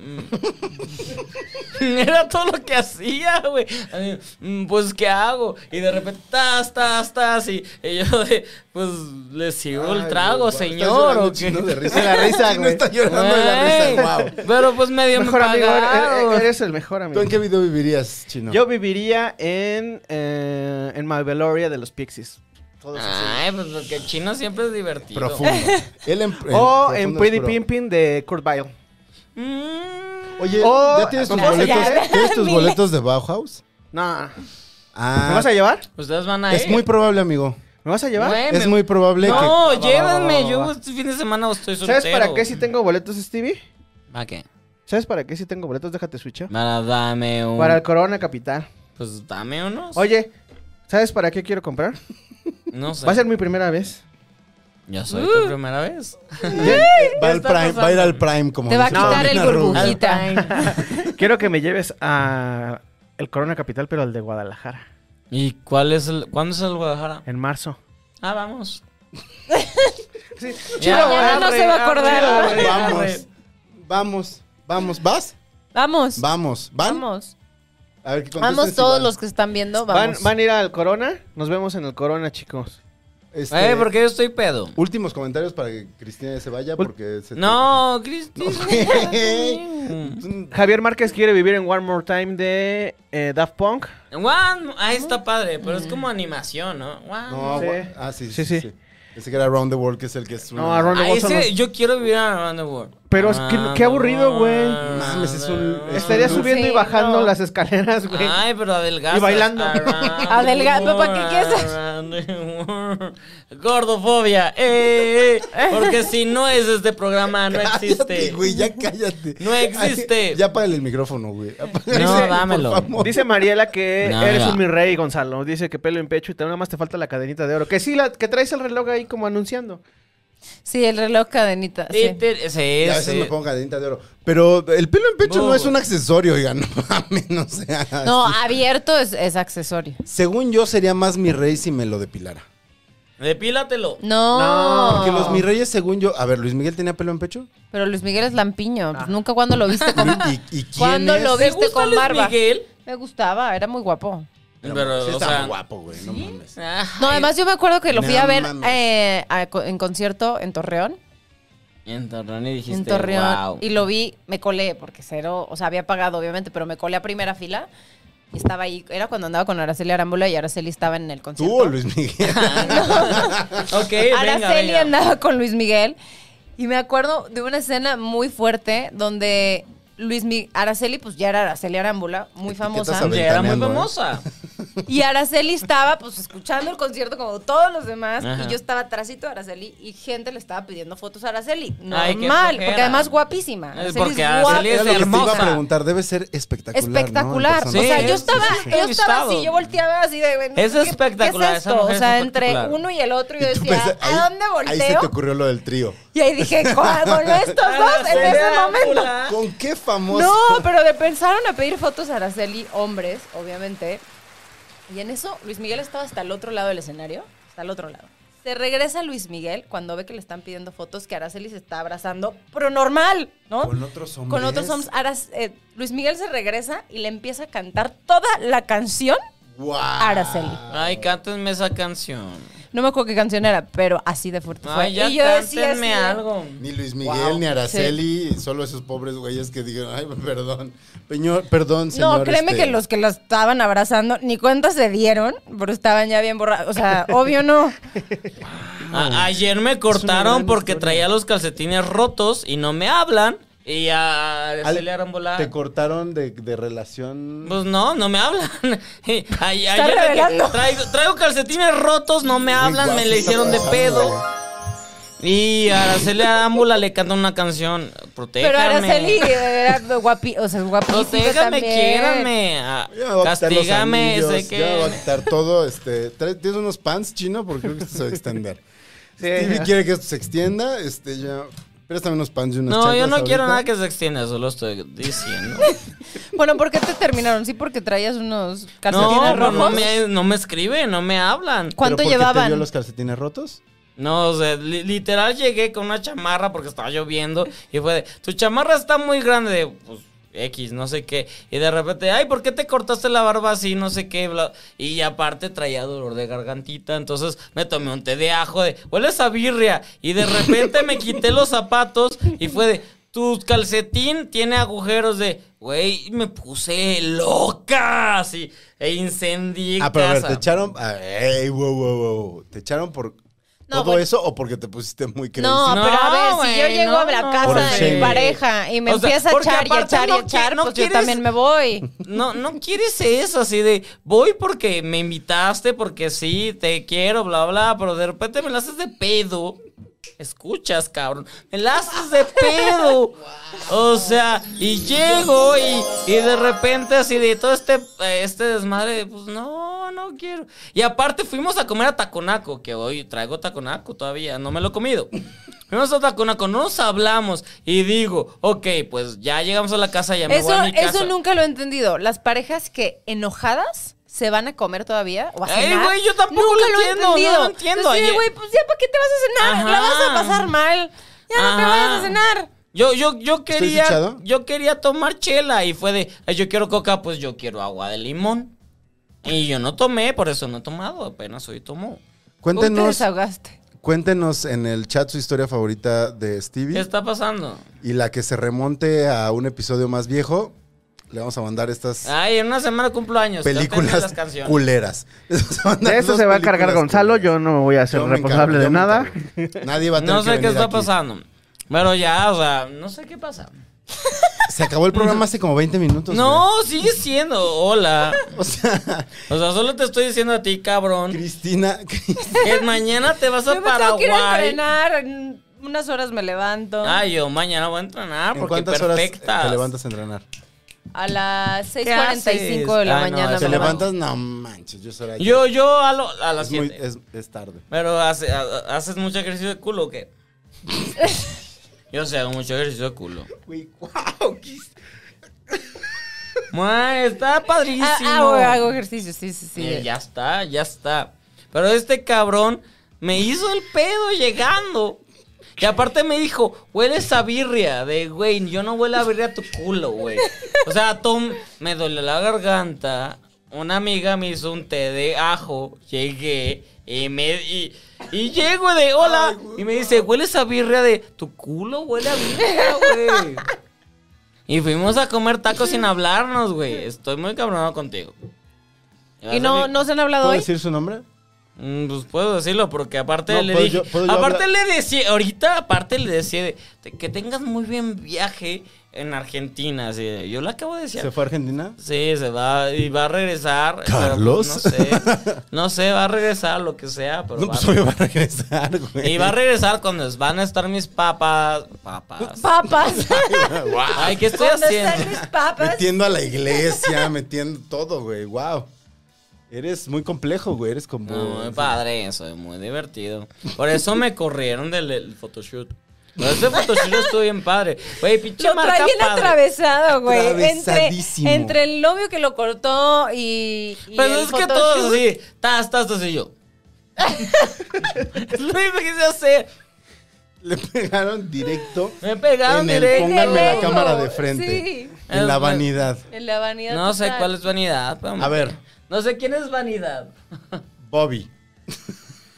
[SPEAKER 1] mm. Era todo lo que hacía, güey. A mí, mm, Pues, ¿qué hago? Y de repente, tas, tas, tas, y, y yo de, pues, le sigo el trago, pues, señor, o qué.
[SPEAKER 2] No, de risa.
[SPEAKER 4] De la risa,
[SPEAKER 2] Chino
[SPEAKER 4] güey.
[SPEAKER 2] está llorando de la
[SPEAKER 1] Güey,
[SPEAKER 2] risa, wow.
[SPEAKER 1] Pero pues medio
[SPEAKER 4] Mejor
[SPEAKER 1] me
[SPEAKER 4] amigo, eh,
[SPEAKER 1] pagaron.
[SPEAKER 4] eres- eres el mejor
[SPEAKER 2] ¿Tú
[SPEAKER 4] amigo.
[SPEAKER 2] en qué video vivirías, Chino?
[SPEAKER 4] Yo viviría en, eh, en My Veloria de los Pixies. Todos así.
[SPEAKER 1] Ay, pues porque el chino siempre es divertido.
[SPEAKER 2] Profundo. Él en-
[SPEAKER 4] O
[SPEAKER 2] profundo
[SPEAKER 4] en
[SPEAKER 2] es
[SPEAKER 4] Pretty
[SPEAKER 2] pro.
[SPEAKER 4] Pimpin de Kurt Vile.
[SPEAKER 1] Mm.
[SPEAKER 2] Oye,
[SPEAKER 4] O-
[SPEAKER 2] ¿ya tienes tus
[SPEAKER 4] ¿Cómo se
[SPEAKER 2] boletos,
[SPEAKER 4] llama?
[SPEAKER 2] ¿tienes tus boletos de Bauhaus?
[SPEAKER 4] No.
[SPEAKER 2] Ah,
[SPEAKER 4] ¿Me vas a llevar?
[SPEAKER 1] Ustedes van a ir.
[SPEAKER 2] es muy probable, amigo.
[SPEAKER 4] ¿Me vas a llevar?
[SPEAKER 1] Güey,
[SPEAKER 2] Es
[SPEAKER 1] Eh, me-
[SPEAKER 2] muy probable que...
[SPEAKER 1] No,
[SPEAKER 4] que-
[SPEAKER 1] llévenme.
[SPEAKER 4] Va, va, va, va,
[SPEAKER 1] Yo
[SPEAKER 4] va.
[SPEAKER 1] este fin de semana estoy soltero.
[SPEAKER 4] ¿Sabes para qué si tengo boletos, Stevie?
[SPEAKER 1] ¿Para qué?
[SPEAKER 4] ¿Sabes para qué si tengo boletos? Déjate switchar.
[SPEAKER 1] Para dame un.
[SPEAKER 4] Para el Corona Capital.
[SPEAKER 1] Pues dame unos.
[SPEAKER 4] Oye, ¿sabes para qué quiero comprar?
[SPEAKER 1] no sé.
[SPEAKER 4] Va a ser mi primera vez.
[SPEAKER 1] Yo soy tu primera vez.
[SPEAKER 2] Va, al prime, va a ir al Prime como
[SPEAKER 3] Te va a
[SPEAKER 2] dice
[SPEAKER 3] quitar el
[SPEAKER 2] Paulina Rubio.
[SPEAKER 1] Al
[SPEAKER 3] burbujita.
[SPEAKER 4] Quiero que me lleves a el Corona Capital, pero al de Guadalajara.
[SPEAKER 1] ¿Y cuál es el. ¿Cuándo es el Guadalajara?
[SPEAKER 4] En marzo.
[SPEAKER 1] Ah, vamos.
[SPEAKER 3] Ya, mañana no se va a acordar.
[SPEAKER 2] Vamos, vamos, vamos. ¿Vas?
[SPEAKER 3] Vamos.
[SPEAKER 2] Vamos. ¿Van?
[SPEAKER 3] Vamos.
[SPEAKER 2] A ver, que contesten
[SPEAKER 3] Vamos
[SPEAKER 2] si
[SPEAKER 3] todos
[SPEAKER 2] van.
[SPEAKER 3] los que están viendo,
[SPEAKER 4] Van,
[SPEAKER 3] vamos.
[SPEAKER 4] van a ir al Corona. Nos vemos en el Corona, chicos.
[SPEAKER 2] Este,
[SPEAKER 1] Eh, porque yo estoy pedo.
[SPEAKER 2] Últimos comentarios para que Cristina ya se vaya porque... se-
[SPEAKER 1] No, Cristi.
[SPEAKER 4] Javier Márquez quiere vivir en One More Time de eh, Daft Punk.
[SPEAKER 1] Ah. One. Ahí está padre, pero es como animación, ¿no? One.
[SPEAKER 2] No,
[SPEAKER 4] Sí.
[SPEAKER 2] gua- ah, sí, sí,
[SPEAKER 4] Sí,
[SPEAKER 2] sí.
[SPEAKER 4] sí.
[SPEAKER 2] Pensé que era Round the World, que es el que es...
[SPEAKER 4] No, Around the
[SPEAKER 1] Ah,
[SPEAKER 4] World son
[SPEAKER 1] ese-
[SPEAKER 4] los-
[SPEAKER 1] yo quiero vivir Ah, around the world.
[SPEAKER 4] Pero es que-
[SPEAKER 1] Around
[SPEAKER 4] qué
[SPEAKER 1] the
[SPEAKER 4] aburrido, güey.
[SPEAKER 1] world.
[SPEAKER 2] Mames, es
[SPEAKER 1] Ah,
[SPEAKER 2] un- es
[SPEAKER 4] Estaría
[SPEAKER 2] Sí,
[SPEAKER 4] subiendo y
[SPEAKER 3] no.
[SPEAKER 4] bajando las escaleras, güey.
[SPEAKER 1] Ay, pero adelgaza.
[SPEAKER 4] Y bailando.
[SPEAKER 3] Adelga- papá, ¿qué quieres?
[SPEAKER 1] Gordofobia. eh, eh, porque si no es este programa, no
[SPEAKER 2] Cállate,
[SPEAKER 1] existe.
[SPEAKER 2] güey, ya cállate.
[SPEAKER 1] No existe.
[SPEAKER 2] Ay, ya apágale el micrófono, güey. Apágale,
[SPEAKER 1] No,
[SPEAKER 2] por
[SPEAKER 1] dámelo.
[SPEAKER 2] favor.
[SPEAKER 4] Dice Mariela que
[SPEAKER 1] No,
[SPEAKER 4] eres
[SPEAKER 1] no.
[SPEAKER 4] un mi rey, Gonzalo. Dice que pelo en pecho y te- nada más te falta la cadenita de oro. Que sí, la, que traes el reloj ahí como anunciando.
[SPEAKER 3] Sí, el reloj cadenita. sí.
[SPEAKER 1] Sí, te- sí,
[SPEAKER 2] Ya a veces
[SPEAKER 1] sí.
[SPEAKER 2] me pongo cadenita de oro. Pero el pelo en pecho no
[SPEAKER 1] No.
[SPEAKER 2] es un accesorio, oigan. No mames, no sea.
[SPEAKER 3] No,
[SPEAKER 2] así.
[SPEAKER 3] abierto es, es accesorio.
[SPEAKER 2] Según yo, sería más mi rey si me lo depilara.
[SPEAKER 1] Depílatelo.
[SPEAKER 3] No.
[SPEAKER 4] No,
[SPEAKER 2] Porque los
[SPEAKER 3] Oh.
[SPEAKER 2] mi reyes, según yo. A ver, Luis Miguel tenía pelo en pecho.
[SPEAKER 3] Pero Luis Miguel es lampiño. Pues nunca cuando lo viste con.
[SPEAKER 2] ¿Y, y Ah. quién
[SPEAKER 3] ¿Cuándo
[SPEAKER 2] es?
[SPEAKER 3] lo
[SPEAKER 1] ¿Te
[SPEAKER 3] viste
[SPEAKER 1] gusta
[SPEAKER 3] Este con
[SPEAKER 1] Luis
[SPEAKER 3] barba?
[SPEAKER 1] Miguel?
[SPEAKER 3] Me gustaba, era muy guapo.
[SPEAKER 2] Pero,
[SPEAKER 1] Pero,
[SPEAKER 2] sí
[SPEAKER 1] o
[SPEAKER 2] está
[SPEAKER 1] sea,
[SPEAKER 2] muy guapo, güey. No mames.
[SPEAKER 3] No,
[SPEAKER 1] ay,
[SPEAKER 3] además yo me acuerdo que lo fui
[SPEAKER 2] No
[SPEAKER 3] a ver
[SPEAKER 2] mames.
[SPEAKER 3] eh, a co- en concierto en Torreón.
[SPEAKER 1] En Torreón y dijiste,
[SPEAKER 3] en Torreón.
[SPEAKER 1] wow.
[SPEAKER 3] Y lo vi, me colé, porque cero, o sea, había pagado obviamente, pero me colé a primera fila. Y estaba ahí, era cuando andaba con Araceli Arámbula y Araceli estaba en el concierto.
[SPEAKER 2] Tú o Luis Miguel.
[SPEAKER 1] Ok, venga,
[SPEAKER 3] Araceli
[SPEAKER 1] venga.
[SPEAKER 3] andaba con Luis Miguel y me acuerdo de una escena muy fuerte donde Luis Miguel, Araceli, pues ya era Araceli Arámbula, muy
[SPEAKER 2] Etiquetas
[SPEAKER 3] famosa.
[SPEAKER 2] a ver.
[SPEAKER 1] Ya era muy
[SPEAKER 2] Ventaneando, ¿eh?
[SPEAKER 1] famosa.
[SPEAKER 3] Y Araceli estaba, pues, escuchando el concierto como todos los demás.
[SPEAKER 1] Ajá.
[SPEAKER 3] Y yo estaba atrásito de Araceli y gente le estaba pidiendo fotos a Araceli.
[SPEAKER 1] Ay, qué
[SPEAKER 3] Normal,
[SPEAKER 1] flojera.
[SPEAKER 3] porque además guapísima.
[SPEAKER 1] Es
[SPEAKER 3] Araceli
[SPEAKER 1] porque
[SPEAKER 3] guapa.
[SPEAKER 1] Araceli
[SPEAKER 2] Era
[SPEAKER 1] Es
[SPEAKER 2] lo que te iba a
[SPEAKER 1] hermosa.
[SPEAKER 2] preguntar. Debe ser espectacular. ¿no? En
[SPEAKER 3] espectacular.
[SPEAKER 2] persona.
[SPEAKER 3] o sea,
[SPEAKER 1] Sí,
[SPEAKER 3] yo
[SPEAKER 1] es-
[SPEAKER 3] estaba,
[SPEAKER 1] sí, sí.
[SPEAKER 3] yo
[SPEAKER 1] He
[SPEAKER 3] estaba
[SPEAKER 1] estado.
[SPEAKER 3] así, yo volteaba así de, bueno,
[SPEAKER 1] Es
[SPEAKER 3] ¿qué-
[SPEAKER 1] espectacular,
[SPEAKER 3] ¿qué es
[SPEAKER 1] esa
[SPEAKER 3] esto?
[SPEAKER 1] mujer
[SPEAKER 3] O
[SPEAKER 1] es
[SPEAKER 3] sea, entre
[SPEAKER 1] espectacular.
[SPEAKER 3] uno y el otro yo
[SPEAKER 2] Y tú
[SPEAKER 3] decía,
[SPEAKER 2] pensa- ahí-
[SPEAKER 3] ¿a dónde
[SPEAKER 2] Ahí se te
[SPEAKER 3] volteo?
[SPEAKER 2] ocurrió lo del trío.
[SPEAKER 3] Y ahí dije, "¿Cuál? con estos dos
[SPEAKER 1] Ah,
[SPEAKER 3] en ese
[SPEAKER 1] Araceli
[SPEAKER 3] momento.
[SPEAKER 1] Ávila.
[SPEAKER 2] ¿Con qué famoso?
[SPEAKER 3] No, pero le pensaron a pedir fotos a Araceli, hombres, obviamente. Y en eso, Luis Miguel estaba hasta el otro lado del escenario, hasta el otro lado. Se regresa Luis Miguel cuando ve que le están pidiendo fotos, que Araceli se está abrazando, pero normal, ¿no?
[SPEAKER 2] Con otros hombres.
[SPEAKER 3] Con otros hombres. Arac- eh, Luis Miguel se regresa y le empieza a cantar toda la canción
[SPEAKER 2] ¡Guau!
[SPEAKER 3] a Araceli.
[SPEAKER 1] Ay, cántenme esa canción.
[SPEAKER 3] No me acuerdo qué canción era, pero así de fuerte fue.
[SPEAKER 1] Ay, ya
[SPEAKER 3] y yo decía así
[SPEAKER 1] cántenme
[SPEAKER 3] de-
[SPEAKER 1] algo.
[SPEAKER 2] Ni Luis Miguel, ni Araceli, solo esos pobres güeyes que dijeron, ay, perdón, peñor, perdón, señor.
[SPEAKER 3] No, créeme
[SPEAKER 2] este,
[SPEAKER 3] que los que la estaban abrazando ni cuenta se dieron, pero estaban ya bien borrados. O sea, obvio no.
[SPEAKER 1] A- ayer me cortaron porque traía los calcetines rotos y no me hablan. Y a
[SPEAKER 2] al-
[SPEAKER 1] Araceli Arámbula.
[SPEAKER 3] Ah.
[SPEAKER 2] Te cortaron de, de relación.
[SPEAKER 1] Pues no, no me hablan. Y ay- ayer
[SPEAKER 3] Está
[SPEAKER 1] de que
[SPEAKER 3] revelando.
[SPEAKER 1] traigo, traigo calcetines rotos, no me
[SPEAKER 2] Muy
[SPEAKER 1] hablan, me
[SPEAKER 2] guapo
[SPEAKER 1] le
[SPEAKER 2] está
[SPEAKER 1] hicieron de
[SPEAKER 2] pasando,
[SPEAKER 1] pedo. Y a Araceli Arámbula le canta una canción. Protéjame.
[SPEAKER 3] Pero Araceli era guapi, o sea, guapísima
[SPEAKER 1] Protéjame,
[SPEAKER 3] también.
[SPEAKER 1] quiérame. ah,
[SPEAKER 2] Ya me voy a quitar los
[SPEAKER 1] Castígame.
[SPEAKER 2] anillos,
[SPEAKER 1] Sé
[SPEAKER 2] Ya me
[SPEAKER 1] que.
[SPEAKER 2] voy a quitar todo. Este, trae- ¿Tienes unos pants chino? Porque creo que esto se va a extender.
[SPEAKER 4] Sí.
[SPEAKER 2] Stevie quiere que esto se extienda. Este, ya. Préstame unos pants y unas
[SPEAKER 1] No, yo
[SPEAKER 2] chanclas
[SPEAKER 1] no quiero
[SPEAKER 2] ahorita.
[SPEAKER 1] nada que se extienda, solo estoy diciendo.
[SPEAKER 3] Bueno, ¿por qué te terminaron? Sí, porque traías unos
[SPEAKER 1] No,
[SPEAKER 3] calcetines
[SPEAKER 1] no,
[SPEAKER 3] rojos.
[SPEAKER 1] no me, no me escriben, no me hablan.
[SPEAKER 2] ¿Pero
[SPEAKER 3] ¿Cuánto
[SPEAKER 2] por qué ¿Te dio
[SPEAKER 3] llevaban?
[SPEAKER 2] los calcetines rotos?
[SPEAKER 1] No, o sea, li- literal llegué con una chamarra porque estaba lloviendo y fue de, tu chamarra está muy grande, de, pues X, no sé qué. Y de repente, ay, ¿por qué te cortaste la barba así? No sé qué. bla?". Y aparte traía dolor de gargantita, entonces me tomé un té de ajo de, hueles a birria. Y de repente me quité los zapatos y fue de, tu calcetín tiene agujeros de, güey, me puse loca, así, e incendié
[SPEAKER 2] Ah, pero a ver,
[SPEAKER 1] casa.
[SPEAKER 2] te echaron. ah, ey, wow, wow, wow. ¿Te echaron por
[SPEAKER 3] No,
[SPEAKER 2] todo
[SPEAKER 3] bueno.
[SPEAKER 2] eso o porque te pusiste muy crazy?
[SPEAKER 3] No,
[SPEAKER 1] No,
[SPEAKER 3] pero a ver, si yo
[SPEAKER 1] güey,
[SPEAKER 3] llego a la
[SPEAKER 1] no,
[SPEAKER 3] casa
[SPEAKER 2] Por el
[SPEAKER 3] de
[SPEAKER 2] shame.
[SPEAKER 3] mi pareja y me
[SPEAKER 1] O sea,
[SPEAKER 3] empieza
[SPEAKER 1] porque
[SPEAKER 3] a echar y a
[SPEAKER 1] aparte
[SPEAKER 3] echar y
[SPEAKER 1] no
[SPEAKER 3] a
[SPEAKER 1] qui-
[SPEAKER 3] echar,
[SPEAKER 1] no
[SPEAKER 3] pues
[SPEAKER 1] quieres-
[SPEAKER 3] yo también me voy.
[SPEAKER 1] No, no quieres eso, así de voy porque me invitaste, porque sí, te quiero, bla, bla, pero de repente me la haces de pedo. Escuchas, cabrón. Me la haces de pedo. O sea, y llego y, y de repente así de todo este, este desmadre, pues no, no quiero. Y aparte fuimos a comer a Taconaco, que hoy traigo Taconaco todavía, no me lo he comido. Fuimos a Taconaco, no nos hablamos y digo, ok, pues ya llegamos a la casa, ya me voy
[SPEAKER 3] Eso,
[SPEAKER 1] a mi casa.
[SPEAKER 3] eso nunca lo he entendido. Las parejas que enojadas se van a comer todavía o a
[SPEAKER 1] Ay,
[SPEAKER 3] cenar.
[SPEAKER 1] güey, yo tampoco
[SPEAKER 3] Nunca
[SPEAKER 1] lo
[SPEAKER 3] he
[SPEAKER 1] entiendo,
[SPEAKER 3] entendido.
[SPEAKER 1] no lo entiendo.
[SPEAKER 3] Entonces,
[SPEAKER 1] Ayer-
[SPEAKER 3] güey, pues ya para qué te vas a cenar, la vas
[SPEAKER 1] Ajá.
[SPEAKER 3] a pasar mal. Ya no te
[SPEAKER 1] Ajá.
[SPEAKER 3] vayas a cenar.
[SPEAKER 1] Yo, yo, yo quería,
[SPEAKER 2] desechado?
[SPEAKER 1] yo quería tomar chela y fue de, "Ay, yo quiero coca, pues yo quiero agua de limón. Y yo no tomé, por eso no he tomado, apenas hoy tomo.
[SPEAKER 3] Hoy te
[SPEAKER 2] Cuéntenos,
[SPEAKER 3] desahogaste.
[SPEAKER 2] cuéntenos en el chat su historia favorita de Stevie.
[SPEAKER 1] ¿Qué está pasando?
[SPEAKER 2] Y la que se remonte a un episodio más viejo, le vamos a mandar estas
[SPEAKER 1] Ay, en una semana cumplo años. ya tengo
[SPEAKER 2] películas
[SPEAKER 1] las canciones.
[SPEAKER 2] culeras.
[SPEAKER 4] De eso se va a cargar Gonzalo, yo no me voy a hacer
[SPEAKER 2] soy
[SPEAKER 4] responsable de nada.
[SPEAKER 2] Nadie va a tener
[SPEAKER 1] No sé
[SPEAKER 2] que
[SPEAKER 1] qué
[SPEAKER 2] venir
[SPEAKER 1] está
[SPEAKER 2] aquí.
[SPEAKER 1] pasando. Pero ya, o sea, no sé qué pasa.
[SPEAKER 2] Se acabó el programa hace como 20 minutos.
[SPEAKER 1] no, sigue siendo. Hola.
[SPEAKER 2] güey. O sea,
[SPEAKER 1] O sea, solo te estoy diciendo a ti, cabrón,
[SPEAKER 2] Cristina.
[SPEAKER 1] que mañana te vas
[SPEAKER 3] Yo
[SPEAKER 1] a
[SPEAKER 3] me tengo que ir a
[SPEAKER 1] Paraguay.
[SPEAKER 3] entrenar, en unas horas me levanto.
[SPEAKER 1] Ay, yo mañana voy a entrenar
[SPEAKER 2] ¿En
[SPEAKER 1] Ah, porque
[SPEAKER 2] cuántas horas
[SPEAKER 1] perfecta.
[SPEAKER 2] te levantas a entrenar?
[SPEAKER 3] A las
[SPEAKER 1] ¿Qué
[SPEAKER 3] 6.45 de la
[SPEAKER 1] haces? Ah, no,
[SPEAKER 3] mañana.
[SPEAKER 1] se
[SPEAKER 2] ¿Te
[SPEAKER 3] me levanto.
[SPEAKER 2] levantas? No manches, yo soy
[SPEAKER 1] Yo, yo a, lo- a las
[SPEAKER 2] es, muy-
[SPEAKER 1] 7.
[SPEAKER 2] es- es tarde.
[SPEAKER 1] Pero hace- ha- ha- haces mucho ejercicio de culo o qué? Yo sí hago mucho ejercicio de culo. Mua, está padrísimo.
[SPEAKER 3] Ah, ah, güey, hago ejercicio, sí, sí, sí.
[SPEAKER 1] Eh, ya está, ya está. Pero este cabrón me hizo el pedo llegando. Y aparte me dijo, hueles a birria, de güey, yo no huelo a birria a tu culo, güey. O sea, Tom, me dolió la garganta. Una amiga me hizo un té de ajo. Llegué y me. Y, y llego de hola. Y me dice, hueles a birria de tu culo, huele a birria, güey. Y fuimos a comer tacos sin hablarnos, güey. Estoy muy cabronado contigo.
[SPEAKER 3] ¿Y no, no se han hablado
[SPEAKER 2] ¿Puedo
[SPEAKER 3] hoy?
[SPEAKER 2] decir su nombre?
[SPEAKER 1] Mm, Pues puedo decirlo, porque aparte
[SPEAKER 2] No,
[SPEAKER 1] le
[SPEAKER 2] puedo
[SPEAKER 1] dije.
[SPEAKER 2] yo- puedo yo
[SPEAKER 1] aparte
[SPEAKER 2] hablar.
[SPEAKER 1] le decía, ahorita aparte le decía de- te- que tengas muy bien viaje en Argentina. así de, yo la acabo de decir.
[SPEAKER 2] ¿Se fue a Argentina?
[SPEAKER 1] Sí, se va y va a regresar. pero,
[SPEAKER 2] ¿Carlos?
[SPEAKER 1] pues, no sé. No sé, va a regresar lo que sea, pero
[SPEAKER 2] No,
[SPEAKER 1] va
[SPEAKER 2] pues
[SPEAKER 1] a-
[SPEAKER 2] obvio va a regresar, güey.
[SPEAKER 1] Y va a regresar cuando es- van a estar mis papas. Papas.
[SPEAKER 3] Papas.
[SPEAKER 1] Ay, ¿qué estoy
[SPEAKER 3] ¿Dónde están
[SPEAKER 1] haciendo?
[SPEAKER 3] mis papas?
[SPEAKER 2] Metiendo a la iglesia, metiendo todo, güey. Wow. Eres muy complejo, güey. Eres como.
[SPEAKER 1] No, muy padre eso, es muy divertido. Por eso me corrieron del el photoshoot. Pero ese photoshoot estuvo bien padre. Güey, pinche
[SPEAKER 3] Lo
[SPEAKER 1] marca
[SPEAKER 3] trae bien
[SPEAKER 1] padre.
[SPEAKER 3] atravesado, güey. Entre,
[SPEAKER 2] Atravesadísimo.
[SPEAKER 3] entre el novio que lo cortó y. y
[SPEAKER 1] Pero
[SPEAKER 3] el
[SPEAKER 1] es que
[SPEAKER 3] photoshoot.
[SPEAKER 1] todos así, tas, tas, tas, y yo. es lo mismo que se hace.
[SPEAKER 2] Le pegaron directo.
[SPEAKER 1] Me pegaron
[SPEAKER 2] en el
[SPEAKER 1] directo.
[SPEAKER 2] Pónganme la
[SPEAKER 3] Directo.
[SPEAKER 2] cámara de frente.
[SPEAKER 3] Sí.
[SPEAKER 2] En la
[SPEAKER 1] Es-
[SPEAKER 2] vanidad.
[SPEAKER 3] En la vanidad.
[SPEAKER 1] No sé
[SPEAKER 3] total.
[SPEAKER 1] cuál es vanidad. pero-
[SPEAKER 2] A ver.
[SPEAKER 1] No sé quién es vanidad.
[SPEAKER 2] Bobby.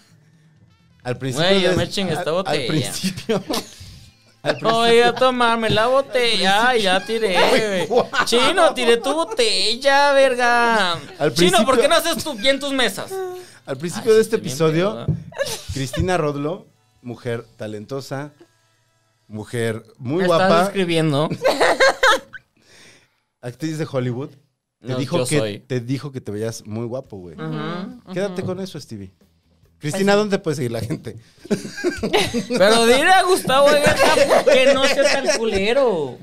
[SPEAKER 2] al principio.
[SPEAKER 1] Güey, yo
[SPEAKER 2] de-
[SPEAKER 1] me chingué esta
[SPEAKER 2] al- Al
[SPEAKER 1] botella.
[SPEAKER 2] principio. al principio-
[SPEAKER 1] Voy a tomarme la botella, ya tiré, güey. Chino, tiré tu botella, verga.
[SPEAKER 2] Al
[SPEAKER 1] Chino, ¿por
[SPEAKER 2] principio-
[SPEAKER 1] qué no haces tu, bien tus mesas?
[SPEAKER 2] Al principio
[SPEAKER 1] Ay,
[SPEAKER 2] de
[SPEAKER 1] sí,
[SPEAKER 2] este
[SPEAKER 1] estoy bien
[SPEAKER 2] episodio,
[SPEAKER 1] pedo.
[SPEAKER 2] Cristina Rodlo, mujer talentosa, mujer muy
[SPEAKER 1] Me Estás
[SPEAKER 2] guapa,
[SPEAKER 1] escribiendo.
[SPEAKER 2] actriz de Hollywood, te,
[SPEAKER 1] No,
[SPEAKER 2] dijo
[SPEAKER 1] yo
[SPEAKER 2] que,
[SPEAKER 1] soy.
[SPEAKER 2] te dijo que te veías muy guapo, güey. Quédate con eso, Stevie. Cristina, ¿dónde puede seguir la gente?
[SPEAKER 1] Pero dile a Gustavo Gaca que no sea tan culero.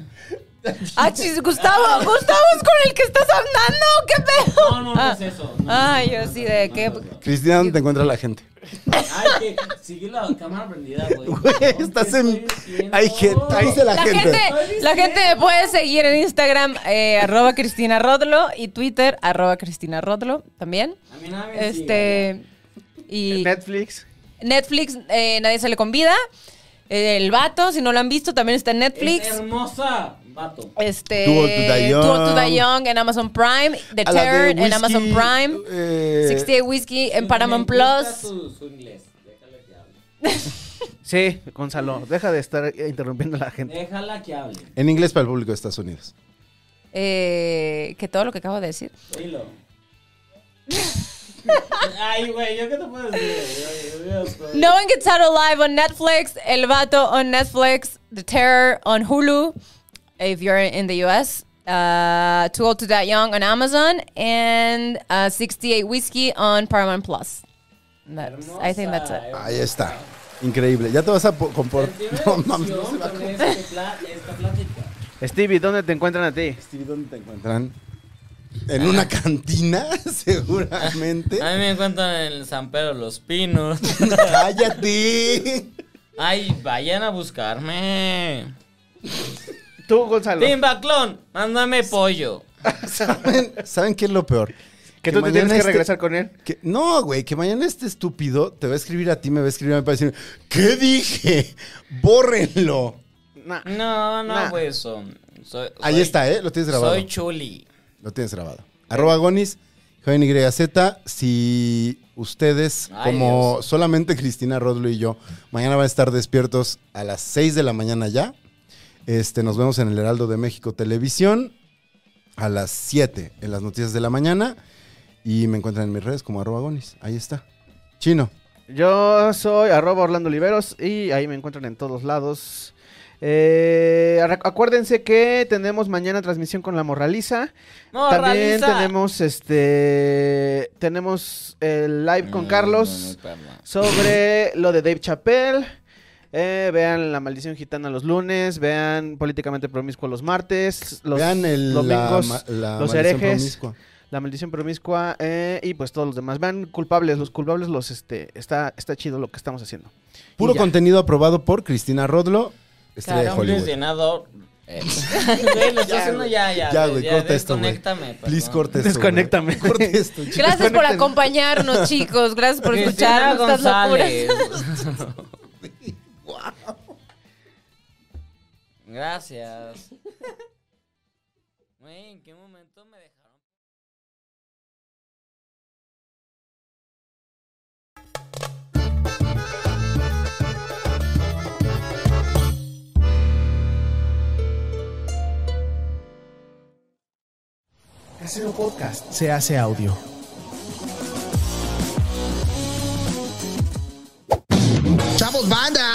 [SPEAKER 3] Ah, chis, Gustavo, Gustavo es con el que estás hablando. ¿Qué pedo? Ah.
[SPEAKER 1] No, no, no es eso. no.
[SPEAKER 3] Ay, yo sí de qué.
[SPEAKER 2] Cristina, ¿dónde te encuentra la gente?
[SPEAKER 1] Ay, que sigue la cámara prendida, güey.
[SPEAKER 2] Güey, Pues, estás en... Hay gente, ahí está la,
[SPEAKER 3] La gente, la gente me puede seguir en Instagram, eh, arroba Cristina Rodlo, y Twitter, arroba Cristina Rodlo, también.
[SPEAKER 1] A mí nada me sigue.
[SPEAKER 3] Este. Y
[SPEAKER 4] Netflix.
[SPEAKER 3] Netflix, eh, Nadie se le convida. Eh, el vato, si no lo han visto, también está en Netflix.
[SPEAKER 1] Es hermosa, vato.
[SPEAKER 3] Este.
[SPEAKER 2] Two Old to Die Young.
[SPEAKER 3] Two Old to Die Young en Amazon Prime. The
[SPEAKER 2] A la de
[SPEAKER 3] Turn en
[SPEAKER 2] whisky,
[SPEAKER 3] Amazon Prime.
[SPEAKER 2] eh,
[SPEAKER 3] 68 Whiskey en Paramount
[SPEAKER 1] Me gusta
[SPEAKER 3] Plus.
[SPEAKER 1] su- su inglés, déjale que hable.
[SPEAKER 4] Sí, Gonzalo, deja de estar eh, interrumpiendo a la gente.
[SPEAKER 1] Déjala que hable.
[SPEAKER 2] En inglés para el público de Estados Unidos.
[SPEAKER 3] Eh, que todo lo que acabo de decir.
[SPEAKER 1] Dilo. Ay, güey, ¿yo qué te puedo decir? Yo- yo- yo soy-
[SPEAKER 3] No One Gets Out Alive on Netflix. El Vato on Netflix. The Terror on Hulu. If you're in the US. Uh, Too Old to Die Young on Amazon. And uh, 68 Whiskey on Paramount Plus. And That's, I think that's it.
[SPEAKER 2] Ahí está. Increíble. Ya te vas a po- comportar.
[SPEAKER 1] Tiene
[SPEAKER 2] No mames, no se
[SPEAKER 1] opción
[SPEAKER 2] va a
[SPEAKER 1] con este pla- esta plática.
[SPEAKER 4] Stevie, ¿dónde te encuentran a ti?
[SPEAKER 2] Stevie, ¿dónde te encuentran? En una cantina, seguramente.
[SPEAKER 1] A mí me encuentran en el San Pedro de los Pinos.
[SPEAKER 2] ¡Cállate!
[SPEAKER 1] Ay, vayan a buscarme.
[SPEAKER 4] Tú, Gonzalo.
[SPEAKER 1] Timbaclón, mándame pollo.
[SPEAKER 2] ¿Saben, ¿Saben qué es lo peor?
[SPEAKER 4] que tú te
[SPEAKER 2] mañana
[SPEAKER 4] tienes que
[SPEAKER 2] este-
[SPEAKER 4] regresar con él.
[SPEAKER 2] que- no, güey, que mañana este estúpido te va a escribir a ti, me va a escribir a mí para decir, ¿qué dije? ¡Bórrenlo!
[SPEAKER 4] Nah.
[SPEAKER 1] Mm. No, no,
[SPEAKER 4] Nah.
[SPEAKER 1] güey, eso. Soy-
[SPEAKER 2] Ahí
[SPEAKER 1] soy-
[SPEAKER 2] está, ¿eh? Lo tienes grabado.
[SPEAKER 1] Soy chuli.
[SPEAKER 2] Lo tienes grabado. Arroba Gonis, joven YZ. Si ustedes,
[SPEAKER 1] Ay,
[SPEAKER 2] como
[SPEAKER 1] Dios.
[SPEAKER 2] solamente Cristina Rodlo y yo, mañana van a estar despiertos a las 6 de la mañana ya. Este, nos vemos en el Heraldo de México Televisión a las 7 en las noticias de la mañana. Y me encuentran en mis redes como arroba Gonis. Ahí está. Chino.
[SPEAKER 4] Yo soy arroba Orlando Oliveros y ahí me encuentran en todos lados. Eh, rec- acuérdense que tenemos mañana transmisión con la Morraliza. También
[SPEAKER 1] Morraliza.
[SPEAKER 4] tenemos este tenemos el live con
[SPEAKER 2] Eh,
[SPEAKER 1] Mm,
[SPEAKER 4] Carlos
[SPEAKER 1] no, no, perla.
[SPEAKER 4] sobre lo de Dave Chappelle. Eh, vean La Maldición Gitana los lunes, vean Políticamente Promiscuo los martes, los
[SPEAKER 2] Vean el, la
[SPEAKER 4] domingos,
[SPEAKER 2] ma- la
[SPEAKER 4] los
[SPEAKER 2] maldición
[SPEAKER 4] herejes.
[SPEAKER 2] promiscua.
[SPEAKER 4] La Maldición Promiscua eh, y pues todos los demás. Vean Culpables, los culpables los este está está chido lo que estamos haciendo. Y
[SPEAKER 2] Puro
[SPEAKER 4] ya.
[SPEAKER 2] contenido aprobado por Cristina Rodlo, estrella
[SPEAKER 1] Claro, un
[SPEAKER 2] de Hollywood.
[SPEAKER 1] lesionado. Eh. Güey, lo estoy haciendo ya, ya.
[SPEAKER 2] Ya, güey, corta esto, güey.
[SPEAKER 1] Desconéctame.
[SPEAKER 2] Please,
[SPEAKER 1] perdón.
[SPEAKER 2] corte esto. güey.
[SPEAKER 4] Desconéctame.
[SPEAKER 2] Corte esto, chino.
[SPEAKER 3] Gracias por acompañarnos, chicos. Gracias por
[SPEAKER 1] Cristina
[SPEAKER 3] escuchar nuestras locuras.
[SPEAKER 1] González. Gracias. Güey, ¿en qué momento me dejaron?
[SPEAKER 5] Casero Podcast se hace audio. ¡Chavos, banda!